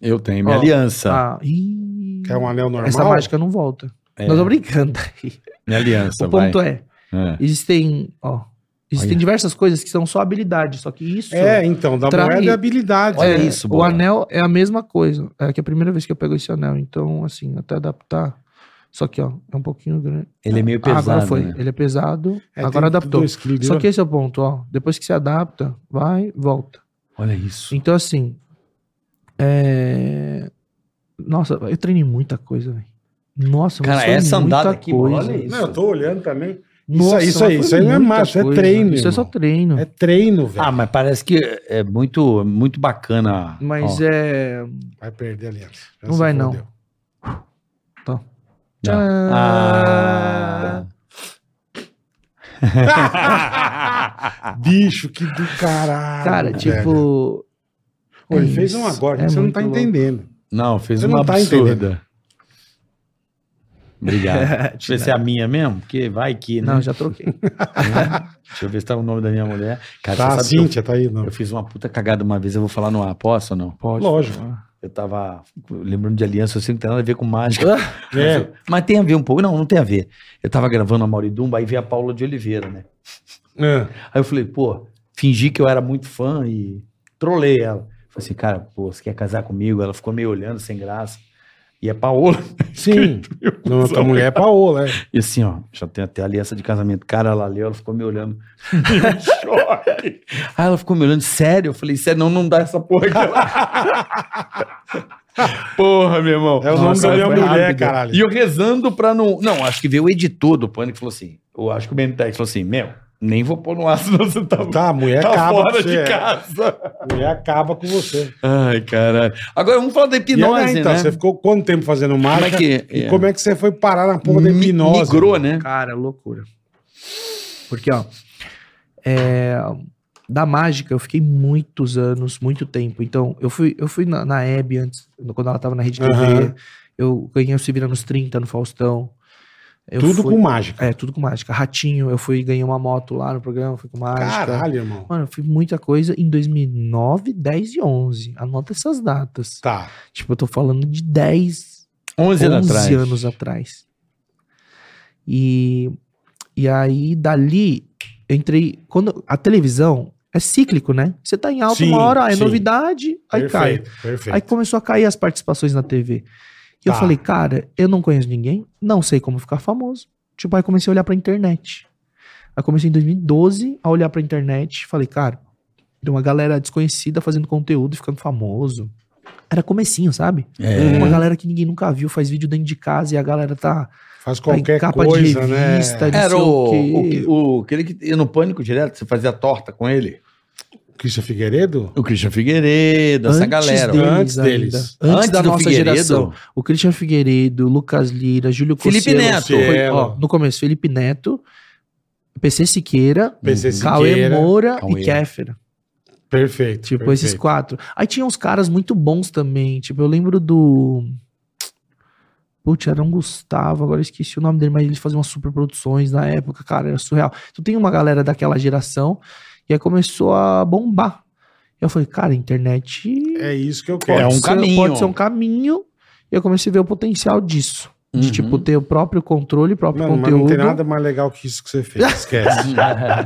B: Eu tenho minha
D: Ó,
B: aliança.
D: Ah, ih,
C: Quer um anel normal?
D: Essa mágica não volta.
B: É,
D: Nós tô brincando aí.
B: Minha aliança,
D: O ponto é,
B: É.
D: existem, ó, existem
B: Olha.
D: diversas coisas que são só habilidade, só que isso...
C: É, então, da
D: Trai-
C: moeda é habilidade.
B: Olha
C: né?
B: isso.
D: o
B: boa.
D: anel é a mesma coisa. É que é a primeira vez que eu pego esse anel, então, assim, até adaptar... Só que, ó, é um pouquinho grande.
B: Ele é meio
D: Ah,
B: pesado.
D: agora foi.
B: né?
D: Ele é pesado,
C: É,
D: agora
C: tem
D: adaptou.
C: dois quilos,
D: Só
C: né?
D: que esse é o ponto, ó. Depois que se adapta, vai, volta.
B: Olha isso.
D: Então, assim, é... Nossa, eu treinei muita coisa, velho. Nossa, mas
B: Cara,
D: foi
B: essa
D: muita
B: andada aqui, mano,
D: coisa.
B: olha isso.
C: Não, eu tô olhando também.
D: Nossa,
C: aí, isso aí,
D: mas
C: isso
D: foi
C: aí não é
D: muita
C: macho, é treino,
D: Isso é só
C: irmão.
D: treino.
C: É treino, velho.
B: Ah, mas parece que é muito, muito bacana.
D: Mas
B: Ó,
D: é.
C: Vai perder a aliança. Já
D: Não
C: se
D: vai, não.
C: fodeu.
B: não.
D: Ah.
B: Ah.
C: Bicho, que do caralho.
D: Cara,
C: Ah, velho.
D: tipo.
C: Pô, ele
D: é
C: fez
D: isso,
C: um agora,
D: é
C: que você não
D: muito
C: tá
D: louco.
C: entendendo.
B: não, fez
C: Você
B: uma
C: não tá
B: absurda. Obrigado. Deixa eu ver
D: De
B: se é a minha mesmo, porque vai que, né?
D: Não, já troquei.
B: Deixa eu ver se tá o nome da minha mulher.
D: É,
B: Cara,
C: Tá, a
B: você sabe que eu-
C: Cíntia tá aí, não.
B: Eu fiz uma puta cagada uma vez, eu vou falar no ar, posso ou não?
D: Pode.
C: Lógico.
B: Eu tava lembrando de aliança, eu sei que não tem nada a ver com mágica.
C: É.
B: Mas tem a ver um pouco. Não, não tem a ver. Eu tava gravando a Mauridumba, aí veio a Paula de Oliveira, né?
C: é.
B: Aí eu falei, pô, fingi que eu era muito fã e trolei ela. Falei assim, cara, pô, você quer casar comigo? Ela ficou meio olhando, sem graça. E é Paola.
C: Sim. Não, tua mulher é Paola, é.
B: E assim, ó, já tem até aliança de casamento. Cara, ela leu, ela ficou me olhando.
E: Choque.
B: Aí ela ficou me olhando, sério? Eu falei, sério, não, não dá essa porra aqui.
E: Porra, meu irmão.
C: É o nome
D: Nossa,
C: da minha
D: foi
C: mulher,
D: rápido.
C: caralho.
B: E eu rezando pra não. Não, acho que veio o editor do Pânico e falou assim. Eu acho que o Mentex falou assim: Meu, nem vou pôr no ar, senão você tá,
C: Tá, a mulher
B: tá
C: acaba com
B: fora de
C: você. é.
B: casa.
C: A mulher acaba com você.
B: Ai, caralho. Agora vamos falar da
C: E olha,
B: hipnose,
C: então,
B: né?
C: você ficou quanto tempo fazendo
B: Como
C: mágica?
B: é que.
C: E como é que você foi parar na porra da
B: Mi-
C: hipnose?
B: Migrou, né?
D: Cara, loucura. Porque, ó. é, da mágica, eu fiquei muitos anos, muito tempo. Então, eu fui, eu fui na, na Hebe antes, no- quando ela tava na Rede TV.
C: Aham.
D: Eu ganhei o Se Vira nos 30 no Faustão. Eu
C: Tudo
D: fui-
C: com mágica.
D: É, tudo com mágica. Ratinho, eu fui ganhei uma moto lá no programa, fui com mágica.
C: Caralho, irmão.
D: Mano, eu fui muita coisa em 2009, 10 e 11. Anota essas datas.
C: Tá.
D: Tipo, eu tô falando de 10,
B: 11 anos atrás.
D: anos atrás. E, e aí, dali, eu entrei. Quando, a televisão é cíclico, né? Você tá em alta
C: Sim,
D: uma hora, é
C: sim.
D: novidade, aí cai.
C: Perfeito, perfeito.
D: Aí começou a cair as participações na TV. E eu
C: Tá.
D: falei, cara, eu não conheço ninguém, não sei como ficar famoso. Tipo, aí comecei a olhar pra internet. Aí comecei em 2012 a olhar pra internet. Falei, cara, tem uma galera desconhecida fazendo conteúdo, ficando famoso. Era comecinho, sabe?
B: É.
D: Uma galera que ninguém nunca viu, faz vídeo dentro de casa e a galera tá,
C: Faz
D: tá em
C: qualquer
D: capa
C: coisa,
D: de revista,
C: né?
D: não
B: Era
D: sei
B: o,
D: o,
B: o,
D: quê.
B: que- o- aquele que ia no pânico direto, você fazia torta com ele?
C: Christian Figueiredo?
B: O Christian Figueiredo, essa
D: Antes
B: galera.
D: deles
C: Antes
D: ainda.
C: deles.
D: Antes, da nossa geração. O Christian Figueiredo, Lucas Lira, Júlio
B: Felipe
D: Cossielo.
B: Neto.
D: Foi, ó, no começo, Felipe Neto, PC Siqueira,
C: PC
D: Cauê
C: Siqueira.
D: Moura
B: Cauê.
D: e Kéfera.
C: Perfeito.
D: Tipo,
C: perfeito.
D: esses quatro. Aí tinha uns caras muito bons também. Tipo, eu lembro do... Putz, era um Gustavo, agora eu esqueci o nome dele, mas ele fazia umas super produções na época, cara, era surreal. Então tem uma galera daquela geração e aí começou a bombar. Eu falei, cara, a internet
C: É isso que eu quero.
B: É um
D: ser-
B: caminho.
D: pode ser um caminho. E eu comecei a ver o potencial disso. De,
B: Uhum.
D: tipo, ter o próprio controle, o próprio
C: Mano, mas
D: conteúdo.
C: não tem nada mais legal que isso que você fez. Esquece.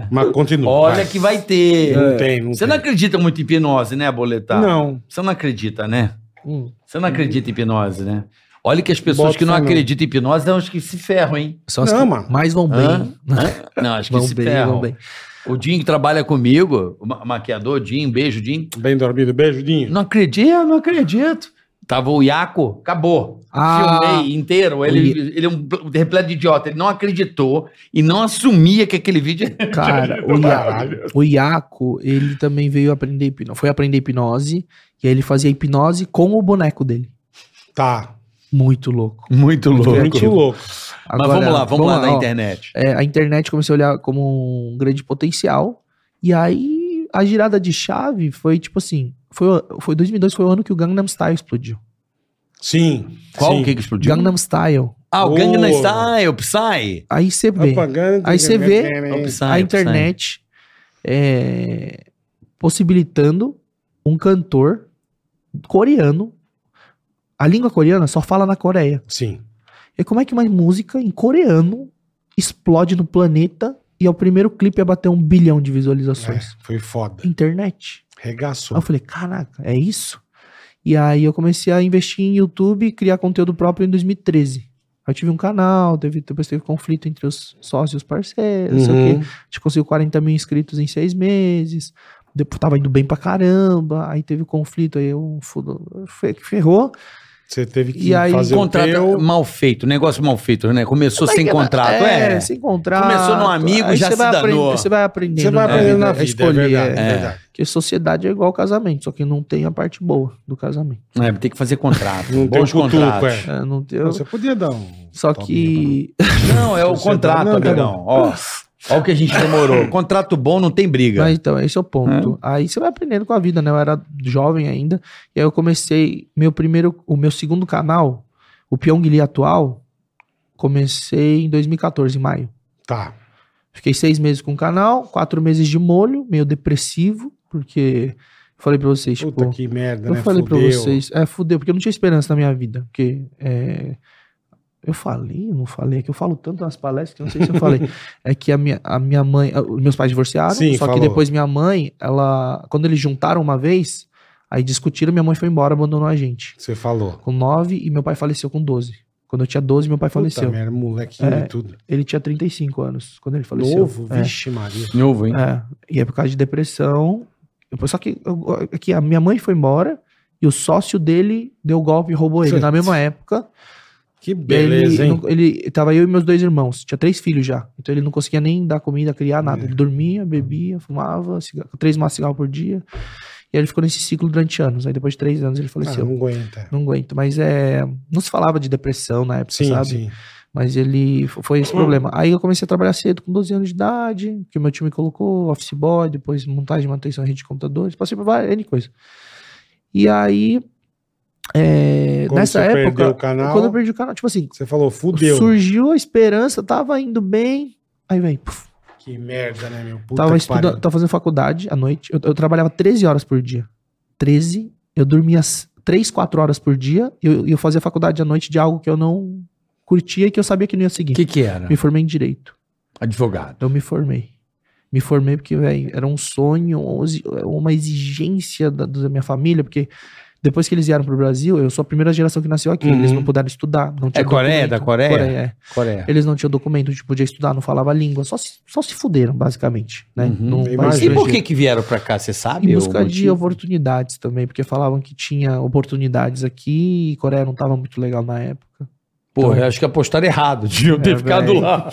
C: mas continua.
B: Olha que vai ter. É.
C: Não tem, não
B: Você não
C: tem.
B: acredita muito em hipnose, né, Boletar?
C: Não.
B: Você não acredita, né?
D: Hum,
B: Você não acredita em hipnose, né? Olha que as pessoas
C: Bota
B: que não
C: fé, não.
B: acreditam em hipnose são as que se ferram, hein?
D: só as
C: Não,
D: que
C: mano.
D: mais vão bem.
B: Hã? Hã? Não, as que
D: Vão
B: se
D: bem,
B: ferram.
D: vão bem.
B: O Jim que trabalha comigo, o ma- maquiador, Jim, beijo, Jim.
C: Bem dormido. Beijo, Dinho.
B: Não acredito, não acredito. Tava o Iaco, acabou.
D: Ah.
B: Filmei inteiro. Ele, ele é um pl- repleto de idiota. Ele não acreditou e não assumia que aquele vídeo.
D: Cara, o,
C: Caralho.
D: Ia, o Iaco, ele também veio aprender hipnose. Foi aprender hipnose. E aí ele fazia hipnose com o boneco dele.
C: Tá.
D: Muito louco.
B: Muito louco.
C: Muito louco.
B: Mas
D: Agora,
B: vamos lá, vamos lá na
D: ó,
B: internet.
D: é, a internet comecei a olhar como um grande potencial. E aí a girada de chave foi tipo assim, foi, o- foi 2002 foi o ano que o Gangnam Style explodiu.
C: Sim.
B: Qual
C: sim.
B: o que que explodiu?
D: Gangnam Style.
B: Ah, o Gangnam
C: Boa.
B: Style, Psy.
D: Aí você vê,
C: Propaganda-
D: Aí você vê-
B: É o Psy, é
C: né?
D: a
B: o
D: internet é, possibilitando um cantor coreano. A língua coreana só fala na Coreia.
C: Sim.
D: E como é que uma música em coreano explode no planeta e é o primeiro clipe a bater um bilhão de
C: É,
D: visualizações?
C: foi foda.
D: Internet. Aí
C: Regaçou.
D: eu falei, caraca, é isso? E aí eu comecei a investir em YouTube e criar conteúdo próprio em 2013. Aí Eu tive um canal, teve, depois teve conflito entre os sócios e os parceiros, não sei o quê.
C: Uhum.
D: A gente conseguiu 40 mil inscritos em seis meses. Depois tava indo bem pra caramba. Aí teve um conflito, aí eu fudo- fe- ferrou.
C: Você teve que
D: E aí,
C: fazer
B: Um Contrato
C: o teu...
B: mal feito, um negócio mal feito, né? Começou sem
D: Aí,
B: contrato, é.
D: sem contrato.
B: Começou num amigo,
D: Aí
B: já
D: você
B: se
D: vai
B: danou.
D: aprendendo- Você vai aprendendo.
C: Você vai
D: né?
C: aprendendo na
D: A
C: vida,
D: escolher.
C: é verdade.
D: é.
C: É. verdade.
D: Porque sociedade é igual casamento, só que não tem a parte boa do casamento.
B: É, tem que fazer contrato.
C: Não tem
B: bons
C: cutuco,
B: contratos.
C: é.
D: É, não tem,
C: Você podia dar um...
D: só
C: tominho
D: que.
B: Não, é o
C: Você tá-
B: contrato,
C: não, tá
B: amigão. Ó, ó o que a gente demorou. Contrato bom não tem briga.
D: Mas então, esse é o ponto. Aí você vai aprendendo com a vida, né? Eu era jovem ainda. E aí eu comecei meu primeiro, o meu segundo canal, o Pyongyi atual, comecei em 2014, em maio.
C: Tá.
D: Fiquei seis meses com o canal, quatro meses de molho, meio depressivo, porque eu falei pra vocês, tipo,
C: Puta que merda,
D: eu
C: né?
D: falei pra
C: Fudeu.
D: vocês, é, fudeu, porque eu não tinha esperança na minha vida, porque é, eu falei, eu não falei, é que eu falo tanto nas palestras que eu não sei se eu falei, é que a minha, a minha mãe, ah, os meus pais divorciaram,
C: Sim,
D: só
C: falou.
D: que depois minha mãe, ela, quando eles juntaram uma vez, aí discutiram, minha mãe foi embora, abandonou a gente,
C: Você falou.
D: com 9 e meu pai faleceu com 12, quando eu tinha 12 meu pai
C: Puta
D: É, faleceu,
C: merda, um molequinho
D: É,
C: e tudo.
D: ele tinha 35 anos, quando ele faleceu.
C: Novo,
D: É.
C: vixe Maria.
B: Novo, hein?
D: É, e é por causa de depressão. Eu- só que, eu- é que a minha mãe foi embora e o sócio dele deu golpe e roubou ele
C: Certo.
D: na mesma época.
C: Que beleza,
D: ele,
C: hein?
D: não- ele tava eu e meus dois irmãos, tinha três filhos já. Então ele não conseguia nem dar comida, criar nada.
C: É.
D: Ele dormia, bebia, fumava, ciga- três maços de cigarro por dia. E aí ele ficou nesse ciclo durante anos. Aí depois de três anos ele
C: Ah,
D: faleceu.
C: não aguenta.
D: não aguento, mas é. Não se falava de depressão na época,
C: Sim,
D: sabe?
C: sim.
D: Mas ele fo- foi
C: Hum.
D: esse problema. Aí eu comecei a trabalhar cedo, com 12 anos de idade, que o meu time colocou, office boy, depois montagem e manutenção de rede de computadores, passei por várias N coisas. E aí, é,
C: Quando
D: nessa
C: você
D: época,
C: perdeu o canal,
D: quando eu perdi o canal, tipo assim,
C: você falou, fudeu.
D: surgiu a esperança, tava indo bem, aí vem, puf,
C: Que merda, né, meu? Puta
D: Tava,
C: que pariu.
D: estudando, tava fazendo faculdade à noite. Eu, eu trabalhava 13 horas por dia. 13. Eu dormia 3, 4 horas por dia e eu, e eu fazia faculdade à noite de algo que eu não curtia e que eu sabia que não ia seguir.
B: O que que era?
D: Me formei em direito.
B: Advogado.
D: Eu me formei. Me formei porque, velho, era um sonho, uma exigência da, da minha família, porque depois que eles vieram pro Brasil, eu sou a primeira geração que nasceu aqui.
C: Uhum.
D: Eles não puderam estudar. Não tinha
B: Coreia?
D: documento.
B: Da Coreia?
D: Coreia, é.
B: Coreia.
D: Eles não tinham documento, tipo, podia estudar, não falava a língua, só se, só se fuderam, basicamente, né?
B: Uhum.
D: Num país
C: Imagina.
B: E
D: estrangeiro.
B: por que que vieram pra cá, você sabe?
D: Em
B: o
D: busca de
B: motivo?
D: oportunidades também, porque falavam que tinha oportunidades aqui e Coreia não tava muito legal na época.
B: Porra, eu acho que apostaram errado. Deviam ter
D: É,
B: ficado
D: velho.
B: lá.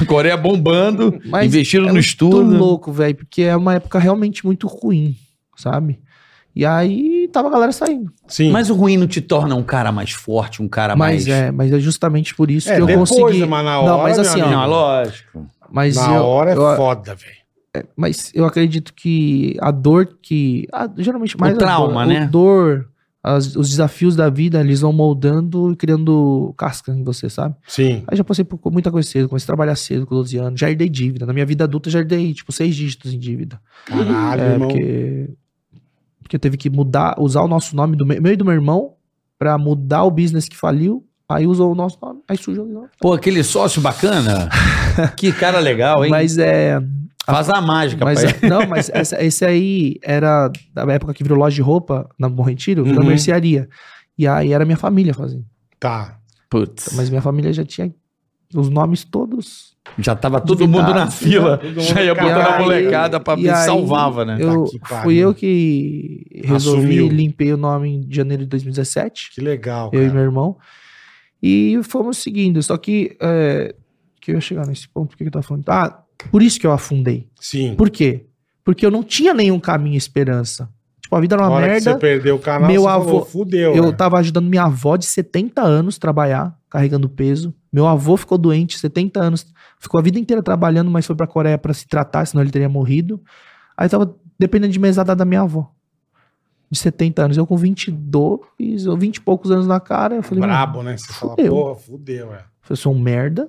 B: A Coreia bombando,
D: Mas
B: investiram
D: é
B: no
D: Tô
B: estudo.
D: louco, velho, porque é uma época realmente muito ruim, sabe? E aí tava a galera saindo.
C: Sim.
B: Mas o ruim não te torna um cara mais forte, um cara
D: mas,
B: mais.
D: é, mas é justamente por isso
C: É,
D: que eu
C: depois,
D: consegui.
C: mas na
D: não,
C: hora,
D: mas
C: meu
D: assim,
C: amigo.
B: Não, é
D: ó,
B: lógico.
D: mas
C: Na
D: eu-
C: hora é
D: eu-
C: foda, velho.
D: mas eu acredito que a dor que. a- geralmente mais. a
B: trauma,
D: dor,
B: né?
D: A dor, as- os desafios da vida, eles vão moldando e criando casca em você, sabe?
C: Sim.
D: Aí já passei por muita coisa cedo, comecei a trabalhar cedo com 12 anos, já herdei dívida. Na minha vida adulta eu já herdei, tipo, seis dígitos em dívida.
C: Caralho,
D: É,
C: irmão.
D: porque. Porque teve que mudar, usar o nosso nome do meu, meu e do meu irmão pra mudar o business que faliu. Aí usou o nosso nome, aí surgiu o nome.
B: Pô, aquele sócio bacana. que cara legal, hein?
D: Mas é.
B: Faz a mágica,
D: Mas, é,
B: pai.
D: não, mas essa- esse aí era da época que virou loja de roupa na Bom Retiro, virou
C: Uhum.
D: mercearia. E aí era minha família fazendo.
C: Tá.
B: Putz.
D: Mas minha família já tinha os nomes todos.
B: Já tava todo mundo na
D: Duvidado.
B: fila.
C: Todo mundo
B: Já ia botar na
D: Caralho.
B: molecada pra
D: E
B: me
D: aí,
B: salvava, né?
C: Ah,
D: Eu,
C: tá que pariu.
D: fui eu que resolvi
C: Assumiu.
D: limpei o nome em janeiro de 2017,
C: Que legal,
D: eu e
C: cara.
D: meu irmão. E fomos seguindo. Só que. É, que eu ia chegar nesse ponto, por que que eu tava falando? Ah, por isso que eu afundei.
C: Sim.
D: Por quê? Porque eu não tinha nenhum caminho e esperança. Tipo, a vida era
C: Na
D: uma
C: hora
D: merda.
C: que você perdeu o canal,
D: Meu
C: você
D: avô-
C: falou, fudeu.
D: Eu
C: né?
D: tava ajudando minha avó de 70 anos trabalhar, carregando peso. Meu avô ficou doente, 70 anos. Ficou a vida inteira trabalhando, mas foi pra Coreia pra se tratar, senão ele teria morrido. Aí tava dependendo de mesada da minha avó. De 70 anos. Eu com 22 ou 20 e poucos anos na cara. Eu falei, mano,
C: Brabo, né? Você fala,
D: fudeu.
C: porra, fudeu, é.
D: eu sou um merda.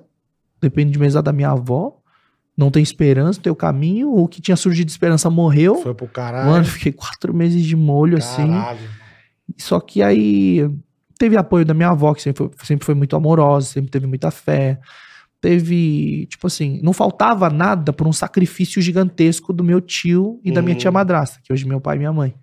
D: Dependo de mesada da minha avó. Não tem esperança, não tem o caminho. O que tinha surgido de esperança morreu.
C: Foi pro caralho.
D: Então, Mano, fiquei quatro meses de molho assim.
C: caralho.
D: Só que aí teve apoio da minha avó, que sempre foi, sempre foi muito amorosa, sempre teve muita fé. Teve, tipo assim, não faltava nada por um sacrifício gigantesco do meu tio e da minha
C: Uhum.
D: tia madrasta, que hoje é meu pai e minha mãe.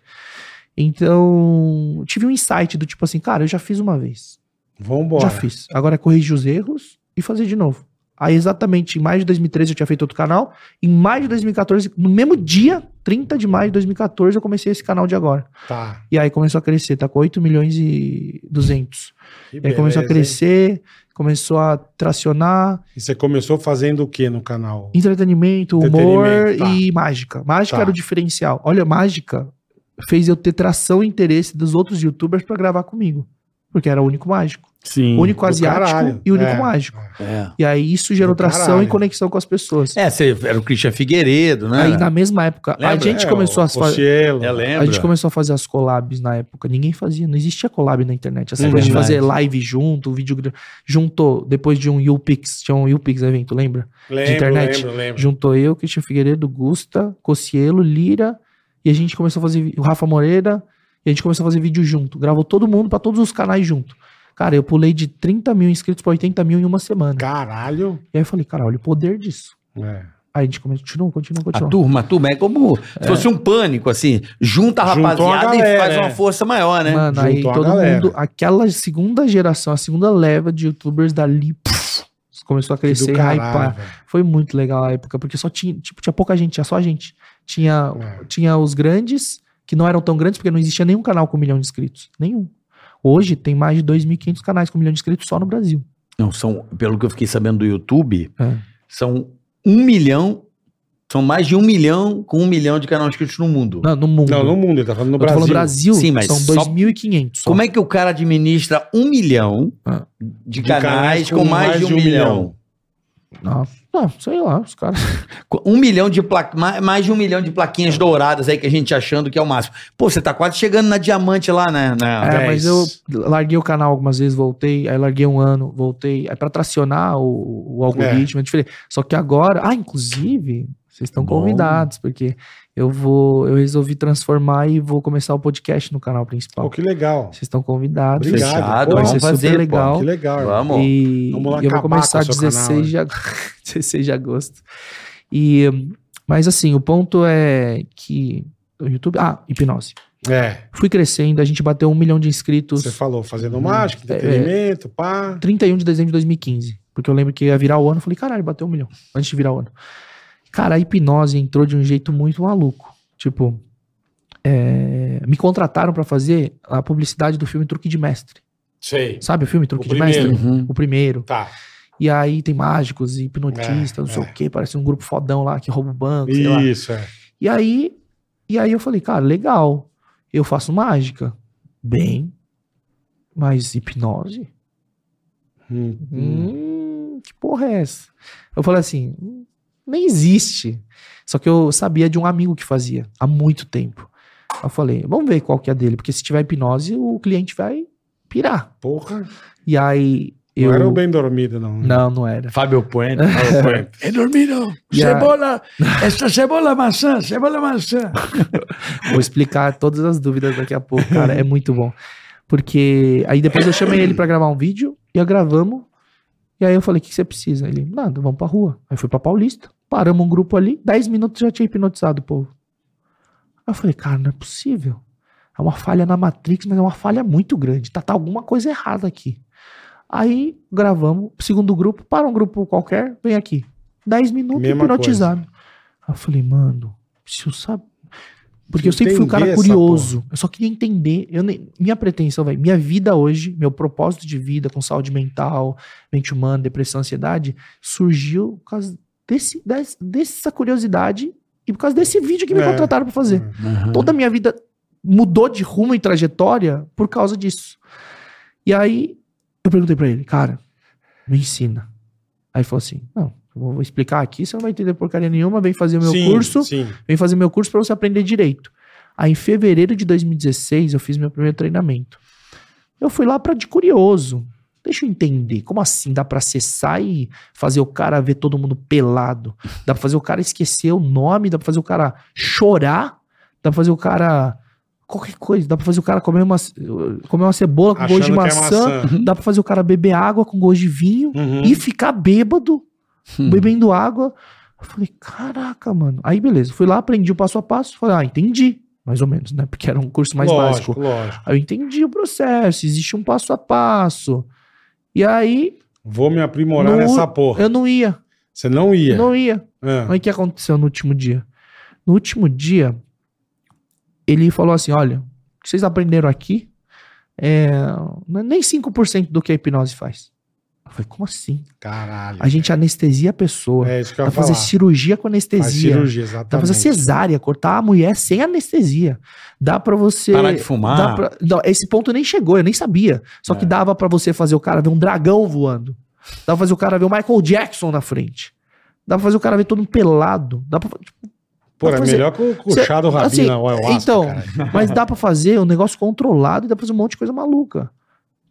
D: Então, tive um insight do tipo assim, cara, eu já fiz uma vez.
C: Vambora.
D: Já fiz. Agora é corrigir os erros e fazer de novo. Aí, exatamente, em maio de 2013 eu tinha feito outro canal. Em maio de 2014, no mesmo dia, 30 de maio de 2014, eu comecei esse canal de agora.
C: Tá.
D: E aí começou a crescer, tá com 8 milhões e 200.
C: Que
D: e aí começou
C: beleza,
D: a
C: hein?
D: crescer, começou a tracionar
C: E você começou fazendo o que no canal?
D: entretenimento, humor
C: Entretenimento, tá.
D: e mágica. Mágica
C: Tá.
D: era o diferencial. Olha, mágica fez eu ter tração e interesse dos outros youtubers pra gravar comigo. Porque era o único mágico.
B: Sim.
D: único
C: do
D: asiático
C: caralho,
D: e único
C: é.
D: mágico.
B: É.
D: E aí isso gerou
C: Do
D: tração
C: caralho.
D: e conexão com as pessoas.
B: É, você era o Christian Figueiredo, né? É,
D: aí na mesma época, a
B: Lembra?
D: gente
C: É,
D: começou
C: o
D: a se fazer.
C: Cossielo.
B: Eu lembro.
D: A gente começou a fazer as collabs na época. Ninguém fazia, não existia collab na internet. Essa
B: É
D: coisa de
B: verdade.
D: fazer live junto, vídeo gra- juntou depois de um YouPix, tinha um YouPix evento, lembra?
C: Lembro,
D: internet.
C: lembro, lembro.
D: Juntou eu, Cristian Figueiredo, Gusta, Cocielo, Lira, e a gente começou a fazer vi- o Rafa Moreira, e a gente começou a fazer vídeo junto. Gravou todo mundo pra todos os canais junto. Cara, eu pulei de 30 mil inscritos pra 80 mil em uma semana.
C: Caralho.
D: E aí eu falei, cara, olha o poder disso.
C: É.
D: Aí a gente começou, continua, continua,
B: A
D: continua.
B: turma, a turma é como se fosse um pânico, assim. Junta a
C: Juntou a
B: rapaziada e
C: galera,
B: faz
C: é.
B: uma força maior, né?
D: Mano, aí
C: Juntou a
D: todo
C: galera.
D: mundo, aquela segunda geração, a segunda leva de youtubers dali pff, começou a crescer
C: do
D: e
C: caralho.
D: hypar.
C: velho.
D: Foi muito legal a época, porque só tinha, tipo, tinha pouca gente, tinha só a gente. Tinha,
C: É.
D: tinha os grandes, que não eram tão grandes, porque não existia nenhum canal com um milhão de inscritos. Nenhum. Hoje tem mais de 2.500 canais com um milhão de inscritos só no Brasil.
B: Não, são, pelo que eu fiquei sabendo do YouTube,
D: É.
B: são um milhão São mais de um milhão com um milhão de canal inscritos no mundo.
D: Não, no mundo.
C: Não, no mundo, ele tá falando no
D: Eu tô
C: Brasil.
D: falando Brasil,
B: Sim, mas
D: são
B: só-
D: 2.500. só.
B: Como é que o cara administra um milhão
D: Ah.
B: de canais, com, mais, de um, milhão?
D: Não, não, sei lá, os caras...
B: Co- Um milhão de pla... ma- mais de um milhão de plaquinhas douradas aí que a gente achando que é o máximo. Pô, você tá quase chegando na diamante lá, né? Na...
D: É, mas
C: Ah, dez.
D: eu larguei o canal algumas vezes, voltei, aí larguei um ano, voltei. Aí pra tracionar o, o algoritmo é. diferente. Só que agora, ah, inclusive, vocês estão
B: Bom.
D: convidados, porque eu vou, eu resolvi transformar e vou começar o podcast no canal principal.
C: Pô, que legal.
D: Vocês estão convidados.
C: Obrigado.
B: Fechado,
C: Pô,
D: Vai
B: vamos
D: ser
B: fazer,
D: super
B: pô.
D: legal.
C: Que legal. irmão.
B: Vamos.
D: E,
C: Vamos lá
D: e eu vou
C: acabar
D: começar
C: com o seu
D: 16,
C: canal, né?
D: de ag... 16 de agosto. E, mas assim, o ponto é que o YouTube. Ah, hipnose.
C: É,
D: Fui crescendo, a gente bateu um milhão de inscritos.
C: você falou, fazendo mágica,
D: É, é.
C: entretenimento, pá.
D: 31 de dezembro de 2015. Porque eu lembro que ia virar o ano, eu falei, caralho, bateu um milhão antes de virar o ano. Cara, a hipnose entrou de um jeito muito maluco. Tipo, é, me contrataram pra fazer a publicidade do filme Truque de Mestre.
C: Sei.
D: Sabe o filme Truque
C: O
D: de
C: primeiro.
D: Mestre?
B: Uhum.
D: O primeiro.
C: Tá.
D: E aí tem mágicos e hipnotistas,
C: É,
D: não sei
C: é.
D: o quê, parece um grupo fodão lá que rouba o banco, sei lá.
C: Isso, é.
D: E aí, e aí eu falei, cara, legal. Eu faço mágica. Bem. Mas hipnose?
C: Hum, hum.
D: Hum, que porra é essa? Eu falei assim, "Hum, nem existe. Só que eu sabia de um amigo que fazia há muito tempo. Eu falei, vamos ver qual que é dele, porque se tiver hipnose, o cliente vai pirar.
C: Porra.
D: E aí eu
C: Não era o bem dormido, não. né?
D: Não, não era.
A: Fábio Puente. né?
E: É dormido.
D: Yeah.
E: Cebola. Essa cebola maçã, cebola maçã.
D: Vou explicar todas as dúvidas daqui a pouco, cara, é muito bom. Porque aí depois eu chamei ele pra gravar um vídeo e a gravamos. E aí eu falei: "O que que você precisa?" Ele: "Nada, vamos pra rua". Aí fui pra Paulista, paramos um grupo ali, 10 minutos já tinha hipnotizado o povo. Aí eu falei: "Cara, não é possível. É uma falha na Matrix, mas é uma falha muito grande. Tá, tá alguma coisa errada aqui". Aí gravamos, segundo grupo, para um grupo qualquer, vem aqui. 10 minutos
C: Mesma
D: hipnotizado. Aí eu falei: "Mano, preciso saber porque eu sempre fui um cara
C: Entender essa
D: curioso. Eu só queria entender. Eu nem- minha pretensão, velho, minha vida hoje, meu propósito de vida com saúde mental, mente humana, depressão, ansiedade, surgiu por causa desse, des- dessa curiosidade e por causa desse vídeo que me
C: É.
D: contrataram pra fazer.
B: Uhum.
D: Toda a minha vida mudou de rumo e trajetória por causa disso. E aí eu perguntei pra ele, cara, me ensina. Aí ele falou assim: não, eu vou explicar aqui, você não vai entender porcaria nenhuma, vem fazer o meu
C: Sim,
D: curso um
C: Sim.
D: vem fazer meu curso para você aprender direito. Aí em fevereiro de 2016 eu fiz meu primeiro treinamento. Eu fui lá para de curioso. Deixa eu entender, como assim dá para acessar e fazer o cara ver todo mundo pelado? Dá para fazer o cara esquecer o nome, dá para fazer o cara chorar, dá para fazer o cara qualquer coisa, dá para fazer o cara comer uma comer uma cebola com gosto de
C: Achando que é
D: maçã, dá para fazer o cara beber água com gosto de vinho
C: Uhum.
D: e ficar bêbado,
C: Hum.
D: bebendo água. Eu falei, caraca, mano. Aí, beleza, fui lá, aprendi o passo a passo, falei, ah, entendi, mais ou menos, né? Porque era um curso mais
C: lógico,
D: básico.
C: lógico.
D: Aí eu entendi o processo, existe um passo a passo. E aí,
C: Vou me aprimorar
D: No-
C: nessa porra.
D: eu não ia,
C: Você não ia.
D: não ia.
C: Ah,
D: Aí o que aconteceu no último dia? No último dia, ele falou assim: olha, o que vocês aprenderam aqui é não é nem 5% do que a hipnose faz. Eu falei, como assim?
C: Caralho.
D: A gente anestesia a pessoa.
C: É isso que eu
D: Dá
C: ia
D: pra
C: falar.
D: fazer cirurgia com
C: Faz
D: anestesia.
C: cirurgia,
D: Dá pra
C: exatamente.
D: fazer cesárea, cortar a mulher sem anestesia. Dá pra você.
B: Parar de fumar.
D: dá pra- não, esse ponto nem chegou, eu nem sabia. Só
C: É.
D: que dava pra você fazer o cara ver um dragão voando. Dá pra fazer o cara ver o Michael Jackson na frente. Dá pra fazer o cara ver todo mundo pelado. Dá pra,
C: Pô,
D: dá
C: é
D: pra fazer-
C: melhor que o
D: Cê-
C: cuchado assim,
D: assim,
C: rabina, o ayahuasca,
D: então,
C: caralho.
D: mas dá pra fazer um negócio controlado e dá pra fazer um monte de coisa maluca.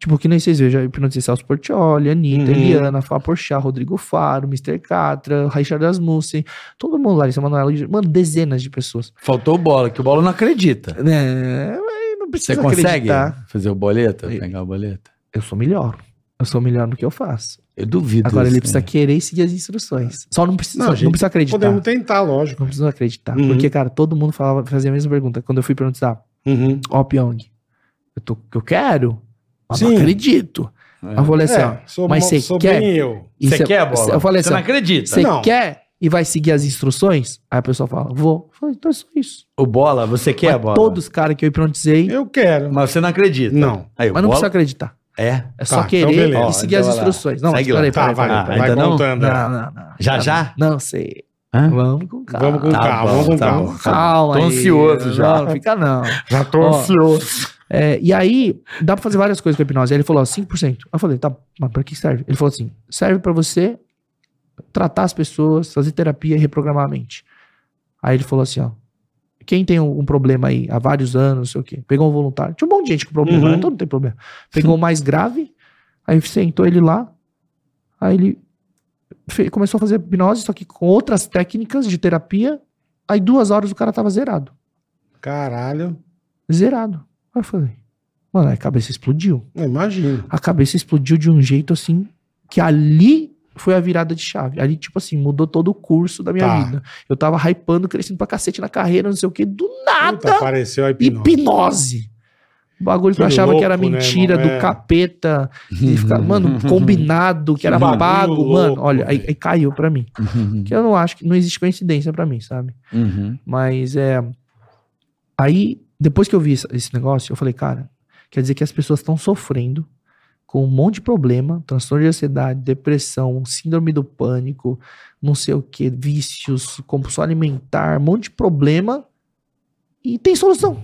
D: Tipo, que nem vocês vejam, hipnotizei Celso Portioli, Anitta,
C: Uhum.
D: Eliana, Fá Porchat, Rodrigo Faro, Mr. Catra, Richard Asmussen, todo mundo lá, Larissa Manoela, mano, dezenas de pessoas.
B: Faltou o bola, que o bola não acredita.
D: É, mas não precisa
B: Você consegue
D: acreditar.
B: fazer o boleta?
D: Eu-
B: Pegar o boleta?
D: Eu sou melhor. Eu sou melhor no que eu faço.
B: Eu duvido.
D: Agora
B: isso,
D: ele precisa
B: né?
D: querer e seguir as instruções. Só não precisa,
C: Não,
D: só- não,
C: gente,
D: precisa acreditar.
C: Podemos tentar, lógico.
D: Não precisa acreditar.
C: Uhum.
D: Porque, cara, todo mundo falava, fazia a mesma pergunta. Quando eu fui perguntar,
C: Uhum.
D: ó, Pyong, eu, tô, eu quero, mas não
C: Sim.
D: acredito. Aí Eu falei assim, ó,
C: É, sou,
D: mas
C: mo-
D: você
C: sou
D: quer?
C: bem eu.
D: e
A: Você
D: cê-
A: quer, bola?
D: Eu falei
A: Você
D: assim,
A: não
D: ó,
A: acredita.
D: você
C: Não.
D: quer e vai seguir as instruções? Aí a pessoa fala, vou. Eu falei, então é só isso.
B: O bola, você quer
D: Mas
B: bola?
D: todos os caras que eu hipnotizei,
C: Eu quero.
B: Mas você não acredita.
C: Não.
B: Aí, o
D: mas
B: bola...
D: não precisa acreditar.
B: É.
D: É só
C: então
D: querer
C: beleza.
D: e seguir
B: Ó, então vai
D: as
B: lá.
D: instruções. Não, mas
B: Segue lá.
D: peraí,
C: Tá,
D: Tá peraí,
C: vai,
D: peraí.
B: Ah,
C: vai
B: ainda não?
C: contando.
D: Não, não, não.
B: Já, já?
D: Não sei.
B: Hã?
D: Vamos com calma.
C: Vamos com
B: Tá
C: calma,
B: bom,
C: vamos com
B: tá
C: calma.
B: bom.
D: Calma
B: Tô
D: aí.
B: ansioso já.
D: Não, fica não.
C: Já tô
D: Ó.
C: ansioso.
D: É, e aí, dá pra fazer várias coisas com a hipnose. Aí ele falou, ó, 5%. Eu falei, tá, mas pra que serve? Ele falou assim, serve pra você tratar as pessoas, fazer terapia e reprogramar a mente. Aí ele falou assim, ó, quem tem um um problema aí há vários anos, não sei o quê, pegou um voluntário, tinha um monte de gente com problema,
C: Uhum.
D: né? então não tem problema. Pegou o mais grave, aí sentou ele lá, aí ele fe- começou a fazer hipnose, só que com outras técnicas de terapia, aí duas horas o cara tava zerado
C: Caralho.
D: zerado. Aí eu falei, mano, a cabeça explodiu.
C: Eu Imagino.
D: A cabeça explodiu de um jeito assim, que ali foi a virada de chave. Ali, tipo assim, mudou todo o curso da minha
C: Tá.
D: vida. Eu tava hypando, crescendo pra cacete na carreira, não sei o que, do
C: Puta,
D: nada,
C: apareceu a hipnose.
D: hipnose. O bagulho que eu
C: Que
D: achava que era
C: louco, né,
D: mentira,
C: irmão?
D: do
C: É.
D: capeta, de ficar, mano, combinado, que
C: Que
D: era
C: bagulho
D: pago, mano.
C: louco,
D: Olha, aí,
C: velho.
D: aí caiu pra mim.
B: Uhum.
D: Que eu não acho que não existe coincidência pra mim, sabe?
B: Uhum.
D: Mas é. Aí, depois que eu vi esse- esse negócio, eu falei, cara, quer dizer que as pessoas estão sofrendo com um monte de problema, transtorno de ansiedade, depressão, síndrome do pânico, não sei o que, vícios, compulsão alimentar, um monte de problema e tem solução.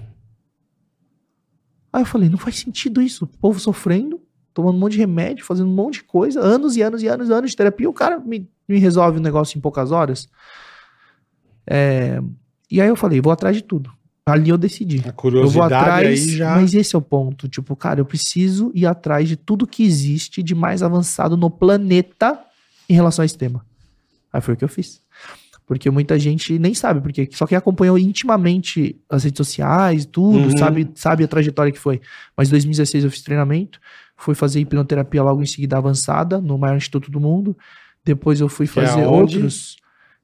D: Aí eu falei, não faz sentido isso. O povo sofrendo, tomando um monte de remédio, fazendo um monte de coisa, anos e anos e anos e anos de terapia, o cara me, me resolve o negócio em poucas horas. É, e aí eu falei, vou atrás de tudo. Ali eu decidi.
C: A
D: Eu vou
C: curiosidade
D: atrás,
C: aí já.
D: mas esse é o ponto. Tipo, cara, eu preciso ir atrás de tudo que existe de mais avançado no planeta em relação a esse tema. Aí foi o que eu fiz. Porque muita gente nem sabe, porque só quem acompanhou intimamente as redes sociais, tudo,
C: Uhum.
D: sabe, sabe a trajetória que foi. Mas em 2016 eu fiz treinamento, fui fazer hipnoterapia logo em seguida avançada, no maior instituto do mundo. Depois eu fui
C: Que é
D: fazer
C: aonde?
D: outros.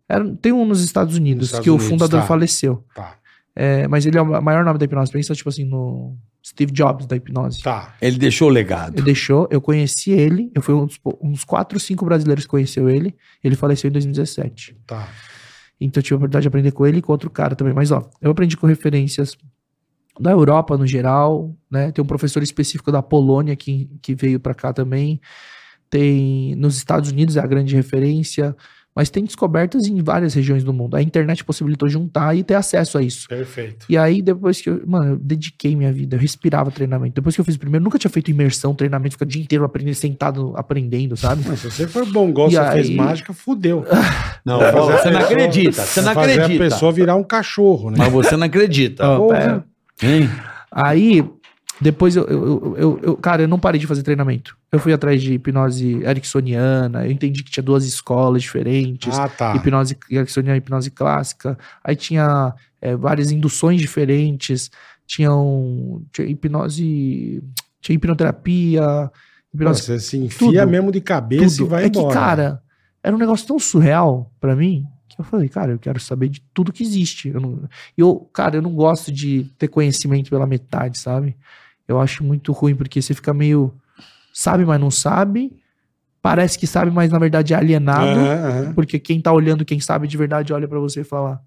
D: Era- tem um nos Estados Unidos,
C: Estados
D: que
C: Unidos,
D: o fundador
C: tá.
D: faleceu.
C: Tá,
D: É, mas ele é o maior nome da hipnose. Pensa, tipo assim, no Steve Jobs da hipnose.
C: tá.
B: Ele deixou o legado.
D: Ele deixou, eu conheci ele, eu fui um dos, pou- uns 4, 5 brasileiros que conheceu ele. Ele faleceu em 2017.
C: Tá.
D: Então eu tive a oportunidade de aprender com ele e com outro cara também. Mas ó, eu aprendi com referências da Europa no geral, né? Tem um professor específico da Polônia que, que veio pra cá também. Tem nos Estados Unidos é a grande referência, mas tem descobertas em várias regiões do mundo. A internet possibilitou juntar e ter acesso a isso.
C: Perfeito.
D: E aí, depois que eu, mano, eu dediquei minha vida, eu respirava treinamento. Depois que eu fiz o primeiro, nunca tinha feito imersão, treinamento, ficar o dia inteiro aprendendo, sentado aprendendo, sabe?
C: Mas se você for bom igual
D: E
C: você
D: aí-
C: fez mágica, fudeu.
B: Não,
C: Vai fazer a
B: você não
C: pessoa-
B: acredita. Você não
C: Vai fazer
B: acredita.
C: a pessoa virar um cachorro, né?
B: Mas você não
D: Tá,
B: acredita.
C: Porra.
B: Hein?
D: Aí, depois eu, eu, eu- eu- eu- cara, eu não parei de fazer treinamento. Eu fui atrás de hipnose ericksoniana, eu entendi que tinha duas escolas diferentes.
C: Ah, tá.
D: hipnose ericksoniana, hipnose clássica. Aí tinha é, várias induções diferentes, tinham tinha hipnose, tinha hipnoterapia,
C: Pô,
D: hipnose
C: Você se enfia
D: Tudo.
C: mesmo de cabeça e
D: tudo.
C: vai
D: é
C: embora.
D: que, cara, era um negócio tão surreal pra mim que eu falei, cara, eu quero saber de tudo que existe. Eu, não- eu, cara, eu não gosto de ter conhecimento pela metade, sabe? Eu acho muito ruim, porque você fica meio sabe, mas não sabe, parece que sabe, mas na verdade é alienado.
C: Aham, aham.
D: Porque quem tá olhando, quem sabe de verdade, olha pra você e fala: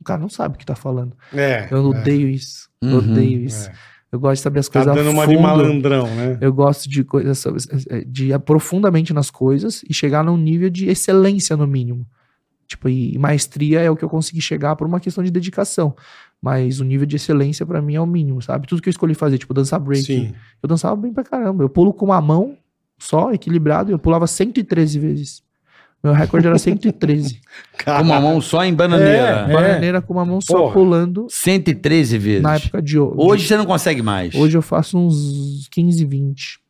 D: O cara não sabe o que tá falando.
C: É.
D: Eu
C: é,
D: odeio isso. eu
B: Uhum,
D: odeio isso.
C: é.
D: Eu gosto de saber as
C: Tá
D: coisas a
C: dando uma de
D: fundo.
C: malandrão, né?
D: Eu gosto de coisas sobre- eh, de ir profundamente nas coisas e chegar num nível de excelência no mínimo. Tipo, e maestria é o que eu consegui chegar por uma questão de dedicação. Mas o nível de excelência pra mim é o mínimo, sabe? Tudo que eu escolhi fazer, tipo dançar break.
C: Sim.
D: Eu dançava bem pra caramba. Eu pulo com uma mão só, equilibrado, e eu pulava 113 vezes. Meu recorde era 113.
B: Com uma mão só em bananeira.
C: É.
D: Bananeira com uma mão só
C: Porra.
D: pulando
B: 113 vezes.
D: na época de hoje.
B: Hoje você não consegue mais.
D: hoje eu faço uns 15, 20.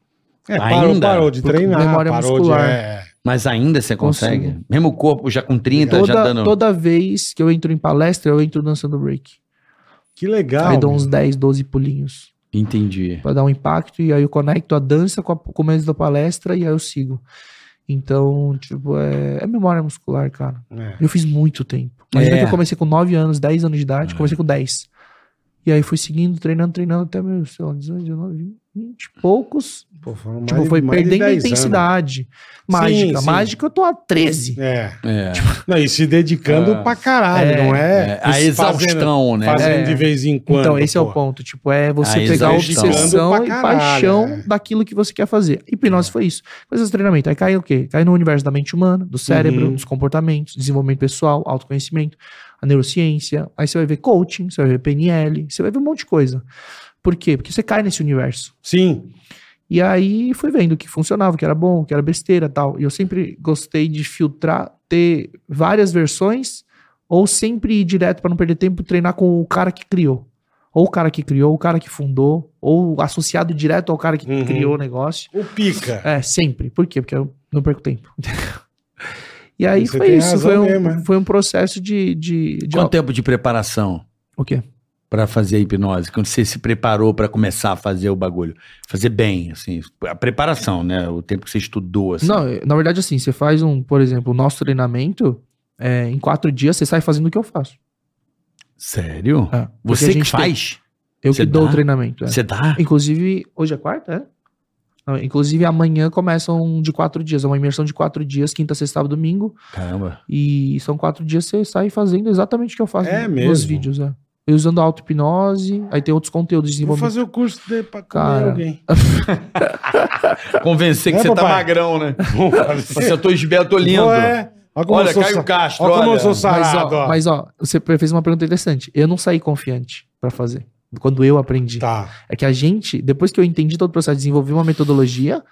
C: É, parou,
B: Ainda?
C: parou de
D: Por
C: treinar,
D: memória
C: parou
D: muscular.
C: de... é,
B: Mas ainda você consegue.
D: Consigo.
B: Mesmo o corpo já com 30, já
D: Toda,
B: dando.
D: toda vez que eu entro em palestra, eu entro dançando break.
C: Que legal.
D: aí dou uns
C: meu.
D: 10, 12 pulinhos
B: Entendi.
D: pra dar um impacto e aí eu conecto a dança com, a, com o começo da palestra e aí eu sigo. Então, tipo, é, é memória muscular, cara.
C: É.
D: Eu fiz muito tempo. Imagina
B: É.
D: que eu comecei com 9 anos, 10 anos de idade, comecei com 10. E aí fui seguindo, treinando, treinando até meus, sei lá, 18, 19, 20. 20 e poucos.
C: Pô, foram mais,
D: tipo, foi
C: mais de
D: perdendo a
C: 10 anos.
D: intensidade. Mágica.
C: sim.
D: Mágica, eu tô a 13.
C: É.
B: É.
C: Não, e se dedicando
B: É.
C: pra caralho,
D: É,
C: não é?
B: É, a exaustão, né?
C: Fazendo, fazendo
D: É.
C: de vez em quando.
D: então, esse é
C: pô.
D: o ponto. Tipo, é você
B: Aí
D: pegar a
B: exaustão.
D: obsessão
C: Pra
D: e
C: caralho,
D: paixão
C: é.
D: daquilo que você quer fazer. Hipnose foi isso. Fazer esse treinamento. Aí cai o quê? Cai no universo da mente humana, do cérebro,
C: Uhum.
D: dos comportamentos, desenvolvimento pessoal, autoconhecimento, a neurociência. Aí você vai ver coaching, você vai ver PNL, você vai ver um monte de coisa. Por quê? Porque você cai nesse universo.
C: Sim.
D: E aí fui vendo o que funcionava, o que era bom, o que era besteira tal. E eu sempre gostei de filtrar, ter várias versões, ou sempre ir direto para não perder tempo treinar com o cara que criou. Ou o cara que criou, o cara que fundou, ou associado direto ao cara que
C: Uhum.
D: criou o negócio.
C: O pica.
D: É, sempre. Por quê? Porque eu não perco tempo. e aí
C: Você
D: foi
C: tem
D: isso.
C: razão
D: Foi um,
C: mesmo, é.
D: foi um processo de. de, de-
B: Quanto tempo de preparação
D: O quê?
B: pra fazer a hipnose? Quando você se preparou pra começar a fazer o bagulho? Fazer bem, assim. A preparação, né? O tempo que você estudou, assim.
D: Não, na verdade, assim, você faz um, por exemplo, o nosso treinamento, é, em quatro dias você sai fazendo o que eu faço.
B: Sério?
D: É, porque a
B: Você que
D: gente tem-
B: faz?
D: Eu
B: Você
D: que dou
B: dá?
D: o treinamento. é.
B: Você tá dá?
D: Inclusive, hoje é quarta, é? Não, inclusive, amanhã começam de quatro dias. É uma imersão de quatro dias, quinta, sexta, sábado, domingo.
B: Caramba.
D: E são quatro dias você sai fazendo exatamente o que eu faço
C: É
D: no- nos
C: mesmo?
D: vídeos. É. E usando auto-hipnose, aí tem outros conteúdos de
C: Vou
D: desenvolvimento.
C: fazer o curso de pra comer
D: Cara.
C: alguém.
B: Convencer que
C: É,
B: você tá
C: papai?
B: magrão, né?
C: Vou
B: Você
C: fazer.
B: eu tô esbelto, eu tô lindo.
C: Pô, é. Olha como eu
B: Olha,
C: sou
B: Caio
C: sa-
B: Castro,
C: Olha como eu
B: olha.
C: sou
D: Mas
C: sarado.
D: ó,
C: ó.
D: mas, ó, você fez uma pergunta interessante. Eu não saí confiante pra fazer. Quando eu aprendi.
C: Tá.
D: É que a gente, depois que eu entendi todo o processo, desenvolvi uma metodologia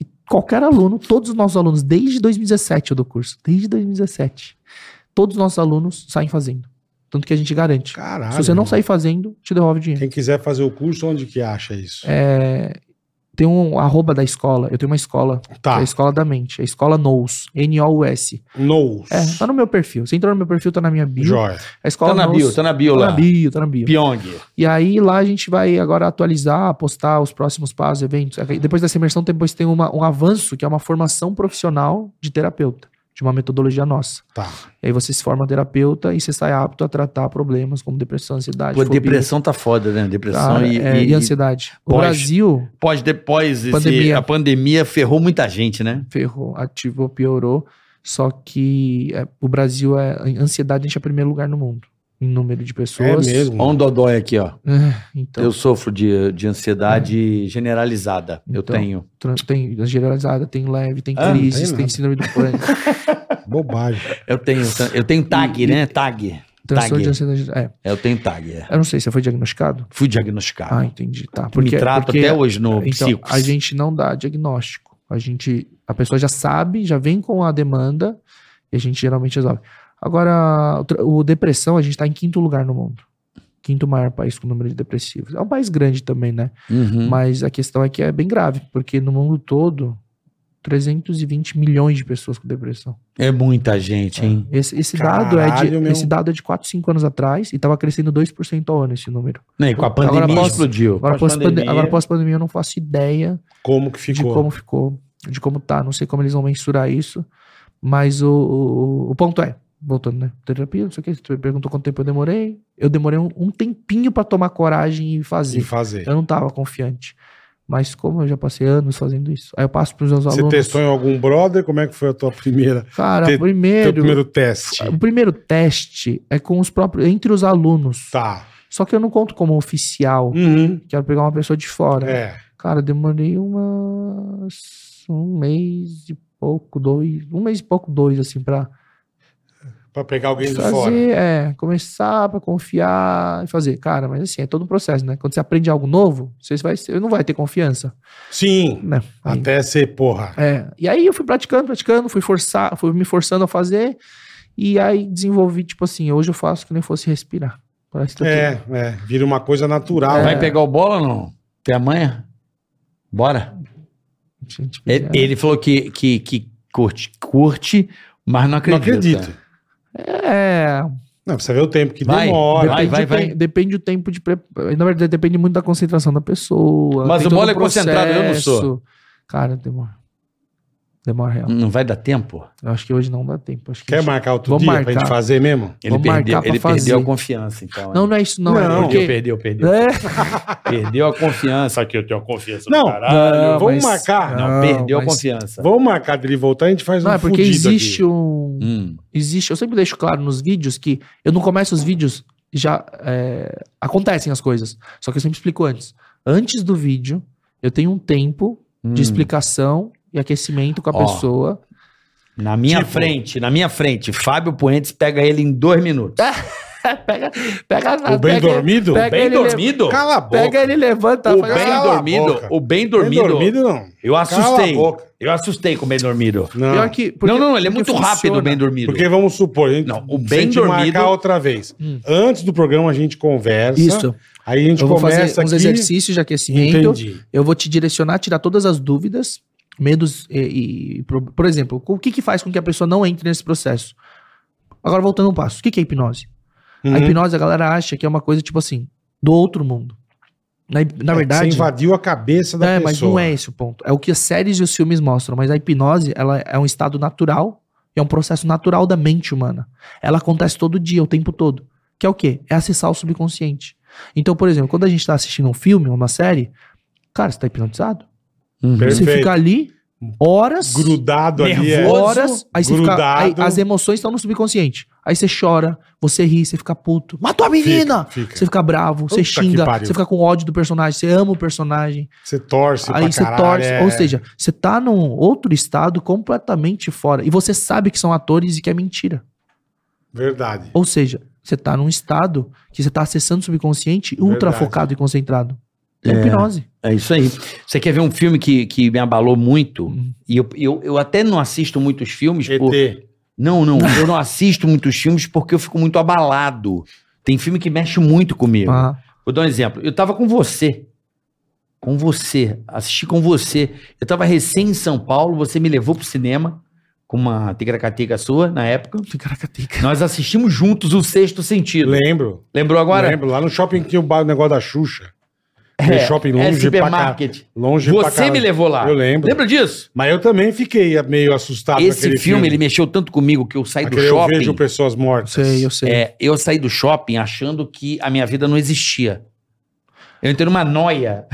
D: e qualquer aluno, todos os nossos alunos, desde 2017 eu dou curso, desde 2017, todos os nossos alunos saem fazendo. Tanto que a gente garante.
C: Caralho.
D: Se você não
C: mano.
D: sair fazendo, te devolve o dinheiro.
C: Quem quiser fazer o curso, onde que acha isso?
D: É, Tem um arroba da escola, eu tenho uma escola, que é
C: Tá.
D: a escola da mente, é a escola Nous, N-O-U-S.
C: Nous.
D: É, tá no meu perfil. Você entrou no meu perfil, tá na minha bio.
C: Joia.
D: A
B: Tá
D: escola
B: na
D: Nous-
B: bio, tá na bio
D: Tá
B: lá.
D: na bio, tá na bio.
B: Pyong.
D: E aí lá a gente vai agora atualizar, postar os próximos passos, eventos. Aí, Depois dessa imersão, depois tem uma- um avanço, que é uma formação profissional de terapeuta, de uma metodologia nossa.
C: Tá.
D: E aí você se forma terapeuta e você sai apto a tratar problemas como depressão, ansiedade,
B: Pô,
D: fobia,
B: depressão tá foda, né? Depressão
D: cara,
B: e,
D: é,
B: e-
D: e ansiedade. O
B: pós-
D: Brasil
B: Pós, depois, esse-
D: Pandemia.
B: a pandemia ferrou muita gente, né?
D: ferrou, ativou, piorou, só que é, o Brasil é em ansiedade a gente é primeiro lugar no mundo em número de
C: É
D: pessoas.
C: mesmo.
B: Olha um dodói aqui, ó.
D: Então,
B: eu sofro de, de ansiedade generalizada. Eu
D: Então.
B: tenho.
D: tran- tem generalizada, tem leve, tem
B: Ah, não
C: tem
D: crises, tem
C: nada.
D: síndrome do pânico.
C: Bobagem.
B: Eu tenho. Eu tenho tag,
D: E-
B: né? Tag.
D: Transtorno de
B: Tag.
D: ansiedade. É,
B: Eu tenho tag. é.
D: eu não sei, você foi diagnosticado?
B: Fui diagnosticado.
D: Ah, entendi. Tá.
B: Me trato até hoje no
D: então,
B: psico.
D: A gente não dá diagnóstico. A gente. A pessoa já sabe, já vem com a demanda e a gente geralmente resolve. Agora, o tra- o depressão, a gente tá em quinto lugar no mundo. Quinto maior país com número de depressivos. É um país grande também, né?
B: Uhum.
D: Mas a questão é que é bem grave, porque no mundo todo, 320 milhões de pessoas com depressão.
B: É muita gente, hein?
D: Esse, esse
C: Caralho,
D: dado é de,
C: meu.
D: esse dado é de 4, 5 anos atrás e tava crescendo 2% ao ano esse número.
B: Né, e com a
D: Agora
B: pandemia
D: pós-
B: explodiu.
D: Agora
B: Pós-pandemia.
D: pós-pandemia, agora pós-pandemia eu não faço ideia
C: Como que
D: de
C: ficou?
D: como ficou, de como tá, não sei como eles vão mensurar isso, mas o, o, o ponto é, voltando, né, terapia, não sei o que, você perguntou quanto tempo eu demorei, eu demorei um, um tempinho pra tomar coragem e
C: de
D: fazer,
C: fazer.
D: eu não tava confiante, mas como eu já passei anos fazendo isso, aí eu passo pros meus
C: Você
D: alunos,
C: testou em algum brother? Como é que foi a tua primeira,
D: cara,
C: te- teu
D: primeiro,
C: primeiro teste?
D: o primeiro teste é com os próprios, entre os alunos,
C: Tá.
D: só que eu não conto como oficial,
C: Uhum.
D: quero pegar uma pessoa de fora,
C: É.
D: Cara, demorei umas. Um mês e pouco, dois. Um mês e pouco, dois, assim, pra
C: Pra pegar alguém Um de fora.
D: fazer, é, começar pra confiar e fazer. Cara, mas assim, é todo um processo, né? Quando você aprende algo novo, você vai, você não vai ter confiança.
C: Sim.
D: Né? Aí-
C: Até ser, porra.
D: é, e aí eu fui praticando, praticando, fui forçar, fui me forçando a fazer. E aí desenvolvi, tipo assim, hoje eu faço que nem fosse respirar. Parece que eu tô-
C: É, é. Vira uma coisa natural.
B: Ah, Vai
D: É.
B: pegar o bola ou não? Tem amanhã? Bora.
D: Gente,
B: Ele,
D: é,
B: ele falou que, que, que curte, curte, mas não
C: Não
B: acredita.
C: acredito.
D: é,
C: Não, precisa ver o tempo que
B: Vai.
C: demora.
B: Vai,
D: Depende, o
B: vai.
D: tem- depende o tempo de pre- Na verdade, depende muito da concentração da pessoa.
B: Mas
D: tem
B: o
D: todo
B: Bola é
D: um
B: concentrado, eu não sou.
D: processo. Cara, demora. Demora real.
B: Não vai dar tempo?
D: Eu acho que hoje não dá tempo. Acho que a
C: Quer
D: gente-
C: marcar outro
D: Vamos
C: dia pra
D: marcar.
C: gente fazer mesmo?
B: Ele,
D: Vamos marcar
B: perdeu,
D: pra
B: ele
D: fazer.
B: perdeu a confiança, então.
D: Não,
B: né?
D: não é isso, não. é
C: Não,
D: porque-
B: Perdeu, perdeu, perdeu.
D: É.
B: Perdeu a confiança.
A: Só que eu tenho confiança
C: Não.
A: no caralho.
D: Não,
C: vamos
D: mas-
C: marcar.
B: Não,
D: Não,
B: perdeu a
D: mas-
B: confiança.
C: Vamos marcar dele voltar e a gente faz
D: Não,
C: um
D: é porque
C: fudido
D: existe
C: aqui.
D: um.
B: Hum.
D: existe. Eu sempre deixo claro nos vídeos que eu não começo os vídeos já é, acontecem as coisas. Só que eu sempre explico antes. Antes do vídeo, eu tenho um tempo de
B: Hum.
D: explicação e aquecimento com a
B: Ó.
D: pessoa.
B: Na minha
A: Tipo-
B: frente, na minha frente, Fábio Puentes pega ele em dois minutos.
D: pega, pega,
C: O bem
D: Ah, pega,
C: dormido?
D: pega
B: bem
D: ele, le-
B: dormido?
C: Cala a boca.
D: Pega ele, levanta.
B: O
D: faz- assim,
B: bem
C: Cala a
B: dormido,
C: boca.
B: o bem
C: Bem
B: dormido,
C: dormido não.
B: eu assustei.
C: Cala a boca.
B: Eu assustei com o bem dormido.
C: Não.
D: Pior que, porque-
B: não, não, ele é
D: porque
B: muito
D: funciona.
B: rápido o bem dormido.
C: Porque vamos supor, a gente,
B: Não, o
C: se
B: bem
C: a gente
B: dormido-
C: marcar outra vez.
D: Hum.
C: Antes do programa a gente conversa.
D: Isso.
C: Aí a gente
D: Eu vou fazer
C: começa
D: uns
C: aqui.
D: exercícios de aquecimento.
C: Entendi.
D: Eu vou te direcionar, tirar todas as dúvidas, medos e. e- pro- por exemplo, o que, que faz com que a pessoa não entre nesse processo? Agora, voltando um passo, o que, que é hipnose?
C: Uhum.
D: A hipnose, a galera acha que é uma coisa, tipo assim, do outro mundo. Na, na
C: É que
D: verdade.
C: Você invadiu a cabeça da
D: é,
C: pessoa.
D: mas não é esse o ponto. É o que as séries e os filmes mostram, mas a hipnose, ela é um estado natural, é um processo natural da mente humana. Ela acontece todo dia, o tempo todo. Que é o quê? É acessar o subconsciente. Então, por exemplo, quando a gente tá assistindo um filme, uma série, cara, você tá hipnotizado.
C: Perfeito.
D: Você fica ali horas,
C: Grudado ali. é.
B: Nervoso.
D: horas, aí você fica, aí
C: grudado.
D: as emoções estão no subconsciente. Aí você chora, você ri, você fica puto. Matou a menina!
C: Fica,
D: Você
C: fica.
D: fica bravo,
C: Puta
D: você
C: que
D: xinga,
C: pariu.
D: você fica com ódio do personagem, você ama o personagem.
C: Você torce pra
D: aí você
C: caralho,
D: torce.
C: é.
D: Ou seja, você tá num outro estado completamente fora. E você sabe que são atores e que é mentira.
C: Verdade.
D: Ou seja, você tá num estado que você tá acessando o subconsciente ultra
C: Verdade.
D: focado e concentrado. É,
B: É.
D: hipnose.
B: É isso aí. Você quer ver um filme que, que me abalou muito?
D: Uhum.
B: E eu, eu, eu até não assisto muitos filmes. por-
C: ET.
D: tipo,
B: Não, não, eu não assisto muitos filmes porque eu fico muito abalado. Tem filme que mexe muito comigo.
D: Ah,
B: Vou dar um exemplo. Eu tava com você. Com você. Assisti com você. Eu tava recém em São Paulo, você me levou pro cinema com uma ticaracateca sua na época.
D: ticaracateca.
B: Nós assistimos juntos o Sexto Sentido.
C: Lembro.
B: Lembrou agora?
C: Lembro. Lá no shopping tinha o ba- negócio da Xuxa.
B: É,
C: É, shopping
B: é
C: longe pra cá.
B: supermarket.
C: Longe pra
B: Você
C: caralho.
B: me levou lá.
C: Eu lembro.
B: Lembra disso?
C: Mas eu também fiquei meio assustado com
B: Esse
C: aquele
B: filme, ele mexeu tanto comigo que eu saí
C: Aquele
B: do shopping.
C: Eu vejo pessoas
D: Eu
C: mortas.
D: sei, eu sei.
B: É, eu saí do shopping achando que a minha vida não existia. Eu entrei numa noia.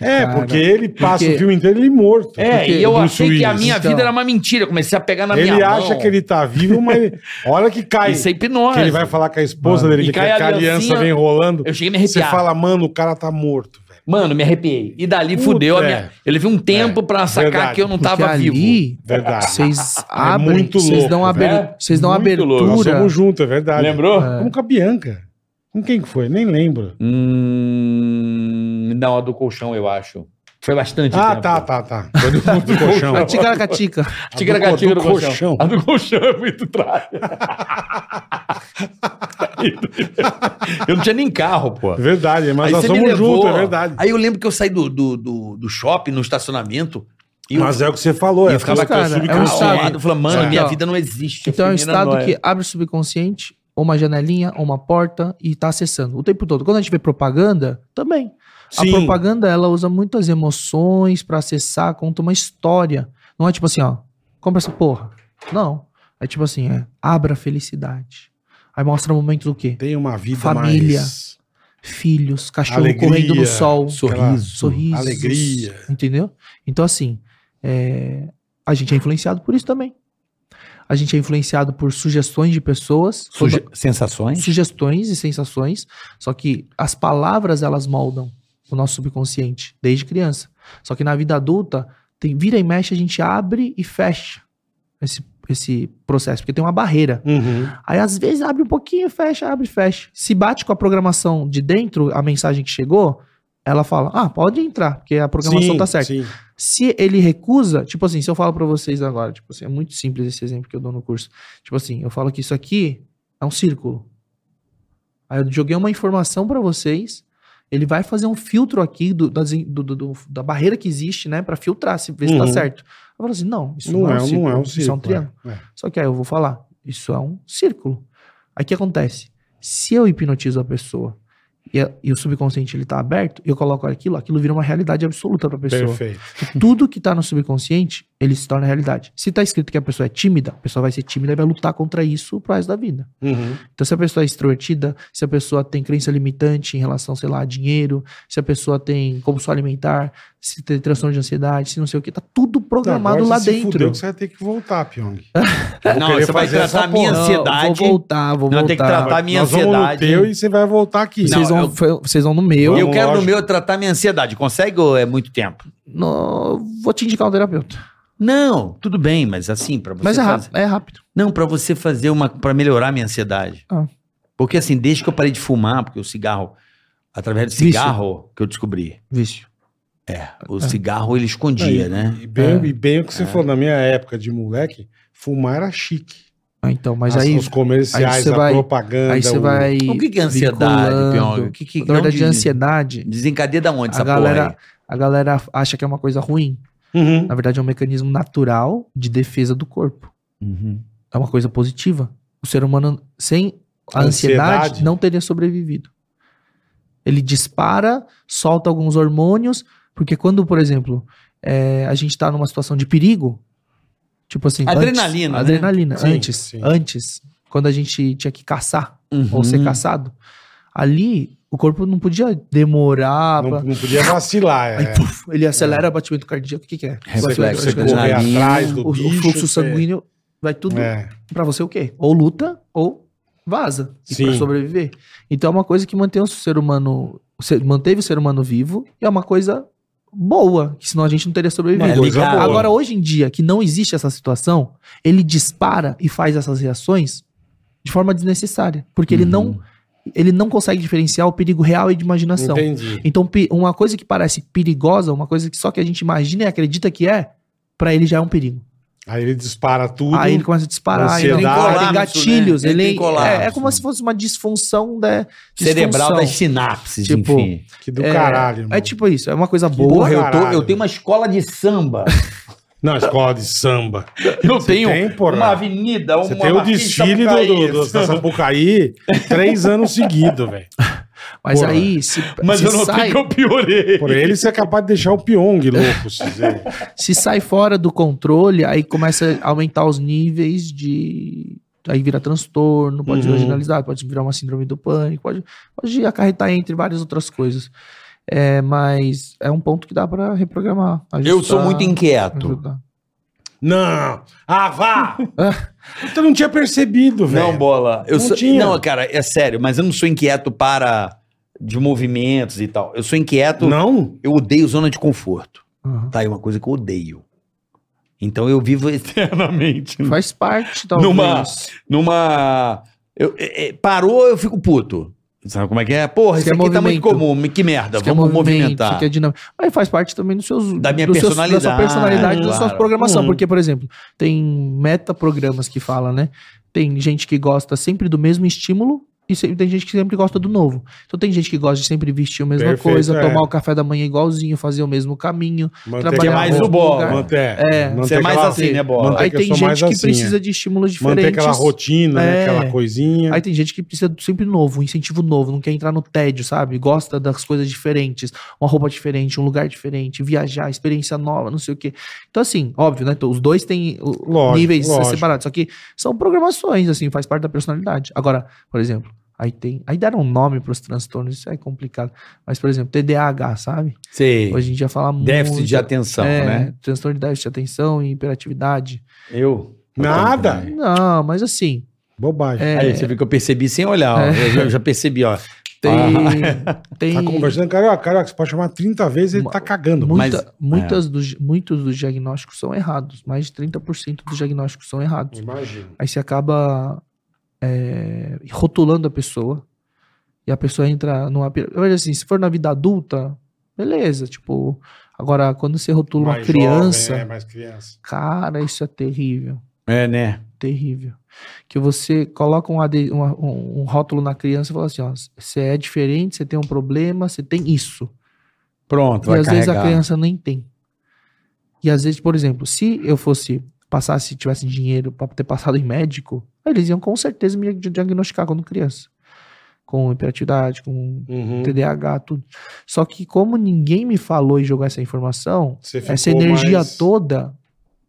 C: É,
D: Cara,
C: porque ele passa
D: porque-
C: o filme inteiro ele morto.
B: É,
D: Porque
B: e eu
C: Bruce
B: achei que a
C: Willis,
B: minha
D: então.
B: vida era uma mentira. Eu Comecei a pegar na
C: ele
B: minha
C: acha
B: mão.
C: que ele tá vivo, mas ele- a hora que cai,
B: Isso é
C: que
B: hipnose.
C: ele vai falar com a esposa
D: Mano.
C: dele,
B: E
C: que, é
B: cai
C: que a
B: a
C: aliança
B: aliancinha,
C: vem rolando,
B: Eu cheguei a me
C: você
B: arrepiar.
C: fala, mano, o cara tá morto, velho.
B: Mano, me arrepiei. E dali
C: Puta,
B: fudeu a
C: é.
B: minha... Eu levei um tempo pra sacar
C: verdade.
B: que eu não
D: Porque
B: tava vivo.
D: ali,
C: Verdade.
D: vocês abrem,
C: É muito
D: vocês
C: louco,
D: dão, aber-
B: velho.
D: vocês dão
B: Muito louco.
C: Nós
D: abertura.
C: somos juntos, é verdade.
B: Lembrou?
C: Como com a Bianca. Com quem que foi? Nem lembro.
B: Hum, não, a do colchão, eu acho. Foi bastante
C: Ah,
B: tempo.
C: tá, tá, tá. Foi do fundo do colchão.
D: A ticaracatica.
B: A Ticaracatica
C: A
B: do,
C: do colchão.
B: colchão. A do colchão é muito traia. eu não tinha nem carro, pô.
C: Verdade, mas
B: Aí
C: nós
B: você me
C: somos
B: levou.
C: juntos, é verdade.
B: Aí eu lembro que eu saí do, do, do, do shopping, no estacionamento, e eu,
C: Mas é o que você falou,
B: e
C: é
B: eu ficava
C: coisa que eu
D: cara,
C: subi
D: é
C: com
D: um
C: a
D: estado.
B: calado, falando, mano,
D: Então,
B: minha vida não existe. eu
D: Então é um
B: fiquei na
D: estado
B: noia.
D: que abre o subconsciente, ou uma janelinha, ou uma porta, e tá acessando o tempo todo. Quando a gente vê propaganda, também.
C: Sim.
D: A propaganda, ela usa muitas emoções pra acessar, conta uma história. Não é tipo assim, ó, compra essa porra. Não. É tipo assim, é, abra a felicidade. Aí mostra o momento do quê?
C: Tem uma vida
D: Família.
C: mais...
D: Filhos, cachorro
C: Alegria,
D: correndo no sol.
C: sorriso,
D: sorriso.
C: alegria.
D: Entendeu? Então, assim, é, a gente é influenciado por isso também. A gente é influenciado por sugestões de pessoas,
B: Suge-
D: toda-
B: Sensações?
D: sugestões e sensações, só que as palavras elas moldam o nosso subconsciente desde criança. Só que na vida adulta, tem, vira e mexe, a gente abre e fecha esse, esse processo, porque tem uma barreira.
C: Uhum.
D: Aí às vezes abre um pouquinho, fecha, abre, fecha. Se bate com a programação de dentro, a mensagem que chegou, ela fala: "Ah, pode entrar, porque a programação tá certa".
C: Sim.
D: Se ele recusa, tipo assim, se eu falo pra vocês agora, tipo assim, é muito simples esse exemplo que eu dou no curso. Tipo assim, eu falo que isso aqui é um círculo. Aí eu joguei uma informação pra vocês, ele vai fazer um filtro aqui do, das- do- do- do- da barreira que existe, né, Pra filtrar, se ver se tá
C: Uhum.
D: certo. Eu falo assim, não, isso
C: Não, é, não é um
D: isso é um
C: círculo.
D: triângulo.
C: é. É.
D: Só que aí eu vou falar, isso é um círculo. Aí o que acontece? Se eu hipnotizo a pessoa e, a- e o subconsciente ele tá aberto, eu coloco aquilo, aquilo vira uma realidade absoluta pra pessoa.
C: Perfeito.
D: Tudo que tá no subconsciente, ele se torna realidade. Se tá escrito que a pessoa é tímida, a pessoa vai ser tímida e vai lutar contra isso pro resto da vida.
C: Uhum.
D: Então, se a pessoa é extrovertida, se a pessoa tem crença limitante em relação, sei lá, a dinheiro, se a pessoa tem compulsão alimentar, se tem transtorno de ansiedade, se não sei o que, tá tudo programado
C: Agora
D: lá
C: você se
D: dentro.
C: fudeu que você vai ter que voltar, Pyong.
B: Não,
C: querer
B: você vai
C: fazer essa
B: tratar a minha
C: porra.
D: Não,
B: ansiedade.
D: Vou voltar, vou
B: Não,
D: voltar.
B: tem que tratar Tá a minha
C: Nós vamos no
B: ansiedade.
C: teu e você vai voltar aqui.
B: Não,
D: Vocês, vão,
B: eu-
D: foi- vocês vão no meu.
B: eu
C: Vamos,
B: quero no
C: lógico.
B: meu tratar minha ansiedade. Consegue ou é muito tempo?
D: No- vou te indicar um terapeuta.
B: Não, tudo bem, mas assim, pra você.
D: Mas é
B: fazer-
D: rápido, é rápido.
B: Não, pra você fazer uma. pra melhorar a minha ansiedade.
D: Ah.
B: Porque assim, desde que eu parei de fumar, porque o cigarro. Através do
D: Vício. É.
B: cigarro que eu descobri.
D: Vício.
B: O cigarro ele escondia,
C: e,
B: né?
C: E bem,
D: É.
C: e bem o que você falou, na minha época de moleque, fumar era chique.
D: Ah, então, mas
C: As-
D: aí,
C: os comerciais,
D: aí você
C: a
D: vai-
C: propaganda.
D: aí você
C: o-
D: vai.
B: O que, que é ansiedade,
D: vinculando.
B: Pyong? O que, que
D: Na verdade, é
B: não de-
D: ansiedade,
B: Desencadeia da onde
D: a
B: essa
D: galera,
B: porra? aí?
D: a galera acha que é uma coisa ruim.
C: Uhum.
D: Na verdade, é um mecanismo natural de defesa do corpo.
B: Uhum.
D: É uma coisa positiva. O ser humano, sem a ansiedade,
C: Ansiedade.
D: não teria sobrevivido. Ele dispara, solta alguns hormônios, porque quando, por exemplo, é, a gente tá numa situação de perigo, tipo assim. antes-
B: Adrenalina, né?
D: adrenalina.
C: Sim,
D: antes,
C: sim.
D: antes, quando a gente tinha que caçar ou ser
B: Uhum.
D: caçado, ali o corpo não podia demorar.
C: Não,
D: pra-
C: não podia vacilar. é.
D: Aí, puf, ele acelera o batimento cardíaco. O que, que é?
B: Reflexo
C: você
D: Reflexo
C: correr
B: adrenalina,
C: atrás do
D: o, o
C: bicho.
D: fluxo
C: você-
D: sanguíneo vai tudo
C: É.
D: pra você o quê? Ou luta ou vaza e
C: Sim.
D: pra sobreviver. Então é uma coisa que mantém o ser humano, o ser- manteve o ser humano vivo e é uma coisa boa, que senão a gente não teria
C: Uma
B: É
D: sobrevivido.
C: coisa
B: ligado.
C: boa.
D: Agora hoje em dia que não existe essa situação, ele dispara e faz essas reações de forma desnecessária, porque
C: Uhum.
D: ele não ele não consegue diferenciar o perigo real e de imaginação.
C: Entendi.
D: Então, pe- uma coisa que parece perigosa, uma coisa que só que a gente imagina e acredita que é, pra ele já é um perigo.
C: Aí ele dispara tudo.
D: Aí ele começa a disparar, aí
C: Ansiedade.
D: ele
B: Ele
D: tem
B: tem
D: gatilhos,
B: colapso, né? Ele
D: ele,
B: tem colapso.
D: é, é como se fosse uma disfunção da
B: Cerebral das
D: disfunção.
B: sinapses,
D: Tipo,
B: enfim.
C: Que do caralho. irmão.
D: É tipo isso, é uma coisa boa.
B: Porra, eu, tô-
C: caralho.
B: eu tenho uma escola de samba.
C: Não, escola de samba.
B: Eu
C: Você
B: tenho
C: tem, porra?
B: uma avenida, uma
C: Você tem o
B: Marquês de
C: desfile do,
B: Sapucaí.
C: do, do, da Sapucaí três anos seguidos, velho.
D: Mas
C: porra.
D: aí, se,
B: Mas
D: se
B: eu não
D: sai,
B: sei que eu piorei.
C: Por ele, você é capaz de deixar o Pyong louco. Se dizer.
D: se sai fora do controle, aí começa a aumentar os níveis de. Aí vira transtorno, pode
C: Uhum.
D: virar generalizado, pode virar uma síndrome do pânico, pode, pode acarretar entre várias outras coisas. É, mas é um ponto que dá pra reprogramar.
B: Eu sou
D: ajustar,
B: muito inquieto.
D: ajudar.
C: Não! Ah, vá! Você não tinha percebido, velho.
B: Não, bola. Eu
C: Não
B: sou-
C: tinha.
B: não, cara, é sério, mas eu não sou inquieto para de movimentos e tal. Eu sou inquieto.
C: Não?
B: Eu odeio zona de conforto.
D: Uhum.
B: Tá aí uma coisa que eu odeio. Então eu vivo
C: né?
B: eternamente
D: Faz parte, talvez.
B: Numa- numa. eu- é- é- parou, eu fico puto. Sabe como é que é? Porra,
D: Isso
B: isso,
D: é
B: aqui tá muito
D: movimento.
B: comum. Que merda,
D: Isso que é
B: vamos
D: movimento,
B: movimentar.
D: isso que é dinâmica. Mas faz parte também dos seus,
B: Da minha
D: dos seus- da
B: personalidade,
D: sua personalidade, da sua
B: claro.
D: programação.
C: Uhum.
D: Porque, por exemplo, tem metaprogramas que fala, né? Tem gente que gosta sempre do mesmo estímulo e se- tem gente que sempre gosta do novo. Então tem gente que gosta de sempre vestir a mesma
C: Perfeito,
D: coisa,
C: é.
D: tomar o café da manhã igualzinho, fazer o mesmo caminho.
C: Manter
D: Trabalhar
C: aquela
B: mais
C: ro-
B: o né? bola.
C: Manter,
D: É,
C: manter
B: Você é mais
C: aquela-
B: assim, né, bola?
C: manter
D: Aí
C: que eu
D: tem
C: sou
D: gente
C: mais
D: que
C: assim,
D: precisa de estímulos diferentes.
C: Manter aquela rotina, né?
D: É.
C: Aquela coisinha.
D: Aí tem gente que precisa do sempre novo, um incentivo novo, não quer entrar no tédio, sabe? Gosta das coisas diferentes, uma roupa diferente, um lugar diferente, viajar, experiência nova, não sei o quê. Então, assim, óbvio, né? Então, os dois têm o-
C: Lógico,
D: níveis
C: lógico.
D: separados, só que são programações, assim, faz parte da personalidade. Agora, por exemplo, aí tem. Aí deram um nome para os transtornos, isso é complicado. Mas, por exemplo, TDAH, sabe?
B: Sei.
D: Hoje em dia fala muito.
B: Déficit de atenção,
D: é,
B: né?
D: Transtorno de déficit de atenção e hiperatividade.
B: Eu.
C: Nada.
B: também.
D: Não, mas assim.
C: Bobagem.
D: É,
B: Aí você vê que eu percebi sem olhar, ó. Eu já, já percebi, ó.
D: tem.
B: Ah,
D: tem
C: Tá conversando, carioca, carioca, você pode chamar 30 vezes, ele tá cagando.
D: Muita-
B: Mas-
D: muitas dos, muitos dos diagnósticos são errados. Mais de 30% dos diagnósticos são errados.
C: Imagina.
D: Aí você acaba é, rotulando a pessoa. E a pessoa entra numa. pira- Mas assim, se for na vida adulta, beleza. Tipo, agora quando você rotula uma
C: Mais
D: criança,
C: jovem, é, mais criança.
D: cara, isso é terrível.
B: É, né?
D: Terrível. Que você coloca um, ade- uma- um- um rótulo na criança e fala assim: ó, você é diferente, você tem um problema, você tem isso.
B: Pronto,
D: E
B: vai
D: às vezes a
B: carregar.
D: criança nem tem. E às vezes, por exemplo, se eu fosse passar, se tivesse dinheiro pra ter passado em médico, eles iam com certeza me di- diagnosticar quando criança. com hiperatividade, com
C: Uhum.
D: TDAH, tudo. Só que como ninguém me falou e jogou essa informação,
C: Você ficou
D: essa energia
C: mais
D: toda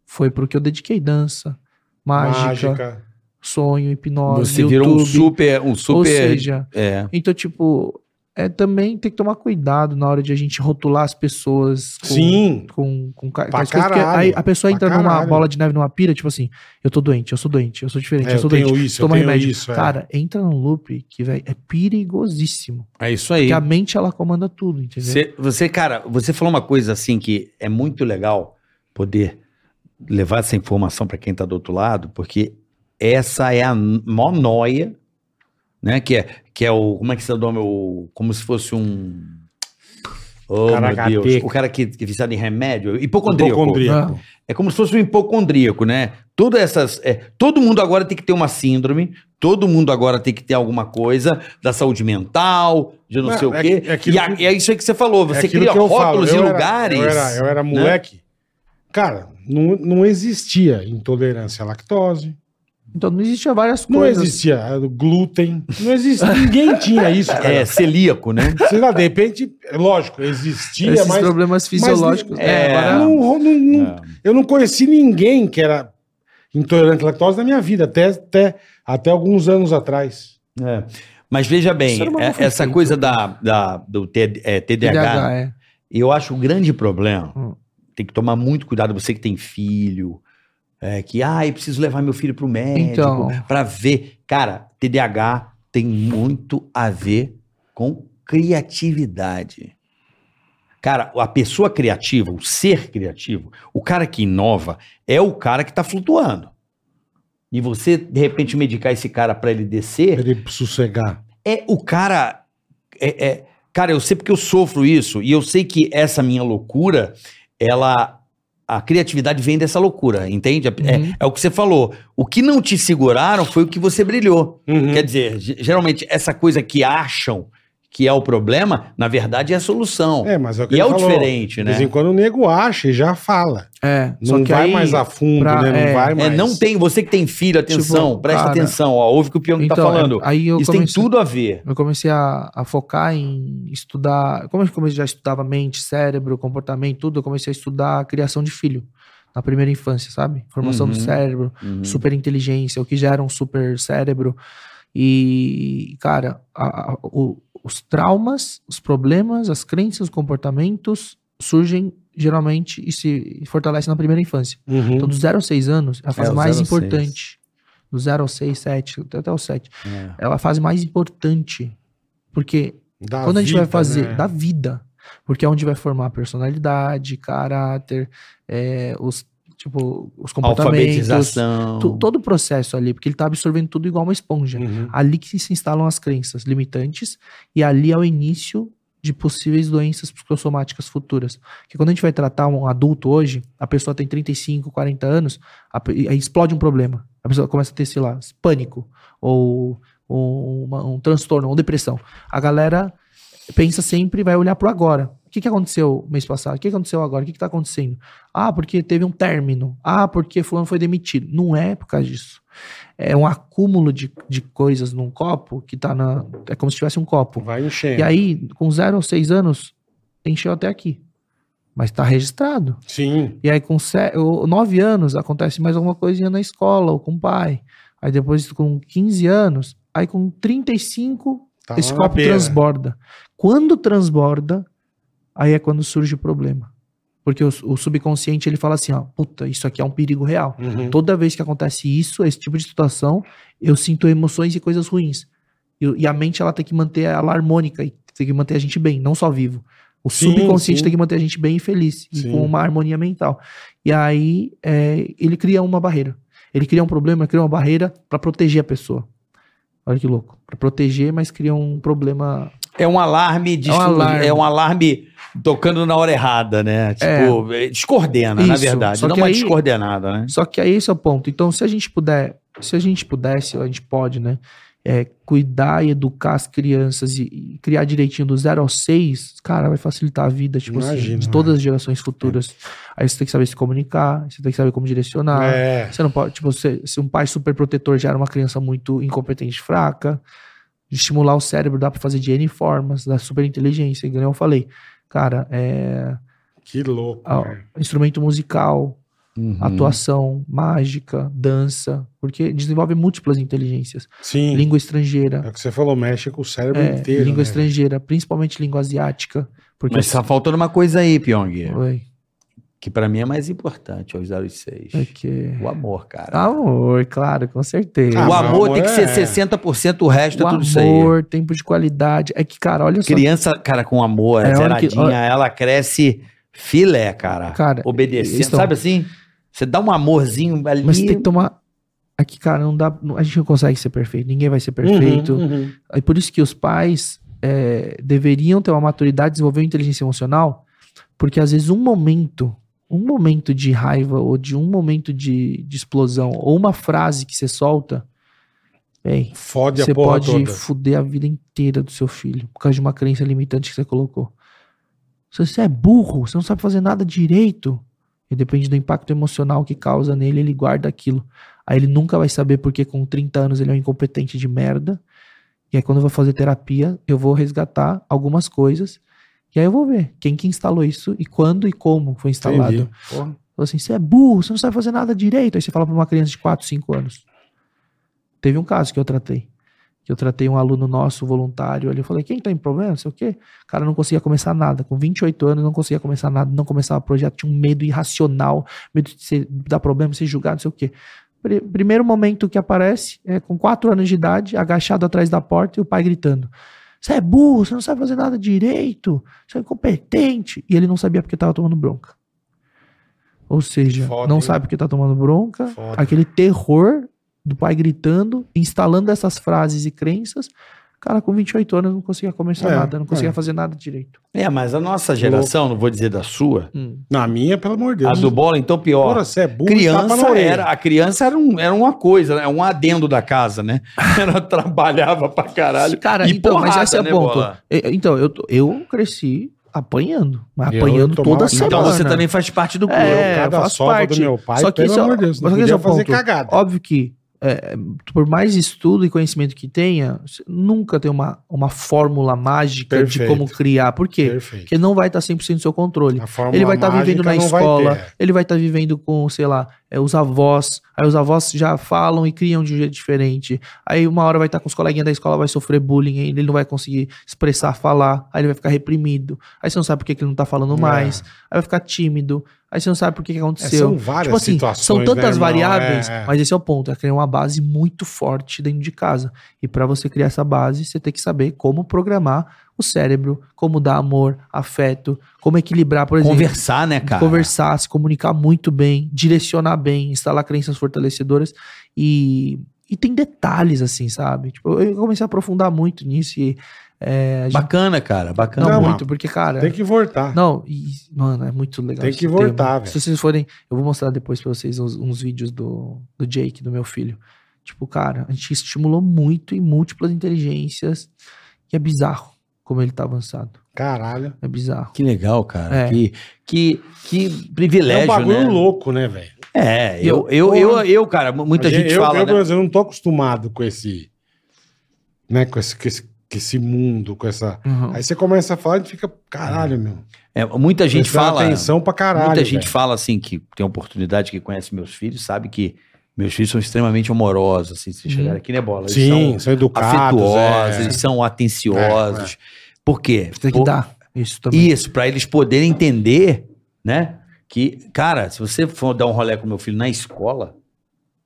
D: foi pro que eu dediquei dança, mágica,
C: mágica.
D: sonho, hipnose,
B: Você virou um
D: YouTube.
B: super. Um super
D: Ou seja,
B: é.
D: então tipo, é também tem que tomar cuidado na hora de a gente rotular as pessoas com,
C: Sim.
D: com, com ca-
C: Pra
D: com as coisas, porque
C: caralho,
D: aí a pessoa
C: pra
D: entra numa
C: caralho.
D: bola de neve, numa pira, tipo assim, eu tô doente, eu sou doente, eu sou diferente,
C: É,
D: eu
C: eu
D: sou doente.
C: tenho isso, eu
D: Toma
C: tenho
D: remédio.
C: isso. é.
D: Cara, entra num loop que, velho, é perigosíssimo.
B: É isso aí.
D: Porque a mente, ela comanda tudo, entendeu?
B: Você, você, cara, você falou uma coisa assim que é muito legal poder levar essa informação para quem tá do outro lado, porque essa é a mó noia, né? Que é, que é o. Como é que se chama? O, como se fosse um. Oh, meu
C: Caracateca.
B: Deus. O cara que, que é viciado em remédio, hipocondríaco.
C: Hipocondríaco.
B: É como se fosse um hipocondríaco, né? Todas essas. é, todo mundo agora tem que ter uma síndrome, todo mundo agora tem que ter alguma coisa da saúde mental, de não
C: Mas
B: sei o
C: é
B: quê.
C: que- é aquilo
B: e a-
C: que-
B: é isso aí que você falou.
C: É
B: Você
C: aquilo
B: cria
C: que eu falo,
B: rótulos
C: eu
B: em
C: era-
B: lugares. né?
C: Eu era, eu era moleque. Cara, não, não existia intolerância à lactose.
D: Então não existia várias
C: Não
D: coisas.
C: existia eh, glúten. Não existia. Ninguém tinha isso, cara.
B: É, celíaco, né?
C: Sei lá, de repente, é lógico, existia,
D: Esses
C: mas.
D: problemas É. fisiológicos. né?
C: mas,
B: é,
C: eu
D: agora-
C: não- não- não- Eu não conheci ninguém que era intolerante à lactose na minha vida, até, até, até alguns anos atrás.
B: É. Mas veja bem,
D: Ser humano
B: é-
D: foi
B: essa
D: feito.
B: coisa da, da- do T- é, TDAH,
D: TDAH, é.
B: eu acho um grande problema.
D: Hum.
B: Tem que tomar muito cuidado, você que tem filho, é, que, ah, eu preciso levar meu filho pro médico
D: Então.
B: pra ver. Cara, TDAH tem muito a ver com criatividade. Cara, a pessoa criativa, o ser criativo, o cara que inova, é o cara que tá flutuando. E você, de repente, medicar esse cara pra ele descer,
C: Pra ele sossegar.
B: é o cara. É, é- cara, eu sei porque eu sofro isso. E eu sei que essa minha loucura, ela. A criatividade vem dessa loucura, entende? É,
D: Uhum.
B: é o que você falou. O que não te seguraram foi o que você brilhou.
C: Uhum.
B: Quer dizer, ge- geralmente, essa coisa que acham que é o problema, na verdade é a solução.
C: É, mas é o que
B: e
C: ele
B: é o
C: falou.
B: diferente,
C: De vez
B: né?
C: em quando o nego acha e já fala.
D: É,
C: Não
D: só que
C: vai
D: aí,
C: mais a fundo,
D: pra-
C: né? Não
D: é,
C: vai
B: É,
C: mais.
B: não tem. Você que tem filho, atenção,
D: Tipo,
B: presta
D: cara,
B: atenção, ó, ouve o que o Pyong
D: então,
B: tá falando.
D: é, aí eu
B: Isso
D: comecei,
B: tem tudo a ver.
D: Eu comecei a, a focar em estudar. Como, eu- como eu já estudava mente, cérebro, comportamento, tudo, eu comecei a estudar a criação de filho na primeira infância, sabe? Formação do
B: Uhum.
D: cérebro.
B: Uhum.
D: super inteligência, o que gera um super cérebro. E, cara, a- a- o- os traumas, os problemas, as crenças, os comportamentos surgem geralmente e se fortalecem na primeira infância.
C: Uhum.
D: Então, dos 0 aos 6 anos é a fase
B: os
D: mais
B: zero aos seis.
D: importante. Do 0 aos 6, 7, até, até os 7.
B: É.
D: É a fase mais importante. Porque
C: Da
D: quando a gente vai
C: vida,
D: fazer
C: né?
D: da vida, porque é onde vai formar a personalidade, caráter, é, os, tipo, os comportamentos,
B: Alfabetização.
D: Tu- todo o processo ali, porque ele tá absorvendo tudo igual uma esponja.
C: Uhum.
D: Ali que se instalam as crenças limitantes e ali é o início de possíveis doenças psicossomáticas futuras. Porque quando a gente vai tratar um adulto hoje, a pessoa tem 35, 40 anos, a pe- e aí explode um problema. A pessoa começa a ter, sei lá, pânico ou, ou uma- um transtorno ou depressão. A galera pensa sempre e vai olhar pro agora. O que, que aconteceu mês passado? O que que aconteceu agora? O que está acontecendo? Ah, porque teve um término. Ah, porque fulano foi demitido. Não é por causa disso. É um acúmulo de, de coisas num copo que tá na. É como se tivesse um copo.
C: Vai enchendo.
D: E aí, com zero ou seis anos, encheu até aqui. Mas tá registrado.
C: Sim.
D: E aí, com se- ou nove anos, acontece mais alguma coisinha na escola ou com o pai. Aí depois, com 15 anos, aí com 35,
C: Tá
D: esse
C: lá na
D: copo
C: beira.
D: transborda. Quando transborda, aí é quando surge o problema. Porque o, o subconsciente ele fala assim: ó, puta, isso aqui é um perigo real.
C: Uhum.
D: Toda vez que acontece isso, esse tipo de situação, eu sinto emoções e coisas ruins. E, o- e a mente ela tem que manter ela harmônica e tem que manter a gente bem, não só vivo. O
C: Sim,
D: subconsciente
C: sim.
D: tem que manter a gente bem e feliz, e
C: Sim.
D: com uma harmonia mental. E aí é, ele cria uma barreira. Ele cria um problema, cria uma barreira para proteger a pessoa. Olha que louco. Pra proteger, mas cria um problema.
B: É um alarme de
D: É um alarme.
B: é um alarme tocando na hora errada, né? Tipo, eh, descoordena, na
D: É. Isso,
B: verdade.
D: só
B: Dá
D: que
B: uma
D: aí-
B: descoordenada, né?
D: Só que aí esse é o ponto. Então, se a gente puder, se a gente pudesse, a gente pode, né? é, cuidar e educar as crianças e, e criar direitinho do zero aos seis, cara, vai facilitar a vida, tipo assim,
C: Imagino, né?
D: de todas as gerações futuras. Aí você tem que saber se comunicar, você tem que saber como direcionar.
C: É.
D: Você não pode, tipo, se, se um pai super protetor já era uma criança muito incompetente, fraca. de estimular o cérebro, dá pra fazer de N formas, da superinteligência, igual eu falei. Cara, é,
C: Que louco.
D: Ah,
C: cara.
D: instrumento musical,
B: Hum.
D: Uhum. atuação, mágica, dança, porque desenvolve múltiplas inteligências.
C: Sim.
D: Língua estrangeira,
C: É o que você falou, mexe com o cérebro
D: é,
C: inteiro.
D: língua
C: né?
D: estrangeira, principalmente língua asiática. Porque
B: Mas tá faltando uma coisa aí, Pyong,
D: Oi,
B: que pra mim é mais importante, aos 06.
D: é que... Ah,
B: O amor, cara.
D: Amor, claro, com certeza.
C: Ah,
B: o
C: mas
B: amor
C: amor
B: tem que ser
C: é-
B: 60%, o resto
D: o
B: é tudo isso aí.
D: amor, tempo de qualidade. É que, cara, olha só.
B: Criança, cara, com amor,
D: É, olha que-
B: zeradinha, ela cresce filé, cara.
D: Cara,
B: obedecendo,
D: estão-
B: sabe assim? Você dá um amorzinho ali.
D: Mas tem que tomar. Aqui, cara, não dá. não- A gente não consegue ser perfeito. Ninguém vai ser
C: Uhum,
D: perfeito.
C: uhum.
D: É por isso que os pais é, deveriam ter uma maturidade, desenvolver uma inteligência emocional, porque às vezes um momento, um momento de raiva ou de um momento de, de explosão ou uma frase que você solta, bem,
C: Fode
D: você
C: a porra
D: pode
C: toda.
D: fuder a vida inteira do seu filho por causa de uma crença limitante que você colocou. Se você é burro, você não sabe fazer nada direito. E depende do impacto emocional que causa nele, ele guarda aquilo. Aí ele nunca vai saber porque com 30 anos ele é um incompetente de merda. E aí quando eu vou fazer terapia, eu vou resgatar algumas coisas. E aí eu vou ver quem que instalou isso e quando e como foi instalado.
C: Entendi.
D: Falou assim, você é burro, você não sabe fazer nada direito. Aí você fala pra uma criança de 4, 5 anos. Teve um caso que eu tratei. Que eu tratei um aluno nosso, voluntário, ali. Eu falei, quem tá em problema? Não sei o quê. O cara não conseguia começar nada. Com 28 anos, não conseguia começar nada, não começava projeto, tinha um medo irracional, medo de ser, dar problema, ser julgado, não sei o quê. Pri- Primeiro momento que aparece é com 4 anos de idade, agachado atrás da porta e o pai gritando. Você é burro, você não sabe fazer nada direito, você é incompetente. E ele não sabia porque tava tomando bronca. Ou seja,
C: Foda,
D: não
C: hein?
D: sabe porque tá tomando bronca,
C: Foda.
D: aquele terror do pai gritando, instalando essas frases e crenças. Cara, com 28 anos não conseguia começar
C: É,
D: nada, não conseguia
C: é.
D: fazer nada direito.
B: É, mas a nossa geração, não vou dizer da sua,
D: Hum.
C: Na minha, pelo amor de
B: a
C: Deus.
B: do bola, então pior.
C: Porra, você é burro. tapa na
B: criança
C: orelha.
B: era, a criança era, um- era uma coisa, né? um adendo da casa, né? Ela trabalhava pra caralho.
D: Cara,
B: E
D: então, mas
B: porrada,
D: esse é o
B: né,
D: ponto.
B: Bola?
D: E- Então, eu, tô- eu cresci apanhando, mas
C: Eu
D: apanhando
C: tomava-
D: toda semana.
C: Então
B: Então você também faz parte do grupo.
D: É,
C: eu, cada
D: faço
C: sova
D: parte.
C: do meu pai,
D: Só que
C: pelo
D: isso é-
C: amor de Deus, não
D: só que esse é
C: podia
D: o
C: fazer
D: ponto.
C: cagada.
D: Óbvio que, é, por mais estudo e conhecimento que tenha, você nunca tem uma, uma fórmula mágica de
C: Perfeito.
D: como criar. Por quê?
C: Perfeito.
D: Porque não vai estar 100% do seu controle.
C: A fórmula
D: Ele vai estar
C: mágica
D: vivendo na
C: não vai
D: escola,
C: ter.
D: ele vai estar vivendo com, sei lá, é, os avós. Aí os avós já falam e criam de um jeito diferente. Aí uma hora vai estar com os coleguinhas da escola, vai sofrer bullying, ele não vai conseguir expressar, falar. Aí ele vai ficar reprimido. Aí você não sabe por que que ele não tá falando
C: É.
D: mais. Aí vai ficar tímido. Aí você não sabe por que que
C: É,
D: aconteceu.
C: são várias
D: Tipo assim,
C: situações.
D: são
C: né,
D: tantas
C: irmão?
D: variáveis,
C: É, é.
D: mas esse é o ponto, é criar uma base muito forte dentro de casa. E para você criar essa base, você tem que saber como programar o cérebro, como dar amor, afeto, como equilibrar, por exemplo,
B: Conversar, né, cara?
D: conversar, se comunicar muito bem, direcionar bem, instalar crenças fortalecedoras e, e tem detalhes assim, sabe? Tipo, eu comecei a aprofundar muito nisso e é, a gente-
B: Bacana, cara, bacana.
D: não,
C: Não,
D: muito, porque cara,
C: Tem que voltar.
D: né? não, e, mano, é muito legal.
C: Ah. Tem
D: esse
C: que
D: tema.
C: voltar, velho.
D: Se vocês forem, eu vou mostrar depois pra vocês uns, uns vídeos do, do Jake, do meu filho. Tipo, cara, a gente estimulou muito em múltiplas inteligências. E é bizarro como ele tá avançado.
C: Caralho.
D: É bizarro.
B: Que legal, cara.
D: É.
B: Que, que, que
C: É um
B: privilégio,
C: bagulho
B: né?
C: louco, né, velho?
B: É, eu, eu,
D: Eu-
B: eu,
D: porra.
B: eu, cara, muita
C: Eu-
B: gente
C: eu,
B: fala,
C: eu,
B: né?
C: por exemplo, não tô acostumado com esse, né, com esse, com esse, com esse mundo, com essa... Aí você começa a falar e fica, caralho, meu.
B: É, muita gente
C: Prestando
B: fala.
C: atenção pra caralho,
B: muita gente
C: velho.
B: fala assim que tem oportunidade, que conhece meus filhos, sabe que meus filhos são extremamente amorosos, assim, se
D: Uhum.
B: chegarem aqui, né, bola? Eles
C: Sim,
B: são
C: são educados.
B: afetuosos,
C: é.
B: eles são atenciosos. Por quê?
D: É, Tem que
B: Por-
D: dar isso também.
B: Isso, pra eles poderem entender, né? Que, cara, se você for dar um rolê com meu filho na escola,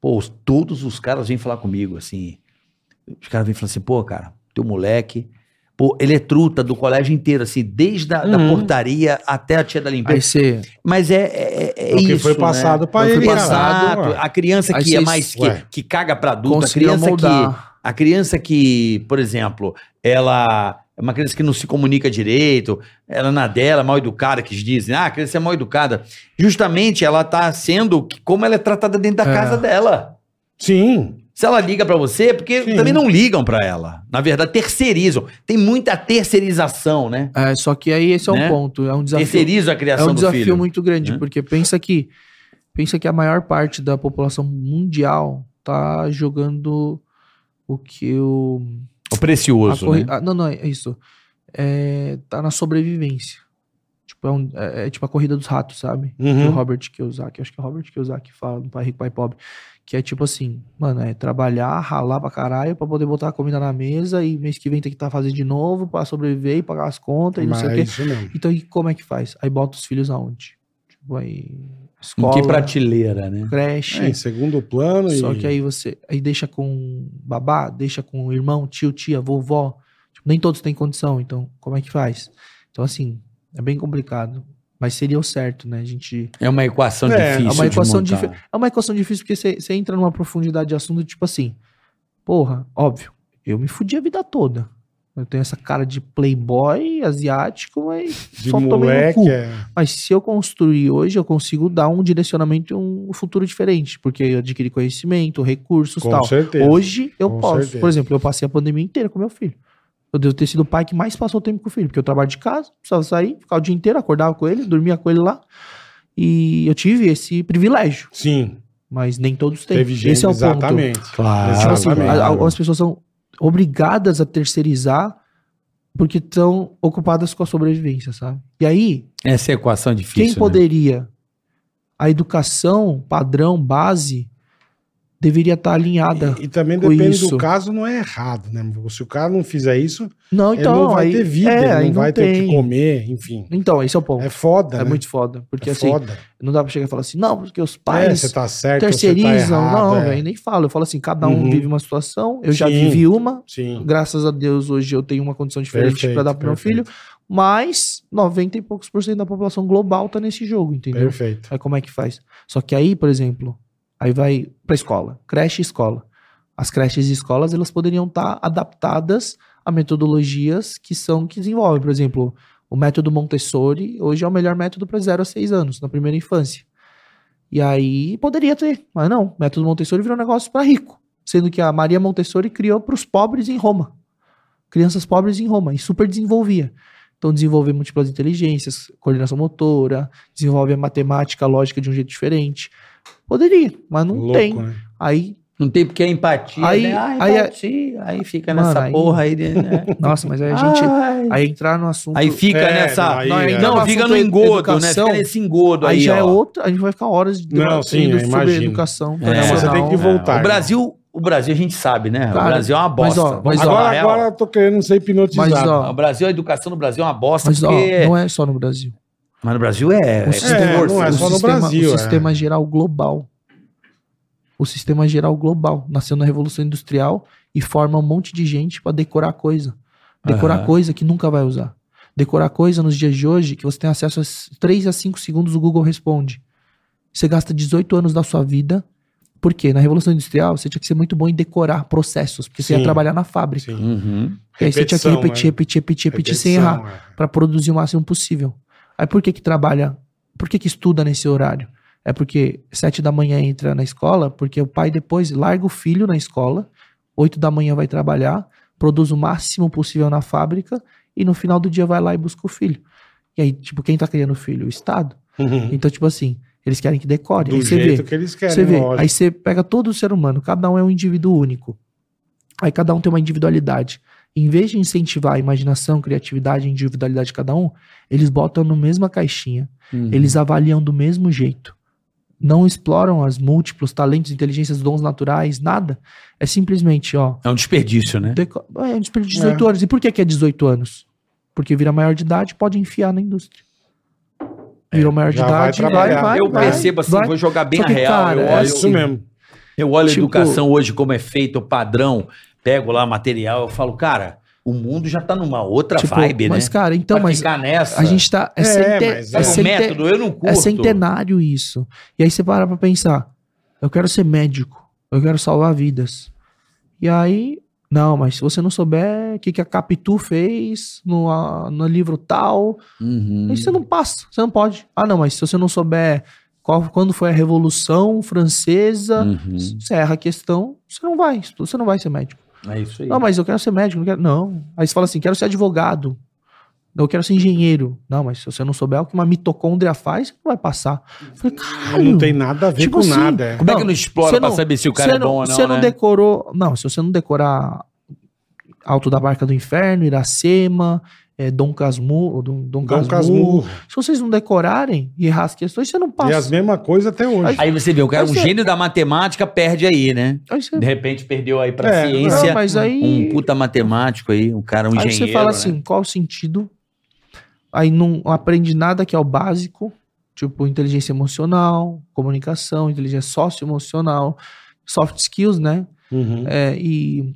B: pô, os- todos os caras vêm falar comigo, assim. Os caras vêm falando assim, pô, cara, teu moleque. Pô, ele é truta do colégio inteiro, assim, desde a da
C: Uhum.
B: portaria até a tia da
D: Aí
B: limpeza.
D: você.
B: Mas é, é, é
C: É o que
B: isso,
C: foi passado
B: né?
C: pra
B: É o que
C: ele,
B: Foi
C: cara.
B: passado.
C: Ué.
B: A criança
D: Aí
B: que é
D: vocês-
B: mais que,
C: Ué.
B: que caga pra adulta, a
D: Conseguiram
B: criança que
D: moldar.
B: a criança que, por exemplo, ela é uma criança que não se comunica direito, ela é na dela, mal educada, que dizem, ah, a criança é mal educada. Justamente ela tá sendo que- como ela é tratada dentro da
D: É.
B: casa dela.
C: Sim.
B: Se ela liga pra você, é porque
C: Sim.
B: também não ligam pra ela. Na verdade, terceirizam. Tem muita terceirização, né?
D: É, só que aí esse é um
B: Né?
D: ponto. É um desafio.
B: Terceirizam a
D: É
B: criação
D: um
B: do
D: desafio
B: filho.
D: muito grande,
B: né?
D: porque pensa que pensa que a maior parte da população mundial tá jogando o que o
B: É O
A: precioso,
D: A corri-
A: né?
D: ah, não, não, é isso. É, tá na sobrevivência. Tipo, é, um- é- é tipo a corrida dos ratos, sabe?
C: Uhum.
D: Que o Robert Kiyosaki, acho que é o Robert Kiyosaki que fala no Pai Rico, Pai Pobre. Que é tipo assim, mano, é trabalhar, ralar pra caralho pra poder botar a comida na mesa e mês que vem tem que estar fazendo de novo pra sobreviver e pagar as contas e não
C: Mas
D: sei o
C: é
D: quê.
C: isso mesmo.
D: Então, e como é que faz? Aí bota os filhos aonde? Tipo, aí.
B: Em
D: Escola,
B: que prateleira, né?
D: creche.
C: É, em segundo plano e...
D: Só que aí você aí deixa com babá, deixa com irmão, tio, tia, vovó. Tipo, nem todos têm condição, então como é que faz? Então, assim, é bem complicado. Mas seria o certo, né? A gente.
B: É uma equação
C: É,
B: difícil.
D: é uma equação
B: de montar.
D: difícil. É uma equação difícil porque você você entra numa profundidade de assunto, tipo assim. Porra, óbvio, eu me fudi a vida toda. Eu tenho essa cara de playboy asiático, mas
C: De
D: só tomei no
C: moleque
D: cu.
C: é...
D: Mas se eu construir hoje, eu consigo dar um direcionamento e um futuro diferente, porque eu adquiri conhecimento, recursos e
C: Com
D: tal.
C: certeza.
D: Hoje eu
C: Com
D: posso.
C: certeza.
D: Por exemplo, eu passei a pandemia inteira com meu filho. Eu devo ter sido o pai que mais passou tempo com o filho, porque eu trabalho de casa, precisava sair, ficava o dia inteiro, acordava com ele, dormia com ele lá. E eu tive esse privilégio,
C: Sim,
D: mas nem todos têm.
C: teve gente...
D: esse é o ponto.
C: exatamente.
A: Claro.
D: Tipo assim,
C: Exatamente.
D: a- algumas pessoas são obrigadas a terceirizar porque estão ocupadas com a sobrevivência, sabe? E aí,
B: Essa é a equação difícil.
D: quem
B: né?
D: poderia? A educação padrão, base, deveria estar alinhada.
C: E, e também
D: com
C: depende
D: isso.
C: do caso, não é errado, né? Se o cara não fizer isso,
D: Não,
C: ele
D: então.
C: não vai
D: aí,
C: ter vida,
D: é,
C: ele
D: aí
C: não vai ter o
D: tem.
C: que comer, enfim.
D: Então, esse é o ponto.
C: É
D: É,
C: foda, né?
D: muito foda. Porque
C: é
D: assim,
C: foda.
D: não dá pra chegar e falar assim, não, porque os
C: É,
D: pais
C: você tá certo, você tá
D: terceirizam.
C: errado.
D: não,
C: é.
D: velho, nem falo. Eu falo assim, cada um
C: Uhum.
D: vive uma situação, eu já
C: Sim.
D: vivi uma.
C: Sim.
D: Graças a Deus, hoje eu tenho uma condição diferente
C: Perfeito,
D: pra dar pro meu filho.
C: perfeito.
D: Mas 90 e poucos por cento da população global tá nesse jogo, entendeu?
C: Perfeito.
D: Aí como é que faz? Só que aí, por exemplo, aí vai pra escola, creche e escola. As creches e escolas, elas poderiam estar adaptadas a metodologias que são que desenvolvem, por exemplo, o método Montessori, hoje é o melhor método para 0 a 6 anos, na primeira infância. E aí poderia ter, mas não, o método Montessori virou um negócio para rico, sendo que a Maria Montessori criou para os pobres em Roma. Crianças pobres em Roma e super desenvolvia. Então desenvolver múltiplas inteligências, coordenação motora, desenvolve a matemática, a lógica de um jeito diferente. Poderia, mas não
C: Louco,
D: tem.
C: né?
D: Aí,
B: Não tem porque é empatia,
D: Aí-
B: né? Ah,
D: aí-
B: empatia. Aí, fica
D: Mano,
B: nessa
D: aí-
B: porra aí, de- né?
D: nossa, mas aí a gente.
B: Ai.
D: Aí entrar no assunto.
B: Ah. Aí fica
C: É,
B: nessa...
C: aí-
D: Não, aí
C: é.
D: dá
B: Não,
D: um
B: fica
D: assunto
B: no
D: de
B: engodo,
D: educação,
B: né? Fica nesse engodo aí,
D: Aí já é
B: ó.
D: outro. A gente vai ficar horas de
C: Não, sim, eu
D: sobre
C: imagino.
D: educação. né,
B: É,
C: Não, mas você
D: tradicional.
C: tem que voltar. né?
B: O Brasil, o Brasil a gente sabe, né? o
D: Cara,
B: Brasil é uma bosta.
D: ó, mas
B: Vamos
D: é, ó,
B: falar a
C: Agora,
B: real.
C: agora eu tô querendo ser hipnotizado.
D: Mas, ó,
B: O Brasil, a educação no Brasil é uma bosta,
D: Mas ó,
B: porque...
D: não é só no Brasil.
B: Mas no Brasil é...
D: O sistema,
B: força.
C: não é
D: o
C: só no
D: sistema-
C: Brasil,
D: O
C: é.
D: sistema geral global. O sistema geral global nasceu na Revolução Industrial e forma um monte de gente pra decorar coisa. Decorar
B: Aham.
D: coisa que nunca vai usar. Decorar coisa nos dias de hoje que você tem acesso a 3 a 5 segundos o Google responde. Você gasta 18 anos da sua vida. Por quê? Na Revolução Industrial, você tinha que ser muito bom em decorar processos, porque você ia
C: Sim.
D: trabalhar na
C: Sim.
D: fábrica.
B: Uhum.
D: E aí você tinha que
C: Repetição,
D: repetir,
C: né?
D: repetir, repetir, repetir sem errar.
C: Repetição, é.
D: Pra produzir o máximo possível. Aí por que que trabalha? Por que que estuda nesse horário? É porque sete da manhã entra na escola, porque o pai depois larga o filho na escola, oito da manhã vai trabalhar, produz o máximo possível na fábrica e no final do dia vai lá e busca o filho. E aí, tipo, quem tá criando o filho? O Estado.
C: Uhum.
D: Então, tipo assim, eles querem que decore.
C: Do
D: aí você
C: jeito
D: vê,
C: que eles
D: você
C: querem,
D: vê.
C: lógico.
D: Aí você pega todo o ser humano, cada um é um indivíduo único. Aí cada um tem uma individualidade. Em vez de incentivar a imaginação, criatividade e individualidade de cada um, eles botam no mesma caixinha,
B: Uhum.
D: eles avaliam do mesmo jeito. Não exploram as múltiplos talentos, inteligências, dons naturais, nada. É simplesmente, ó,
B: É um desperdício, né?
D: deco- é um desperdício de 18 anos. E por que que é 18 anos? Porque vira maior de idade, pode enfiar na indústria. Virou maior de
C: É, já vai
D: idade, vai, vai,
C: trabalhar.
D: vai.
B: eu percebo assim,
D: vai.
B: vou jogar bem
D: Só
B: a
D: que,
B: real.
D: cara,
B: eu
D: é
B: olho,
C: É isso mesmo.
B: eu olho
D: Tipo-
B: a educação hoje como é feita, o padrão, pego lá material, eu falo, cara, o mundo já tá numa outra
D: Tipo,
B: vibe,
D: mas,
B: né?
D: cara, então,
B: Pra
D: mas
B: ficar nessa,
D: a gente tá. É,
C: É,
D: centen-
C: mas
D: é
B: sabe o
C: é.
D: centen-
B: método, eu não curto.
D: é centenário isso. E aí você para pra pensar: eu quero ser médico, eu quero salvar vidas. E aí, não, mas se você não souber o que, que a Capitu fez no, ah, no livro tal,
B: Uhum.
D: aí você não passa, você não pode. Ah, não, mas se você não souber qual, quando foi a Revolução Francesa,
B: Uhum.
D: você erra a questão, você não vai, você não vai ser médico.
B: É isso aí.
D: Não, mas eu quero ser médico, não quero. Não. Aí você fala assim: quero ser advogado. Eu quero ser engenheiro. Não, mas se você não souber o que uma mitocôndria faz, você não vai passar. Eu falei, caralho.
C: Não tem nada a ver
D: Tipo
C: com
D: assim,
C: nada. é.
B: Como é que
D: Não,
B: é não explora
D: você
B: pra
D: não-
B: saber se o
D: você
B: cara é bom ou não,
D: Você não
B: né?
D: decorou. Não, se você não decorar Alto da Barca do Inferno, Iracema, é, Dom Casmurro. Dom, Dom
C: Dom
D: Casmurro.
C: Casmurro.
D: Se vocês não decorarem e errar as questões, você não passa.
C: E as mesmas coisas até hoje.
B: Aí você vê, o cara, um
D: Mas é-
B: gênio da matemática perde aí, né?
D: Aí você-
B: De repente perdeu aí pra
C: É,
B: ciência.
D: não, mas aí-
B: Um puta matemático aí, um cara, um
D: aí
B: engenheiro.
D: você fala
B: né?
D: assim, qual o sentido? Aí não aprende nada que é o básico, tipo inteligência emocional, comunicação, inteligência socioemocional, soft skills, né?
C: Uhum.
D: É, e,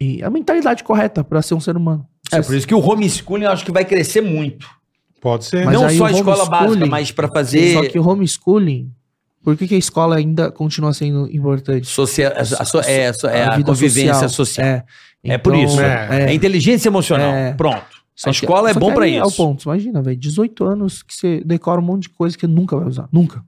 D: e a mentalidade correta para ser um ser humano.
B: É por isso que o homeschooling eu acho que vai crescer muito.
C: Pode ser.
D: Mas
B: não
D: aí
B: só
D: o
B: a escola básica,
D: homeschooling-
B: mas pra
D: Só
B: fazer
D: que o homeschooling, por que, que a escola ainda continua sendo importante?
B: socia- a, a- so- é, so- é a
D: vida
B: convivência social.
D: É,
B: É por isso.
D: É,
B: É inteligência emocional.
D: É.
B: Pronto.
D: Só
B: a
D: que-
B: escola é
D: só
B: bom
D: que
B: pra
D: aí É o
B: isso.
D: ponto. Imagina, velho, 18 anos que você decora um monte de coisa que nunca vai usar. Nunca.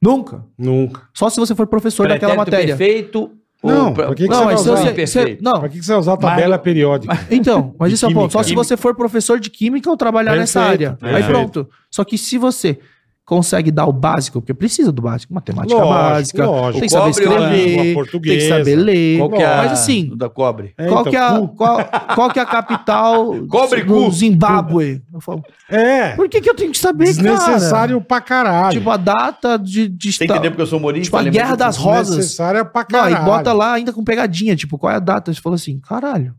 D: Nunca.
C: Nunca.
D: Só se você for professor daquela
B: Pretérito
D: matéria.
B: perfeito.
C: Não,
B: ou pra-
C: por que que
D: Não,
C: você
D: mas
C: vai
D: se
C: usar
D: você, você,
B: imperfeito.
D: não,
C: Pra que, que você vai usar a tabela periódica?
D: então, mas
C: De
D: isso é o ponto. Só
C: química.
D: se você for professor de química ou trabalhar nessa área.
C: Perfeito,
D: Aí
C: perfeito.
D: pronto. Só que se você consegue dar o básico, porque precisa do básico, matemática
C: Lógico,
D: básica,
C: lógico.
D: tem que saber
B: Cobre,
C: língua
D: escrever, tem que
C: portuguesa.
D: saber ler.
B: Qual que é a-
D: Mas assim,
B: da cobre.
C: É,
D: qual,
C: então,
D: que é a,
C: cu.
D: qual, qual que é a capital
B: Cobre cu.
D: do Zimbábue? Eu falo,
C: É.
D: por que, que eu tenho que saber,
C: Desnecessário pra
D: cara?
C: caralho.
D: Tipo, a data de... de
B: Você
D: esta-
B: entendeu porque eu sou humorista?
D: Tipo, a
B: Lembra
D: guerra
B: que-
D: das rosas.
C: Desnecessário pra
D: Não,
C: caralho.
D: e bota lá ainda com pegadinha, tipo, qual é a data? Você fala assim, caralho,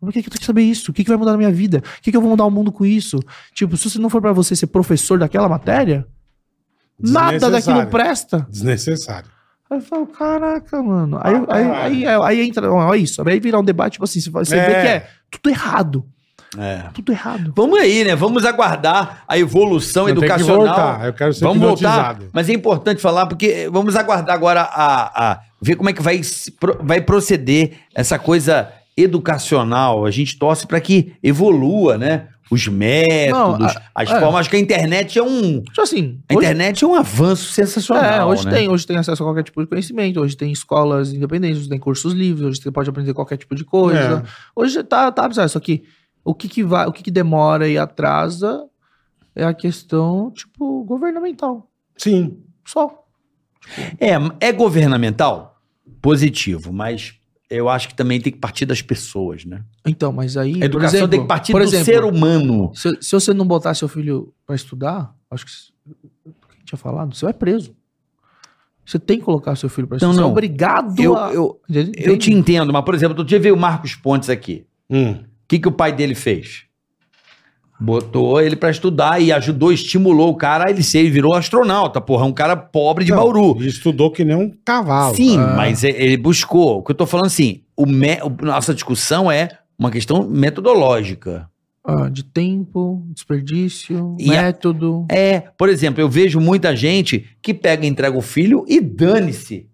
D: por que, que eu tenho que saber isso? O que, que vai mudar na minha vida? O que, que eu vou mudar o mundo com isso? Tipo, se você não for pra você ser professor daquela matéria, nada
C: Desnecessário.
D: daquilo presta.
C: Desnecessário.
D: Aí eu falo, caraca, mano. Aí,
C: Ah,
D: aí,
C: caralho.
D: aí, aí- aí entra, ó, é isso. Aí virar um debate, tipo assim, você, fala- você
C: É.
D: vê que é tudo errado.
B: É.
D: Tudo errado.
B: Vamos aí, né? Vamos aguardar a evolução
C: Eu tenho que
B: educacional.
C: voltar, eu quero ser
B: Vamos voltar,
C: hipnotizado.
B: mas é importante falar porque eh, vamos aguardar agora a, a- ver como é que vai se pro- vai proceder essa coisa educacional. A gente torce para que evolua, né? Os métodos,
D: Não,
B: as
D: é.
B: formas. Acho que a internet é um
D: Tipo assim,
B: a
D: hoje-
B: internet é um avanço sensacional.
D: É, hoje
B: né?
D: tem, hoje tem acesso a qualquer tipo de conhecimento, hoje tem escolas independentes, hoje tem cursos livres, hoje você pode aprender qualquer tipo de
C: É.
D: coisa. Hoje tá, tá bizarro, só que o que que vai, o que que demora e atrasa é a questão, tipo, governamental,
C: Sim.
D: só.
B: É, é governamental, positivo, mas eu acho que também tem que partir das pessoas, né?
D: Então, mas aí,
B: A educação tem que partir
D: por
B: do
D: exemplo,
B: ser humano.
D: Se, se você não botar seu filho pra estudar, acho que s- o que a gente tinha falado, você vai preso. Você tem que colocar seu filho pra
B: Então,
D: estudar. Você é
B: não.
D: obrigado
B: Eu,
D: a...
B: eu, eu
D: Entende?
B: te entendo, mas, por exemplo, outro dia veio o Marcos Pontes aqui.
C: Hum.
B: O que, que o pai dele fez? Botou ele pra estudar e ajudou, estimulou o cara, ele se ele virou astronauta, porra, um cara pobre de
C: Não,
B: Bauru.
C: e Estudou que nem um cavalo.
B: Sim,
D: Ah.
B: mas e- ele buscou. O que eu tô falando assim, o me- o- nossa discussão é uma questão metodológica.
D: Ah, de tempo, desperdício,
B: E a-
D: método.
B: É, por exemplo, eu vejo muita gente que pega e entrega o filho e dane-se.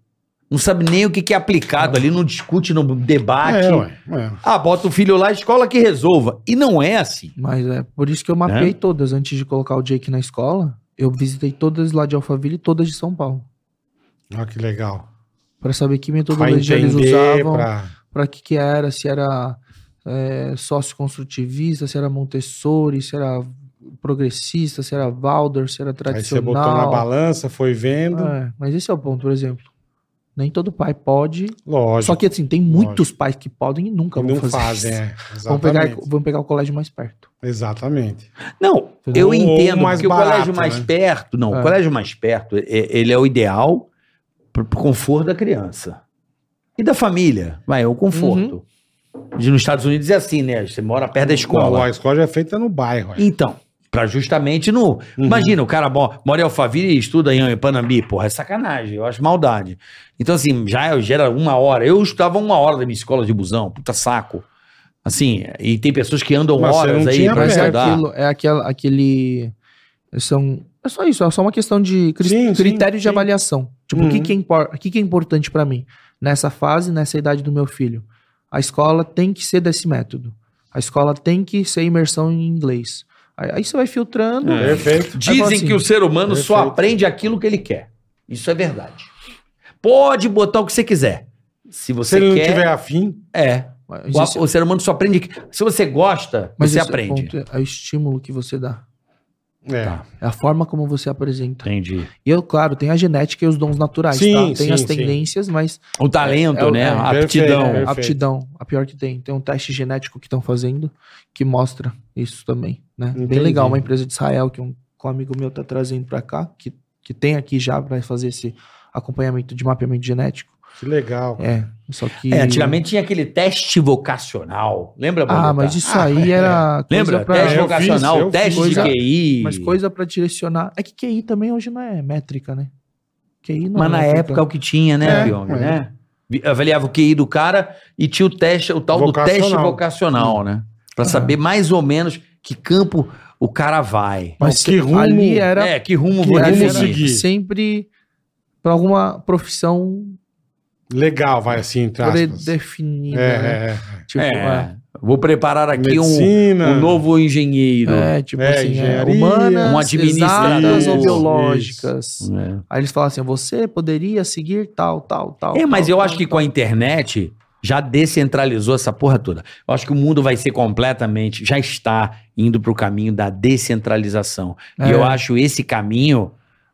B: Não sabe nem o que, que é aplicado ali, não discute, não debate.
C: É, ué. é.
B: ah, bota o filho lá, escola que resolva. E não é assim.
D: Mas é por isso que eu mapeei
B: Né?
D: todas. Antes de colocar o Jake na escola, eu visitei todas lá de Alphaville e todas de São Paulo.
C: Olha que legal.
D: Pra saber que
C: Pra
D: metodologia eles
C: entender,
D: usavam,
C: pra...
D: pra que que era, se era é, sócio-construtivista, se era Montessori, se era progressista, se era Waldorf, se era
C: Aí você botou
D: tradicional.
C: na balança, foi vendo.
D: É, mas esse é o ponto, por exemplo. Nem todo pai pode.
C: Lógico.
D: Só que assim, tem muitos pais que podem e nunca
C: que
D: vão
C: não
D: fazer
C: fazem,
D: isso.
C: é.
D: Vão pegar,
C: Exatamente.
D: vão pegar o colégio mais perto.
C: Exatamente.
B: Não,
D: Entendeu?
B: eu
C: Ou
B: entendo,
C: mais
B: porque
C: barato,
B: o colégio mais
C: né?
B: perto, não,
D: É.
B: o colégio mais perto, é- ele é o ideal pro, pro conforto da criança. E da família, vai, é o conforto. De- Nos Estados Unidos é assim, né? Você mora perto da escola.
C: Uhum. Não, a escola já é feita no bairro. é.
B: Então, pra justamente no.
C: Uhum.
B: Imagina, o cara mo- mora em Alphaville e estuda em Panambi. Porra, é sacanagem, eu acho maldade. Então, assim, já já era uma hora. Eu estudava uma hora da minha escola de busão, puta saco. Assim, e tem pessoas que andam
C: Mas você
B: horas
C: não
B: aí
C: tinha
B: pra
D: Mas é
C: perto.
B: estudar.
D: aquilo, é aquela, aquele. São, é só isso, é só uma questão de cri-
C: Sim, sim,
D: critério de
C: sim.
D: avaliação. Tipo, o que
C: Uhum.
D: que, é impor- o que que é importante pra mim nessa fase, nessa idade do meu filho? A escola tem que ser desse método. A escola tem que ser imersão em inglês. Aí, aí você vai filtrando.
B: É.
C: Perfeito.
D: Aí
B: Dizem
D: fala assim,
B: que o ser humano só
C: perfeito.
B: aprende aquilo que ele quer. Isso é verdade. Pode botar o que você quiser. Se
C: Se
B: você
C: ele não
B: quer,
C: tiver afim,
B: é.
D: Mas
B: O,
D: esse-
B: o ser humano só aprende. Se você gosta,
D: mas é
B: você
D: esse
B: aprende.
D: ponto é, é o estímulo que você dá.
C: É.
A: Tá.
D: É a forma como você apresenta.
A: Entendi.
D: E eu, claro, tem a genética e os dons naturais,
C: Sim,
D: tá? Tem
C: sim,
D: as
C: sim.
D: tendências, mas
B: O talento,
D: É, é o-
B: né?
D: é,
B: a
C: perfeito,
B: aptidão.
C: é. Perfeito.
D: aptidão, a pior que tem. Tem um teste genético que estão fazendo que mostra isso também, né?
C: Entendi.
D: Bem legal, uma empresa de Israel que um, que um amigo meu tá trazendo pra cá, que, que tem aqui já pra fazer esse acompanhamento de mapeamento genético.
C: Que legal.
D: É, só que...
B: É, antigamente tinha aquele teste vocacional. Lembra,
D: Ah,
B: Boletar?
D: mas isso aí era coisa
B: Lembra? É,
D: pra...
B: Teste
C: Eu
B: vocacional,
C: fiz, eu
B: teste
D: fiz.
B: de
D: Coisa-
B: QI.
D: Mas coisa pra direcionar... É que QI também hoje não é métrica, né? QI não
B: Mas
D: é
B: na
D: métrica.
B: época é o que tinha, né,
C: É,
B: Pyong,
C: é.
B: né? Vi- Avaliava o QI do cara e tinha o teste, o tal do teste
C: Vocacional.
B: vocacional, né? Pra
D: Aham.
B: saber mais ou menos que campo o cara vai.
C: Mas que rumo.
D: Ali era
B: é, que rumo
C: que
B: vou
C: rumo
B: definir.
C: seguir.
D: sempre para alguma profissão
C: Legal, vai assim, entre aspas.
D: predefinida. né?
C: É, é, é.
D: Tipo, é.
B: É, Vou preparar aqui um,
C: Medicina.
B: um novo engenheiro.
D: é, tipo
C: É,
D: assim, é,
C: engenharia.
D: humanas,
B: Um administrador.
D: exatas ou
C: Isso,
D: biológicas.
B: né?
D: Aí eles falam assim, você poderia seguir tal, tal, tal.
B: É, mas
D: tal,
B: eu
D: tal,
B: acho que
D: tal.
B: com a internet já descentralizou essa porra toda. Eu acho que o mundo vai ser completamente, já está indo pro caminho da descentralização. E
D: É.
B: eu acho esse caminho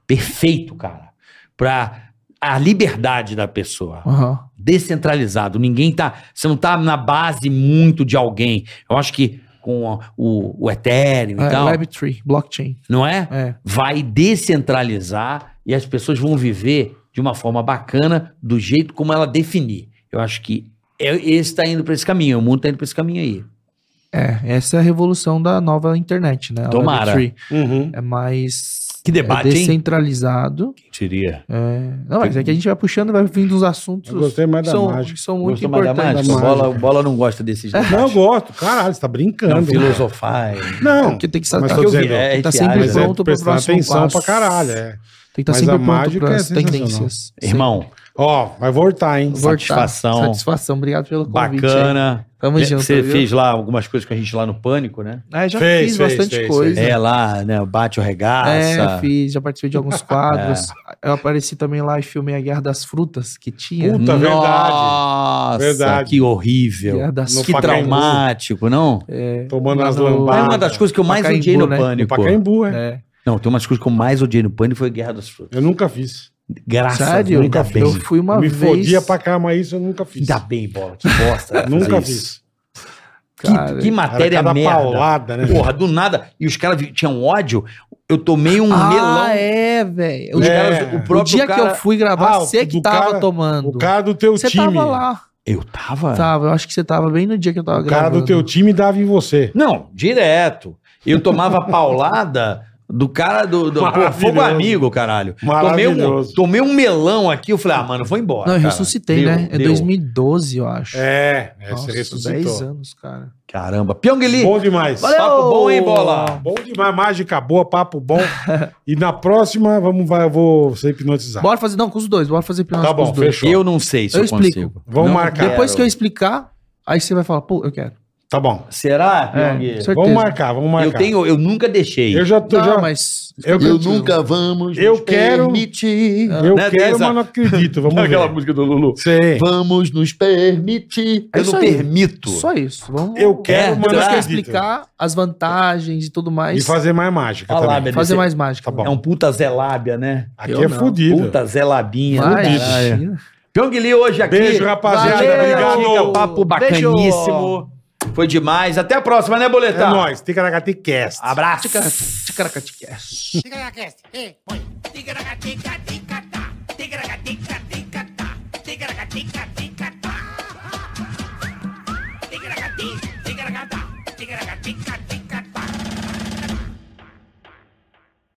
B: perfeito, cara, para a liberdade da pessoa.
D: Aham.
B: Descentralizado, ninguém tá, você não tá na base muito de alguém. Eu acho que com a- o, o Ethereum e
D: É,
B: tal,
D: Web3, blockchain.
B: não é?
D: É.
B: vai descentralizar e as pessoas vão viver de uma forma bacana, do jeito como ela definir. Eu acho que é- esse está indo para esse caminho, o mundo está indo para esse caminho aí.
D: É, essa é a revolução da nova internet, né? A
B: Tomara.
D: Web3.
C: Uhum.
D: É mais
B: Que debate,
D: é
B: hein?
D: descentralizado.
A: Quem diria?
D: É, Não, mas é que a gente vai puxando, vai vindo uns assuntos
C: Eu gostei mais
D: que
C: da
D: são,
C: mágica.
D: que são muito
B: Gostou mais da
D: importantes.
B: mágica?
C: Da mágica.
B: Bola, bola não gosta desses
C: Não, eu
B: debates.
C: gosto. Caralho, você tá brincando.
B: Não
C: Não,
B: filosofar.
C: não
D: Porque tem que estar
C: Mas
D: tá
C: tô
D: que eu vi,
C: dizendo,
D: é, tá
B: é,
D: sempre
C: mas é
D: pronto pro
C: prestar
D: próximo
C: atenção
D: passo.
C: pra caralho. É.
D: Tem que estar
C: Mas a
D: sempre pronto
C: mágica é
D: para as
C: sensacional.
D: tendências.
B: Irmão,
C: Ó, vai voltar, hein?
D: Voltar.
B: satisfação.
D: Satisfação, obrigado pelo convite. aí.
B: bacana.
D: Tamo junto.
B: Você
D: viu?
B: fez lá algumas coisas com a gente lá no Pânico, né?
D: É, já
C: Fez,
D: fiz
C: fez,
D: bastante
C: fez,
D: coisa.
B: É, lá, né? o Bate o
D: É,
B: regaça.
D: fiz, já participei de
C: É.
D: alguns quadros. Eu apareci também lá e filmei a Guerra das Frutas, que tinha.
C: Puta,
B: Nossa,
C: verdade. Verdade.
B: que horrível.
D: Guerra das
C: No
B: que
C: Pacaembu.
B: traumático, não?
C: Tomando
D: Lá
C: as
D: no-
B: É
C: lambadas.
B: uma das coisas que eu mais
D: Pacaembu,
B: odiei no
D: né?
C: No
B: Pânico.
C: Pacaembu, é.
D: É.
B: Não, tem umas coisas que eu mais odiei no Pânico foi Guerra das Frutas.
C: Eu nunca fiz.
B: Graças a Deus.
D: Sério?
B: Ainda bem.
D: Eu fui uma
C: Me
D: vez.
C: fodia pra cá, mas isso eu nunca fiz.
B: Ainda bem, bola. Que bosta. né, fazer
C: Nunca
B: isso.
C: fiz.
B: Que,
D: Cara,
B: que matéria
C: Era cada
B: merda.
C: paulada, né?
B: Porra, do nada. E os caras vi- tinham ódio. Eu tomei um
D: ah,
B: melão.
D: é, velho.
B: Os
C: É.
B: caras- o
D: O
B: próprio
D: dia
B: cara...
D: que eu fui gravar,
C: Ah, o-
D: você que
C: do
D: tava
C: cara-
D: tomando.
C: O cara do teu
D: você
C: time.
D: tava lá.
B: eu... tava?
D: Tava, eu acho que você tava bem no dia que eu tava
C: O cara
D: gravando.
C: do teu time dava em você.
B: Não, direto. Eu tomava paulada do cara do, do pô,
C: Maravilhoso.
B: fogo amigo, caralho. Tomei um,
C: Maravilhoso.
B: tomei um melão aqui, eu falei, ah, mano, vou embora.
D: Não, eu
B: cara.
D: ressuscitei,
B: Deu,
D: né? É
B: deu.
D: 2012, eu acho.
C: É, é
D: Nossa,
C: você
D: 10
C: ressuscitou.
D: anos, cara.
B: Caramba. Pyongyi,
C: Bom demais.
B: Valeu. papo bom, hein, Bola?
C: Bom demais, mágica boa, papo bom. e na próxima, vamos, vai, eu vou ser hipnotizado.
D: Bora fazer, não, com os dois. Bora fazer hipnose
C: Tá
D: com
C: bom,
D: os dois.
C: fechou.
B: eu não sei se eu,
D: Eu explico.
B: consigo.
C: Vamos
B: Não
C: marcar.
B: quero.
D: Depois que eu explicar, aí você vai falar, pô, eu quero.
C: Tá bom.
B: Será,
D: É,
B: Pyongyi?
D: certeza.
C: Vamos marcar, vamos marcar.
B: eu tenho, eu nunca deixei.
C: é, Eu já tô.
D: Não,
C: já,
D: mas...
C: Eu,
B: vamos
C: Eu quero-
B: permitir.
C: eu
B: Né,
C: quero,
B: Denza?
C: mas não acredito. Vamos ver.
E: Aquela música do Lulu.
C: Sei.
B: Vamos nos permitir.
D: É
B: eu
D: isso
B: não
D: aí.
B: permito.
D: Só isso. Vamos...
C: Eu quero,
B: É,
C: mas
D: Depois
C: não
D: que eu
C: acredito.
D: explicar as vantagens e tudo
C: E
D: mais, fazer,
C: fazer mais mágica
B: Olha lá,
C: também.
B: Benício.
D: mais mágica.
C: Tá bom.
B: É um puta Zé Lábia, né?
C: Aqui
D: Eu
C: é
D: não.
C: fodido.
B: Puta Zé Labinha.
D: Vai,
B: caralho.
D: imagina.
B: Pyong Lee hoje aqui.
C: Beijo, rapaziada.
B: Valeu,
C: Obrigado.
B: Dica, papo bacaníssimo. Foi demais. Até a próxima, né,
C: É
B: Boletar?
C: nóis. Ticaracatecast.
B: Abraço.
D: Ticaracaticast.
F: Ticaracast, ei, põe. Ticaracatecate.